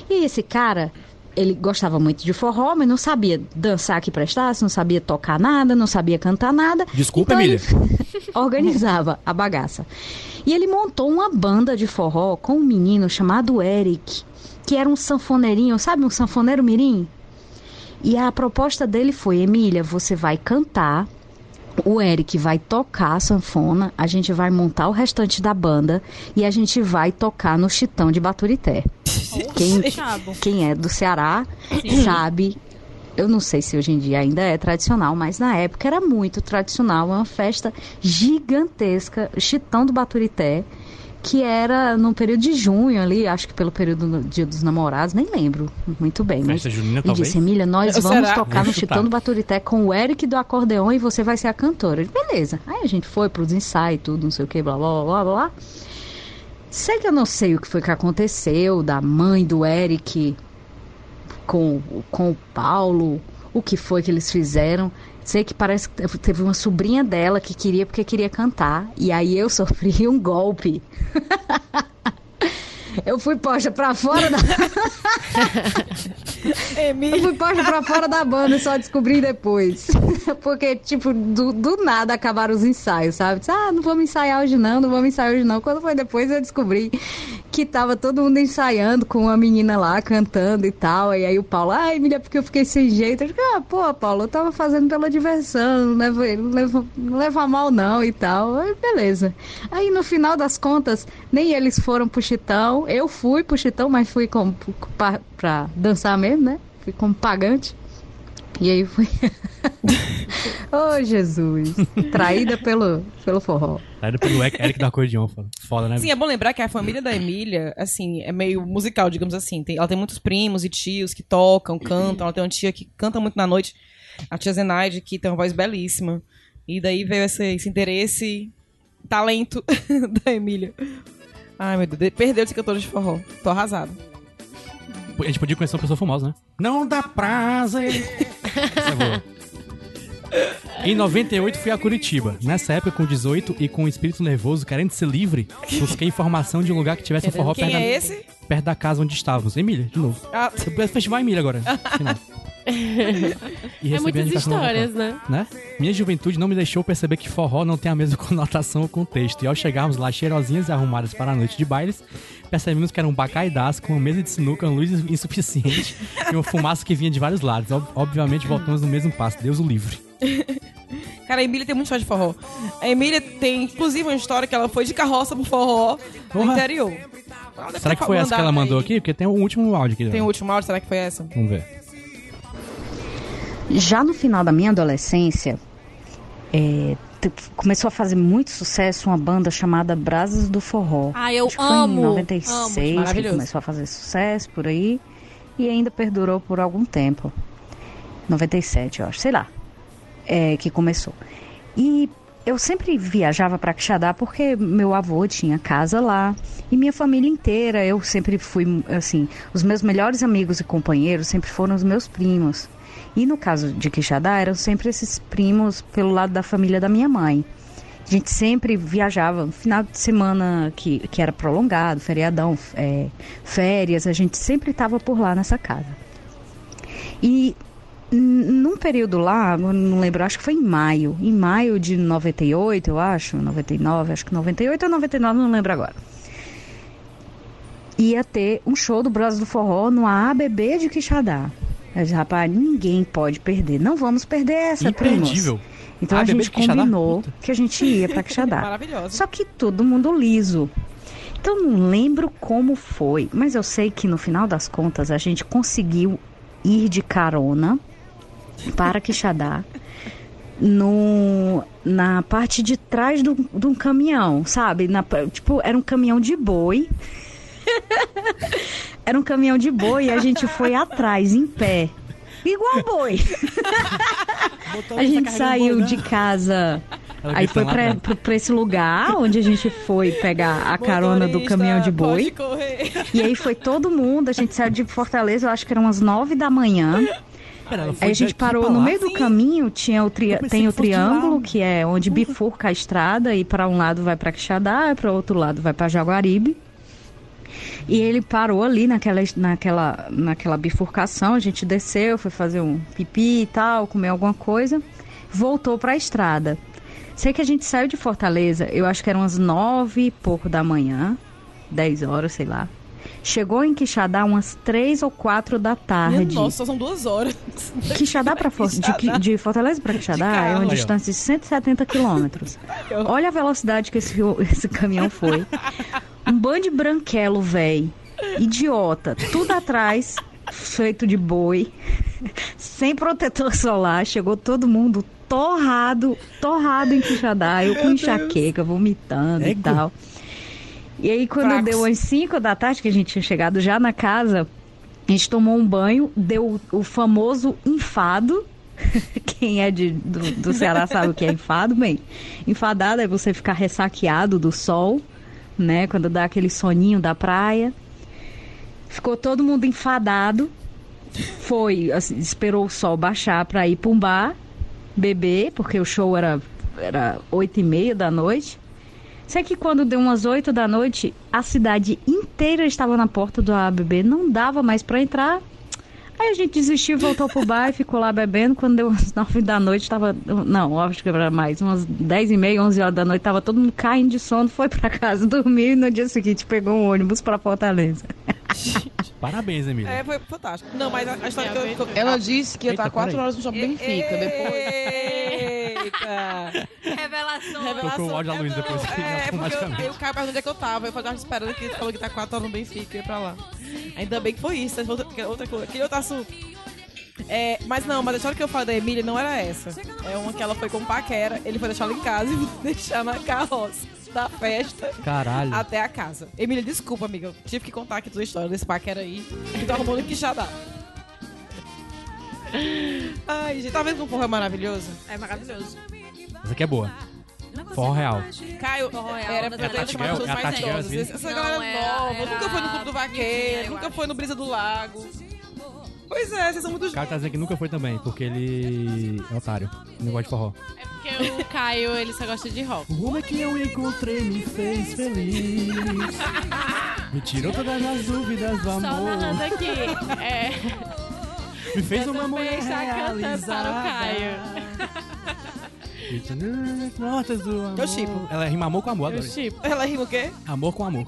Speaker 6: E esse cara. Ele gostava muito de forró, mas não sabia dançar que prestasse, não sabia tocar nada, não sabia cantar nada
Speaker 3: Desculpa,
Speaker 6: então,
Speaker 3: Emília.
Speaker 6: ele organizava a bagaça. E ele montou uma banda de forró com um menino chamado Eric, que era um sanfoneirinho, sabe, um sanfoneiro mirim? E a proposta dele foi: Emília, você vai cantar, o Eric vai tocar a sanfona, a gente vai montar o restante da banda e a gente vai tocar no Chitão de Baturité. Quem,
Speaker 2: Chabo.
Speaker 6: quem é do Ceará sabe. Eu não sei se hoje em dia ainda é tradicional, mas na época era muito tradicional. Uma festa gigantesca, Chitão do Baturité, que era no período de junho ali, acho que pelo período do Dia dos Namorados, nem lembro muito bem. Mas
Speaker 3: Festa junina,
Speaker 6: ele
Speaker 3: talvez.
Speaker 6: disse, Emília, nós
Speaker 1: Eu-
Speaker 6: vamos
Speaker 1: será?
Speaker 6: tocar
Speaker 3: Vou
Speaker 6: no
Speaker 3: chutar.
Speaker 6: Chitão do Baturité com o Eric do acordeon e você vai ser a cantora. Eu disse, Beleza. Aí a gente foi pros ensaios, tudo, não sei o que, blá, blá, blá, blá, blá. Sei que eu não sei o que foi que aconteceu da mãe do Eric com, com o Paulo, o que foi que eles fizeram. Sei que parece que teve- teve uma sobrinha dela que queria porque queria cantar. E aí eu sofri um golpe. eu fui posta pra fora da eu fui posta pra fora da banda e só descobri depois. Porque, tipo, do, do nada acabaram os ensaios, sabe? Disse, ah, não vamos ensaiar hoje não, não vamos ensaiar hoje não. Quando foi depois eu descobri que tava todo mundo ensaiando com uma menina lá cantando e tal. E aí o Paulo, ai, Emília, porque eu fiquei sem jeito. Eu digo, ah, pô, Paulo, eu tava fazendo pela diversão, não leva, não leva, não leva a mal não e tal. Aí, beleza. Aí no final das contas, nem eles foram pro Chitão. Eu fui pro Chitão, mas fui com, pra, pra dançar mesmo, né? Fui como pagante. E aí fui. oh, Jesus. Traída pelo, pelo forró.
Speaker 3: Era pelo Eric Eric da Acordeon. foda. Foda, né?
Speaker 1: Sim, é bom lembrar que a família da Emília, assim, é meio musical, digamos assim. Tem- ela tem muitos primos e tios que
Speaker 3: Uhum.
Speaker 1: tocam, cantam. Ela tem uma tia que canta muito na noite, a tia Zenaide, que tem uma voz belíssima. E daí veio esse, esse interesse, talento da Emília. Ai, meu Deus, perdeu esse cantor de forró. Tô arrasada.
Speaker 3: A gente podia conhecer uma pessoa famosa, né? Não dá prazer. Essa é boa. Em 98 fui a Curitiba. Nessa época, com 18 e com o espírito nervoso, querendo ser livre, busquei informação de um lugar que tivesse um forró perto,
Speaker 1: Quem
Speaker 3: da-
Speaker 1: é esse?
Speaker 3: perto da casa onde estávamos. Emília, de novo.
Speaker 1: Ah,
Speaker 3: É Festival Emília agora. final. E recebi
Speaker 4: É
Speaker 3: a
Speaker 4: muitas
Speaker 3: indicação da
Speaker 4: histórias, né?
Speaker 3: né? Minha juventude não me deixou perceber que forró não tem a mesma conotação ou contexto. E ao chegarmos lá cheirosinhas e arrumadas para a noite de bailes, percebemos que era um bacaidaço com uma mesa de sinuca, uma luz insuficiente e uma fumaça que vinha de vários lados. Ob- obviamente voltamos no mesmo passo, Deus o livre.
Speaker 1: cara, a Emília tem muito história de forró. A Emília tem, inclusive, uma história que ela foi de carroça pro forró no
Speaker 3: Porra.
Speaker 1: interior.
Speaker 3: Será que foi essa que ela mandou aqui? Porque tem o último áudio aqui. né?
Speaker 6: um-
Speaker 1: Tem o último áudio, será que foi essa?
Speaker 3: Vamos ver.
Speaker 6: Já no final da minha adolescência, é, te- começou a fazer muito sucesso uma banda chamada Brasas do Forró.
Speaker 2: Ah, eu
Speaker 6: Acho que
Speaker 2: amo.
Speaker 6: Foi em
Speaker 2: amo.
Speaker 6: 96 que
Speaker 1: maravilhoso.
Speaker 6: começou a fazer sucesso por aí e ainda perdurou por algum tempo. 97, eu acho, sei lá, é, que começou. E eu sempre viajava para Quixadá porque meu avô tinha casa lá e minha família inteira. Eu sempre fui, assim, os meus melhores amigos e companheiros sempre foram os meus primos. E no caso de Quixadá, eram sempre esses primos pelo lado da família da minha mãe. A gente sempre viajava, no final de semana que, que era prolongado, feriadão, é, férias, a gente sempre estava por lá nessa casa. E n- num período lá, eu não lembro, acho que foi em maio, em maio de 98, eu acho, 99, acho que 98 ou 99, não lembro agora. Ia ter um show do Brasil do Forró no ABB de Quixadá. Eu disse, rapaz, ninguém pode perder. Não vamos perder essa, primos.
Speaker 3: Imperdível.
Speaker 6: Então a
Speaker 3: ABB de
Speaker 6: gente
Speaker 3: Ah, Quixadá?
Speaker 6: combinou
Speaker 3: Puta.
Speaker 6: que a gente ia pra Quixadá.
Speaker 1: Maravilhosa.
Speaker 6: Só que todo mundo liso. Então não lembro como foi, mas eu sei que no final das contas a gente conseguiu ir de carona para Quixadá no, na parte de trás do- de um caminhão, sabe? Na pa- tipo, era um caminhão de boi. era um caminhão de boi e a gente foi atrás, em pé. Igual boi. A gente saiu de casa.
Speaker 3: Ela
Speaker 6: Aí
Speaker 3: gritando
Speaker 6: foi
Speaker 3: lá,
Speaker 6: pra,
Speaker 3: né?
Speaker 6: pra, pra esse lugar onde a gente foi pegar a carona do caminhão de boi. E aí foi todo mundo. A gente saiu de Fortaleza, eu acho que eram umas nove da manhã.
Speaker 3: Pera, ela foi
Speaker 6: Aí a gente
Speaker 3: daqui
Speaker 6: parou
Speaker 3: pra
Speaker 6: no
Speaker 3: lá?
Speaker 6: meio do caminho, tinha o tri-
Speaker 3: Eu pensei
Speaker 6: tem o
Speaker 3: que fosse de lá.
Speaker 6: triângulo, que é onde bifurca a estrada, e para um lado vai para Quixadá, e para outro lado vai para Jaguaribe. E ele parou ali naquela, naquela, naquela bifurcação, a gente desceu, foi fazer um pipi e tal, comer alguma coisa, voltou para a estrada. Sei que a gente saiu de Fortaleza, eu acho que eram umas nove e pouco da manhã, dez horas, sei lá. Chegou em Quixadá umas três ou quatro da
Speaker 1: Minha
Speaker 6: tarde.
Speaker 1: nossa, são duas horas.
Speaker 6: Quixadá para For... de, Qui- de Fortaleza para
Speaker 1: De
Speaker 6: Quixadá
Speaker 1: carro.
Speaker 6: é uma
Speaker 3: Olha.
Speaker 6: distância de 170 quilômetros. Olha a velocidade que esse, rio- esse caminhão foi. Um bando de branquelo, véi. Idiota. Tudo atrás, feito de boi. Sem protetor solar. Chegou todo mundo torrado, torrado em Quixadá. Eu com enxaqueca, vomitando e
Speaker 1: É
Speaker 3: Ego.
Speaker 6: tal. E aí, quando
Speaker 1: Fracos.
Speaker 6: deu as 5 da tarde, que a gente tinha chegado já na casa, a gente tomou um banho, deu o famoso enfado. Quem é de, do, do Ceará sabe o que é enfado, bem. Enfadado é você ficar ressaqueado do sol, né? Quando dá aquele soninho da praia. Ficou todo mundo enfadado. Foi, assim, esperou o sol baixar pra ir pra um bar, beber, porque o show era, era 8 e meia da noite. Sei é que quando deu umas 8 da noite, a cidade inteira estava na porta do ABB, não dava mais pra entrar. Aí a gente desistiu, voltou pro bar e ficou lá bebendo. Quando deu umas 9 da noite, tava. Não, acho que era mais. Umas 10 e meia, 11 horas da noite, tava todo mundo caindo de sono, foi pra casa dormir e no dia seguinte pegou um ônibus pra Fortaleza.
Speaker 3: Parabéns, Emília.
Speaker 1: É, foi fantástico. Não, mas a, a história que eu... que eu-
Speaker 10: Ela disse que ia
Speaker 3: Eita,
Speaker 10: estar quatro
Speaker 3: peraí.
Speaker 10: horas no shopping Benfica. Depois.
Speaker 1: Eita!
Speaker 2: Revelação.
Speaker 1: Revelação.
Speaker 3: Tocou o áudio da
Speaker 1: É,
Speaker 3: Luísa
Speaker 1: não,
Speaker 3: depois, que
Speaker 1: É, porque
Speaker 3: automaticamente.
Speaker 1: eu, eu caio pra onde é que eu tava. Eu tava esperando que ele falou que tá 4 horas no Benfica e ia pra lá. Ainda bem que foi isso. né? Outra, que- outra coisa. Aquele outro assunto. É, mas não, mas a história que eu falo da Emília não era essa. É uma que ela foi com paquera, ele foi deixar ela em casa e deixar na carroça da festa
Speaker 3: Caralho.
Speaker 1: até a casa. Emília, desculpa, amiga. Eu tive que contar aqui tua história desse paquera aí. Que tu arrumou no Quixadá. Ai, gente, tá vendo como o porra é maravilhoso?
Speaker 2: É maravilhoso.
Speaker 3: Essa aqui é boa. Forró real.
Speaker 1: Caio, era pra ter
Speaker 3: Tati
Speaker 1: chamado
Speaker 3: Guel-
Speaker 1: pessoas
Speaker 3: é a
Speaker 1: mais
Speaker 3: Tati Guel,
Speaker 1: idosas.
Speaker 3: assim?
Speaker 1: Essa
Speaker 2: Não,
Speaker 1: galera
Speaker 2: era-
Speaker 1: nova,
Speaker 2: era
Speaker 1: nunca foi no Clube do
Speaker 2: Nilzinha, eu
Speaker 1: Vaqueiro, nunca
Speaker 2: acho.
Speaker 1: foi no Brisa do Lago. Pois é, vocês são muito
Speaker 3: O cara tá dizendo que nunca foi também, porque ele é otário. Não gosta de forró.
Speaker 4: É porque o Caio, ele só gosta de rock.
Speaker 3: O homem que eu encontrei me fez feliz. Me tirou todas as dúvidas do
Speaker 4: Só narrando aqui. É,
Speaker 3: Me fez
Speaker 4: eu também está cantando para o Caio.
Speaker 3: Me tirou as notas do amor.
Speaker 1: Eu chipo.
Speaker 3: Ela rima amor com amor,
Speaker 4: Eu
Speaker 3: adorei.
Speaker 4: tipo.
Speaker 1: Ela rima o quê?
Speaker 3: Amor com amor.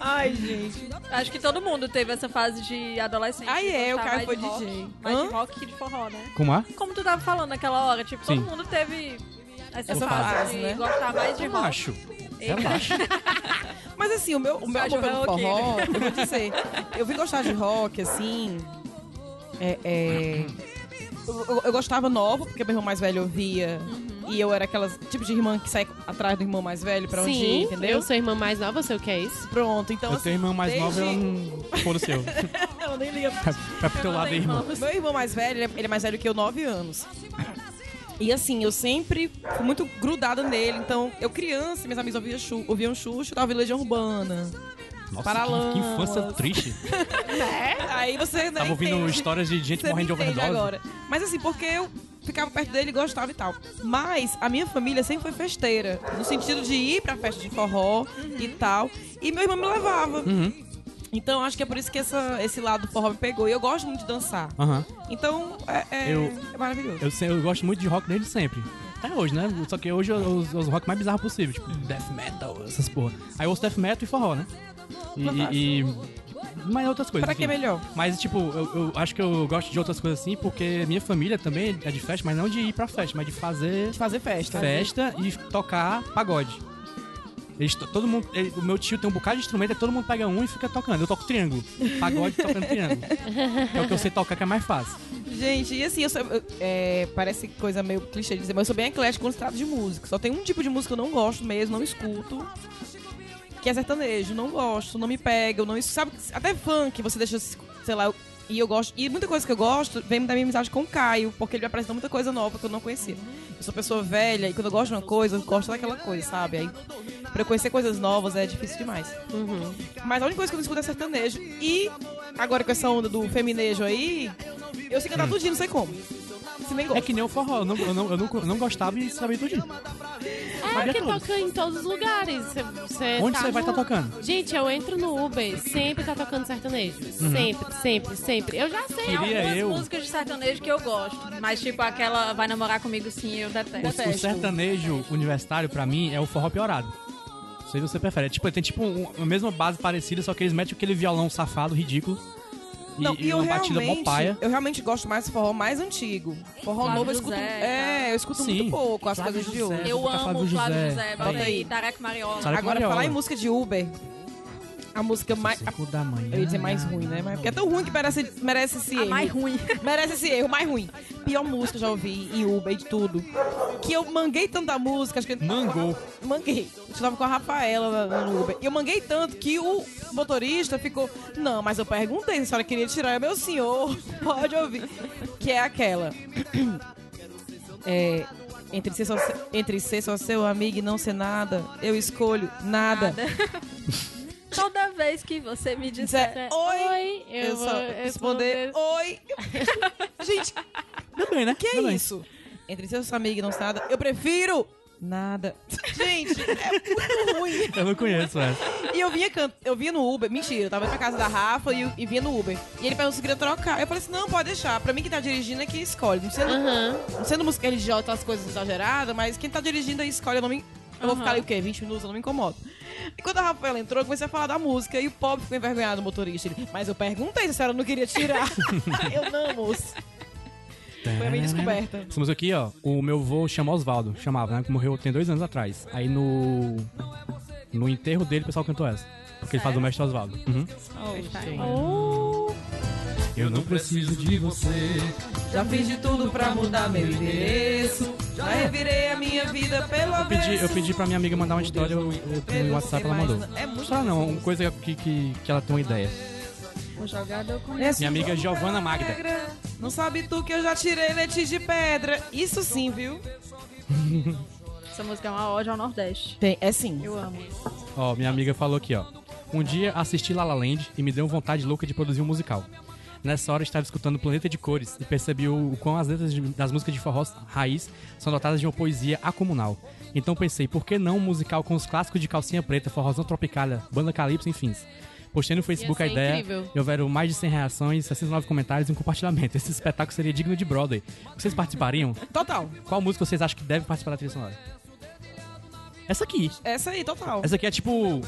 Speaker 1: Ai, gente.
Speaker 2: Acho que todo mundo teve essa fase de adolescente.
Speaker 1: Ai,
Speaker 2: de
Speaker 1: é, o
Speaker 2: gostar
Speaker 1: Caio
Speaker 2: mais
Speaker 1: foi
Speaker 2: de rock,
Speaker 1: DJ.
Speaker 2: Mais de
Speaker 1: Hã?
Speaker 2: rock que de forró, né?
Speaker 3: Como é?
Speaker 2: Como tu tava falando naquela hora, tipo,
Speaker 3: Sim.
Speaker 2: todo mundo teve essa
Speaker 1: Essa
Speaker 2: fase,
Speaker 1: fase,
Speaker 2: de
Speaker 1: né?
Speaker 2: gostar mais de rock.
Speaker 3: Relaxo.
Speaker 2: Eita.
Speaker 3: Relaxa.
Speaker 1: Mas assim, o meu, o meu
Speaker 2: Sérgio
Speaker 1: amor pelo
Speaker 2: Rock,
Speaker 1: forró, eu vou dizer, eu vim gostar de rock, assim. É, é, Eu, eu- eu gostava nova, porque meu irmão mais velho ouvia. E eu era aquelas tipo de irmã que sai atrás do irmão mais velho pra onde ir,
Speaker 4: Sim,
Speaker 1: entendeu?
Speaker 4: eu sou a irmã mais nova, eu sei o que é isso.
Speaker 1: Pronto, então
Speaker 3: Eu tenho irmã mais
Speaker 1: desde-
Speaker 3: nova, ela não. Foda-se assim, eu.
Speaker 1: Ela nem lembra.
Speaker 3: Vai Tá, pro teu lado aí, irmã.
Speaker 1: Meu irmão mais velho, ele é- ele é mais velho que eu, 9 anos. E assim, eu sempre fui muito grudada nele. Então, eu criança, meus amigos ouviam Xuxa, ouviam Xuxa, tava ouvindo Legião Urbana.
Speaker 3: Nossa, que,
Speaker 1: Paralamas.
Speaker 3: que infância triste.
Speaker 1: Aí você, né,
Speaker 3: Tava ouvindo um
Speaker 1: entende.
Speaker 3: histórias de gente
Speaker 1: Você me
Speaker 3: morrendo de
Speaker 1: entende
Speaker 3: overdose.
Speaker 1: agora. Mas assim, porque eu ficava perto dele, gostava e tal. Mas a minha família sempre foi festeira. No sentido de ir pra festa de forró
Speaker 3: Uhum.
Speaker 1: e tal. E meu irmão me levava. Então, acho que é por isso que essa- esse lado do forró me pegou. E eu gosto muito de dançar.
Speaker 3: Aham.
Speaker 1: Então, é, é-
Speaker 3: Eu-
Speaker 1: é maravilhoso.
Speaker 3: Eu, sei- eu gosto muito de rock desde sempre. Até hoje, né? Só que hoje eu- os, os rock mais bizarros possível, tipo death metal, essas porra. Aí eu ouço death metal e forró, né? E. e, e- mas outras coisas.
Speaker 1: Pra que é
Speaker 3: enfim.
Speaker 1: melhor?
Speaker 3: Mas, tipo, eu, eu acho que eu gosto de outras coisas assim, porque minha família também é de festa, mas não de ir pra festa, mas de fazer
Speaker 1: Fazer festa.
Speaker 3: festa e tocar pagode. Eles to- todo mundo, ele- o meu tio tem um bocado de instrumento, aí todo mundo pega um e fica tocando. Eu toco triângulo. Pagode tocando triângulo. É o que eu sei tocar que é mais fácil.
Speaker 1: Gente, e assim, eu sou, eu- é, parece coisa meio clichê de dizer, mas eu sou bem eclético quando se trata de música. Só tem um tipo de música que eu não gosto mesmo, não escuto. Que é sertanejo, não gosto, não me pega, eu não isso sabe, até funk, você deixa, sei lá, eu- e eu gosto, e muita coisa que eu gosto vem da minha amizade com o Caio, porque ele me apresentou muita coisa nova que eu não conhecia. Eu sou pessoa velha e quando eu gosto de uma coisa, eu gosto daquela coisa, sabe? Aí pra eu conhecer coisas novas é difícil demais. Mas a única coisa que eu não escuto é sertanejo. E agora com essa onda do feminejo aí, eu sei cantar tudinho, não sei como. Se nem
Speaker 3: Hum. É
Speaker 1: gosto.
Speaker 3: que nem o forró. Eu não, eu não, eu não, eu não gostava e sabia tudo.
Speaker 4: É que toca em todos os lugares. Você- Você
Speaker 3: Onde
Speaker 4: tá
Speaker 3: você vai
Speaker 4: no-
Speaker 3: estar tocando?
Speaker 4: Gente, eu entro no Uber, sempre tá tocando sertanejo.
Speaker 3: Uhum.
Speaker 4: Sempre, sempre, sempre. Eu já sei.
Speaker 2: Tem
Speaker 3: Queria
Speaker 2: algumas
Speaker 3: eu.
Speaker 2: músicas de sertanejo que eu gosto. Mas, tipo, aquela Vai Namorar Comigo Sim, eu
Speaker 3: O,
Speaker 2: detesto.
Speaker 3: o sertanejo universitário, pra mim, é o forró piorado. Não sei se você prefere. É Tipo, tem tipo um- uma mesma base parecida, só que eles metem aquele violão safado, ridículo. E,
Speaker 1: Não,
Speaker 3: e uma batida mó paia.
Speaker 1: eu realmente gosto mais do forró mais antigo. Forró
Speaker 2: Flávio
Speaker 1: novo eu escuto.
Speaker 2: José.
Speaker 1: É, eu escuto
Speaker 3: Sim.
Speaker 1: muito pouco as
Speaker 3: Flávio
Speaker 1: coisas de
Speaker 3: José.
Speaker 1: hoje.
Speaker 2: Eu
Speaker 3: Tá
Speaker 2: amo
Speaker 3: Flávio
Speaker 2: o Flávio
Speaker 3: José.
Speaker 2: José, bota
Speaker 1: Bota
Speaker 2: aí,
Speaker 1: aí.
Speaker 2: Tareco Mariola.
Speaker 3: Sabe- Olha que
Speaker 1: Agora,
Speaker 3: mariola.
Speaker 1: falar em música de Uber, a música mais. a-
Speaker 3: Cinco da manhã.
Speaker 1: Eu ia dizer mais ruim, né? Mas porque é tão ruim que merece, merece esse
Speaker 2: A
Speaker 1: erro.
Speaker 2: mais ruim.
Speaker 1: Merece esse erro, mais ruim. Pior música que eu já ouvi em Uber e de tudo. Que eu manguei tanto da música, acho que.
Speaker 3: Mangou.
Speaker 1: Manguei. Eu tava com a Rafaela na- no Uber. E eu manguei tanto que o motorista ficou. Não, mas eu perguntei se a senhora queria tirar. Eu, meu senhor, pode ouvir. Que é aquela. É. Entre ser, só, se- entre ser só seu amigo e não ser nada, eu escolho nada.
Speaker 2: Toda vez que você me
Speaker 1: Dizer,
Speaker 2: disser...
Speaker 1: oi,
Speaker 4: eu,
Speaker 1: eu
Speaker 4: vou
Speaker 1: só responder, oi. Gente,
Speaker 3: Também, né?
Speaker 1: que é
Speaker 3: Também.
Speaker 1: isso? Entre seus amigos e não ser nada, eu prefiro nada. Gente, é muito ruim.
Speaker 3: Eu não conheço essa.
Speaker 1: E eu vinha, can... eu vinha no Uber, mentira, eu tava indo pra casa da Rafa e, e vinha no Uber. E ele perguntou se queria trocar. Eu falei assim: não, pode deixar. Pra mim, quem tá dirigindo é quem escolhe. Não sendo,
Speaker 4: Aham.
Speaker 1: não sendo música religiosa, aquelas coisas exageradas, mas quem tá dirigindo aí escolhe. Eu, não me... eu vou ficar ali o quê? 20 minutos, eu não me incomodo. E quando a Rafaela entrou, eu comecei a falar da música e o pobre ficou envergonhado, o motorista. Ele, mas eu perguntei se a senhora não queria tirar. eu não, moço. Foi a minha descoberta.
Speaker 3: Essa música aqui, ó, o meu vô chama Osvaldo, chamava, né? Que morreu tem dois anos atrás. Aí no. No enterro dele, o pessoal cantou essa. Porque ele faz o mestre Osvaldo. Uhum. Eu não preciso de você.
Speaker 1: Já fiz de tudo pra mudar meu endereço. Já revirei a minha vida pela
Speaker 3: Eu pedi, eu pedi pra minha amiga mandar uma história eu, eu, no um WhatsApp ela mandou.
Speaker 1: É muito
Speaker 3: História não, uma coisa que, que, que ela tem uma ideia. Minha amiga Giovana Magda.
Speaker 1: é Não sabe tu que eu já tirei leite de pedra. Isso sim, viu?
Speaker 2: Essa música é uma ódio ao Nordeste.
Speaker 1: Tem, é sim.
Speaker 2: Eu amo.
Speaker 3: Ó, minha amiga falou aqui, ó. Um dia assisti La La Land e me deu vontade louca de produzir um musical. Nessa hora estava escutando Planeta de Cores e percebi o, o quão as letras de- das músicas de forró raiz são dotadas de uma poesia acomunal. Então pensei, por que não um musical com os clássicos de Calcinha Preta, Forrozão Tropicalha, Banda Calypso, enfim. Postei no Facebook
Speaker 4: Ia
Speaker 3: a
Speaker 4: ser
Speaker 3: ideia
Speaker 4: incrível.
Speaker 3: e houveram mais de 100 reações, 69 comentários e um compartilhamento. Esse espetáculo seria digno de Broadway. Vocês participariam?
Speaker 1: Total.
Speaker 3: Qual música vocês acham que deve participar da trilha sonora? Essa aqui.
Speaker 1: Essa aí, total.
Speaker 3: Essa aqui é tipo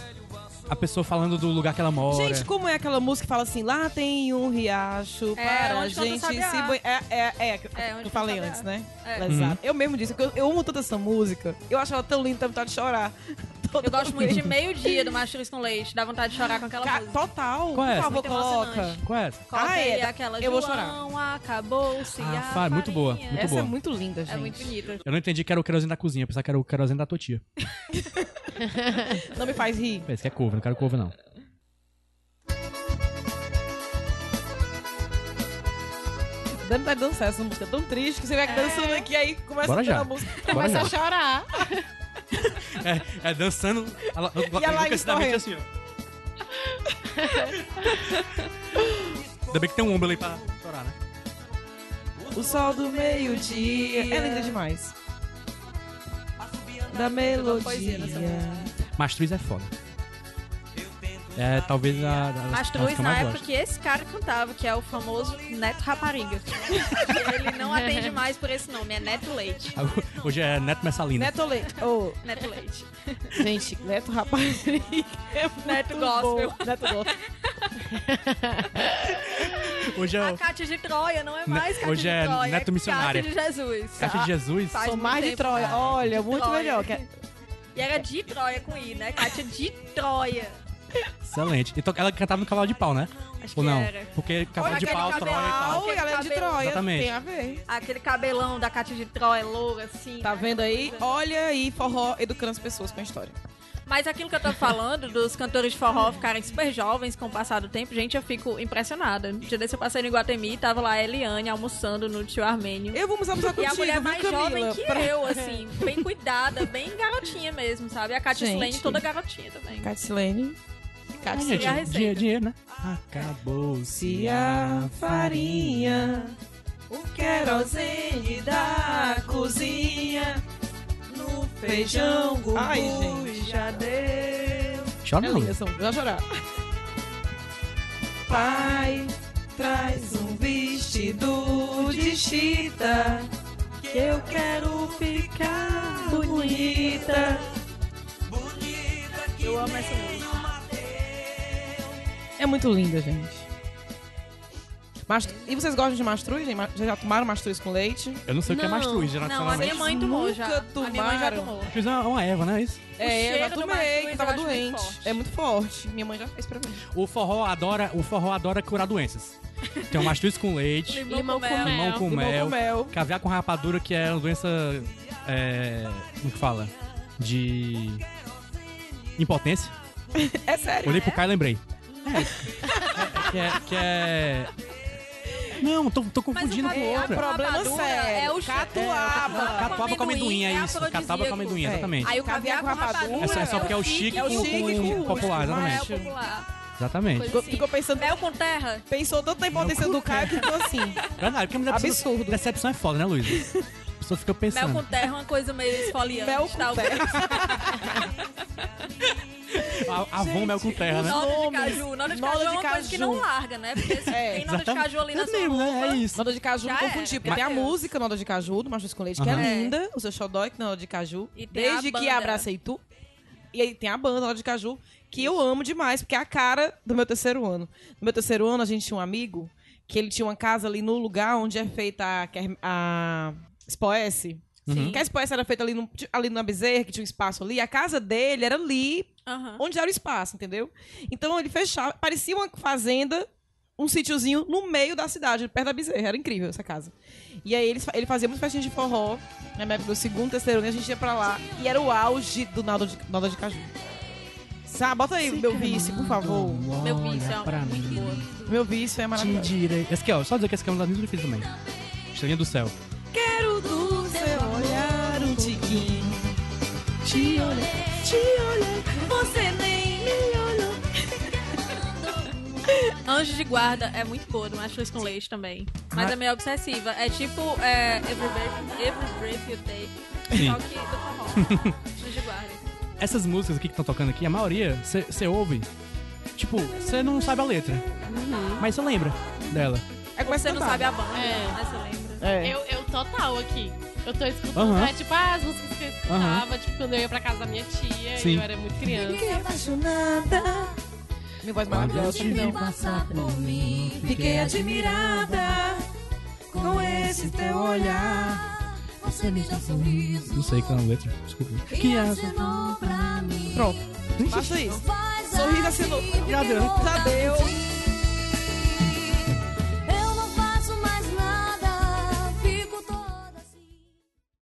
Speaker 3: a pessoa falando do lugar que ela mora.
Speaker 1: Gente, como é aquela música que fala assim, lá tem um riacho
Speaker 2: É,
Speaker 1: para a
Speaker 2: onde canta o
Speaker 1: gente
Speaker 2: sabiá.
Speaker 1: se banhar. É, é, é, que
Speaker 2: É, onde
Speaker 1: eu
Speaker 2: canta o
Speaker 1: falei
Speaker 2: sabiá.
Speaker 1: antes, né?
Speaker 2: É.
Speaker 3: Uhum.
Speaker 1: Exato. Eu mesmo disse, porque eu, eu amo tanto essa música. Eu acho ela tão linda, tenho vontade de chorar. Toda
Speaker 2: Eu gosto muito de meio-dia do Mastruz com Leite. Dá vontade de chorar com aquela
Speaker 1: Ca-
Speaker 2: música.
Speaker 1: Total.
Speaker 3: Qual é
Speaker 1: Por
Speaker 3: essa?
Speaker 1: favor,
Speaker 2: Muito emocionante.
Speaker 1: coloca.
Speaker 3: Qual é essa?
Speaker 2: Coloca
Speaker 1: Ah,
Speaker 2: aí
Speaker 1: é.
Speaker 2: aquela
Speaker 1: Eu vou
Speaker 2: João, acabou-se
Speaker 3: Ah,
Speaker 2: a
Speaker 3: fa- muito boa,
Speaker 2: farinha.
Speaker 3: muito
Speaker 1: Essa
Speaker 3: boa.
Speaker 1: é muito linda, gente.
Speaker 2: É muito bonita.
Speaker 3: Eu não entendi que era o querosene da cozinha, pensava que era o querosene da tua tia.
Speaker 1: Não me faz rir.
Speaker 3: Pensa que é couve, não quero couve não.
Speaker 1: Dá vontade de dançar essa música é tão triste que você vai dançando aqui aí começa
Speaker 3: Bora
Speaker 1: a tocar
Speaker 3: já.
Speaker 1: a música.
Speaker 3: Bora
Speaker 4: Começa
Speaker 3: já.
Speaker 4: a chorar.
Speaker 3: É, é dançando. Ela,
Speaker 1: E a Laís
Speaker 3: enlouquecidamente
Speaker 1: correndo.
Speaker 3: assim, ó. Ainda bem que tem um ombro ali pra chorar, né?
Speaker 1: O sol do meio-dia. É linda demais. Da melodia.
Speaker 3: Mastruz é foda. É, talvez a. a a
Speaker 2: Mastruz
Speaker 3: que eu
Speaker 2: na
Speaker 3: mais
Speaker 2: época
Speaker 3: gosto.
Speaker 2: que esse cara cantava, que é o famoso Neto Rapariga. Ele não atende mais por esse nome, é Neto Leite.
Speaker 3: Hoje é Neto Messalina.
Speaker 1: Neto Leite. Ô,
Speaker 2: Neto Leite.
Speaker 4: Gente,
Speaker 1: Neto Rapaz. É muito
Speaker 2: Neto
Speaker 1: bom.
Speaker 2: Gospel.
Speaker 1: Neto Gospel.
Speaker 3: Hoje é.
Speaker 1: Ah,
Speaker 2: A Cátia de Troia não é
Speaker 3: Ne-
Speaker 2: mais Cátia
Speaker 3: hoje
Speaker 2: de
Speaker 3: é
Speaker 2: Troia.
Speaker 3: Neto Missionária.
Speaker 2: Cátia de Jesus.
Speaker 1: tá.
Speaker 3: Caixa de Jesus.
Speaker 2: Faz
Speaker 1: Sou
Speaker 2: muito
Speaker 1: mais de
Speaker 2: tempo,
Speaker 1: Troia.
Speaker 2: cara.
Speaker 1: Olha, muito
Speaker 2: Troia.
Speaker 1: melhor. que-
Speaker 2: E era de Troia com I, né? Cátia de Troia.
Speaker 3: Excelente. E to- ela cantava no cavalo de pau, né?
Speaker 2: Acho que
Speaker 3: Ou não?
Speaker 2: era.
Speaker 3: Porque cavalo
Speaker 2: Olha
Speaker 1: é
Speaker 3: de
Speaker 2: aquele
Speaker 3: pau,
Speaker 2: cabelo.
Speaker 3: troia e tal.
Speaker 1: Au, galera de Troia.
Speaker 3: Exatamente.
Speaker 1: Tem a ver.
Speaker 2: Aquele cabelão da Cátia de Troia, louro, assim.
Speaker 1: Tá
Speaker 2: né?
Speaker 1: vendo aí? Olha aí, forró educando as pessoas com a história.
Speaker 2: Mas aquilo que eu tô falando, dos cantores de forró ficarem super jovens com o passar do tempo, gente, eu fico impressionada. Um dia desse eu passei no Iguatemi, tava lá a Eliane almoçando no tio Armênio.
Speaker 1: Eu vou almoçar almoçar
Speaker 2: E
Speaker 1: contigo,
Speaker 2: a mulher
Speaker 1: viu,
Speaker 2: mais
Speaker 1: Camila?
Speaker 2: jovem que
Speaker 1: Pra- É.
Speaker 2: eu, assim, bem cuidada, bem garotinha mesmo, sabe? A Cátia
Speaker 1: Gente.
Speaker 2: Slane toda garotinha também.
Speaker 1: Catilene.
Speaker 3: Ah,
Speaker 2: Sim, a
Speaker 3: gente,
Speaker 2: receita.
Speaker 3: dinheiro, dinheiro, né? Acabou-se
Speaker 1: Se a farinha, o querosene da cozinha, no feijão gugu
Speaker 2: Ai,
Speaker 1: já deu.
Speaker 3: Chora
Speaker 1: É
Speaker 3: não.
Speaker 1: linda, são, já chorar. Pai, traz um vestido de chita, que eu quero ficar bonita.
Speaker 2: Eu amo essa música.
Speaker 1: É muito linda, gente. Mastru- E vocês gostam de mastruz? gente? Ma- Já tomaram mastruz com leite?
Speaker 3: Eu não sei o que é
Speaker 4: Não,
Speaker 3: mastruz,
Speaker 2: Não, a minha
Speaker 3: geracionalmente.
Speaker 2: mãe tomou
Speaker 1: nunca
Speaker 2: já. A minha mãe já
Speaker 1: tomaram.
Speaker 2: tomou.
Speaker 3: Mastruz é uma- uma erva, né? Isso.
Speaker 2: cheiro
Speaker 1: é, eu já
Speaker 2: do
Speaker 1: tomei,
Speaker 2: mastruz
Speaker 1: que
Speaker 2: eu
Speaker 1: tava
Speaker 2: acho muito
Speaker 1: doente.
Speaker 2: forte.
Speaker 1: é muito forte. Minha mãe já fez pra mim.
Speaker 3: O forró adora, o forró adora curar doenças. Tem o mastruz com leite,
Speaker 2: Limão, com
Speaker 4: Limão com
Speaker 2: mel.
Speaker 4: mel.
Speaker 3: limão com
Speaker 1: Limão
Speaker 3: mel,
Speaker 1: com mel.
Speaker 3: caviar com rapadura, que é uma doença. É, como que fala? De. Impotência.
Speaker 1: É sério.
Speaker 3: Olhei pro cara e lembrei. É. É, que, é, que é. Não, tô, tô
Speaker 2: Mas
Speaker 3: confundindo
Speaker 2: o
Speaker 3: com
Speaker 2: cabelo-
Speaker 3: outra.
Speaker 2: a
Speaker 1: Problema
Speaker 2: rapadura
Speaker 1: sério.
Speaker 2: É o
Speaker 1: Catuaba.
Speaker 3: Catuaba com amendoim, é isso.
Speaker 2: afrodisíaco. É.
Speaker 3: Catuaba com amendoim, exatamente.
Speaker 2: Aí o caviar
Speaker 1: Caviar
Speaker 2: com
Speaker 1: com
Speaker 2: rapadura.
Speaker 1: rapadura.
Speaker 3: É só, é só
Speaker 1: é
Speaker 3: porque é o chique
Speaker 1: é o
Speaker 3: com,
Speaker 1: chique com o
Speaker 3: popular,
Speaker 1: chique,
Speaker 2: Mel
Speaker 3: exatamente.
Speaker 2: popular.
Speaker 3: Exatamente.
Speaker 1: Ficou, ficou pensando,
Speaker 2: Mel com terra.
Speaker 1: pensou tanto na impotência do Caio que ficou assim.
Speaker 3: Verdade, porque a mulher precisa-
Speaker 1: Absurdo.
Speaker 3: Decepção é foda, né, Luiz? A pessoa fica
Speaker 2: Mel com
Speaker 3: pensando.
Speaker 2: terra é uma coisa é meio esfoliante.
Speaker 1: Mel com
Speaker 2: talvez.
Speaker 1: terra.
Speaker 3: A Avon mel com terra, né?
Speaker 2: Noda de
Speaker 1: Nomes.
Speaker 2: caju. Noda de
Speaker 1: Noda
Speaker 2: caju
Speaker 1: de
Speaker 2: é uma coisa que
Speaker 1: caju.
Speaker 2: não larga, né? Porque se
Speaker 1: É,
Speaker 2: tem noda de
Speaker 3: Exatamente.
Speaker 2: caju ali
Speaker 3: É
Speaker 2: na sua
Speaker 3: mesmo, né? É
Speaker 2: roupa,
Speaker 3: isso.
Speaker 1: Noda de caju,
Speaker 2: Já
Speaker 1: não
Speaker 2: era.
Speaker 1: confundi, porque
Speaker 3: Mas-
Speaker 1: tem a música Noda de Caju, do Mastruz com Leite, que é
Speaker 3: Aham.
Speaker 2: É.
Speaker 1: linda. O seu xodó, que é Noda de Caju.
Speaker 2: E tem a
Speaker 1: desde que
Speaker 2: banda.
Speaker 1: abracei tu. E aí tem a banda Noda de Caju, que eu amo demais, porque é a cara do meu terceiro ano. No meu terceiro ano, a gente tinha um amigo, que ele tinha uma casa ali no lugar onde é feita a, quer- a Spoesse.
Speaker 3: Sim.
Speaker 1: Que a Spoesse era feita ali, no, ali na Bezerra, que tinha um espaço ali. A casa dele era ali,
Speaker 2: Aham.
Speaker 1: onde era o espaço, entendeu? Então ele fechava, parecia uma fazenda, um sítiozinho no meio da cidade, perto da Bezerra. Era incrível essa casa. E aí eles, fa- ele fazia muitas festinhas de forró, na minha época do segundo, terceiro, ano, e a gente ia pra lá. E era o auge do Naldo de, Naldo de Caju. Sabe, bota aí meu vício, por favor.
Speaker 2: Meu vício é uma muito boa.
Speaker 1: Meu vício é
Speaker 3: De
Speaker 1: maravilhoso.
Speaker 3: direita. Esse aqui, ó, só dizer que esse aqui é um das minhas difíceis também. Estrelinha do céu.
Speaker 1: Quero do seu olhar um tiquinho. Te olha, te olha, você nem me olha.
Speaker 2: Anjo de Guarda é muito boa, do Mastruz com Leite também. Mas é meio obsessiva. É tipo é, Every, Breath, Every Breath You Take,
Speaker 3: Sim.
Speaker 2: só que do forró. Anjo de Guarda.
Speaker 3: Essas músicas aqui que estão tocando aqui, a maioria, você ouve. Tipo, você não sabe a letra.
Speaker 2: Uhum.
Speaker 3: Mas você lembra dela.
Speaker 1: É como
Speaker 2: Você não sabe a banda, né?
Speaker 4: É.
Speaker 2: mas você lembra.
Speaker 1: É.
Speaker 4: Eu, eu total aqui. Eu tô escutando,
Speaker 3: Aham.
Speaker 4: né, tipo, as músicas que eu escutava, tipo, quando eu ia pra casa da minha tia
Speaker 3: Sim.
Speaker 4: e eu era muito criança.
Speaker 1: Minha voz é maravilhosa. Não.
Speaker 3: passar por mim.
Speaker 1: Fiquei admirada com esse teu olhar.
Speaker 3: Não sei qual é a letra, desculpa.
Speaker 1: Pronto. Basta isso. Sorriso assinou. Já deu. Já deu.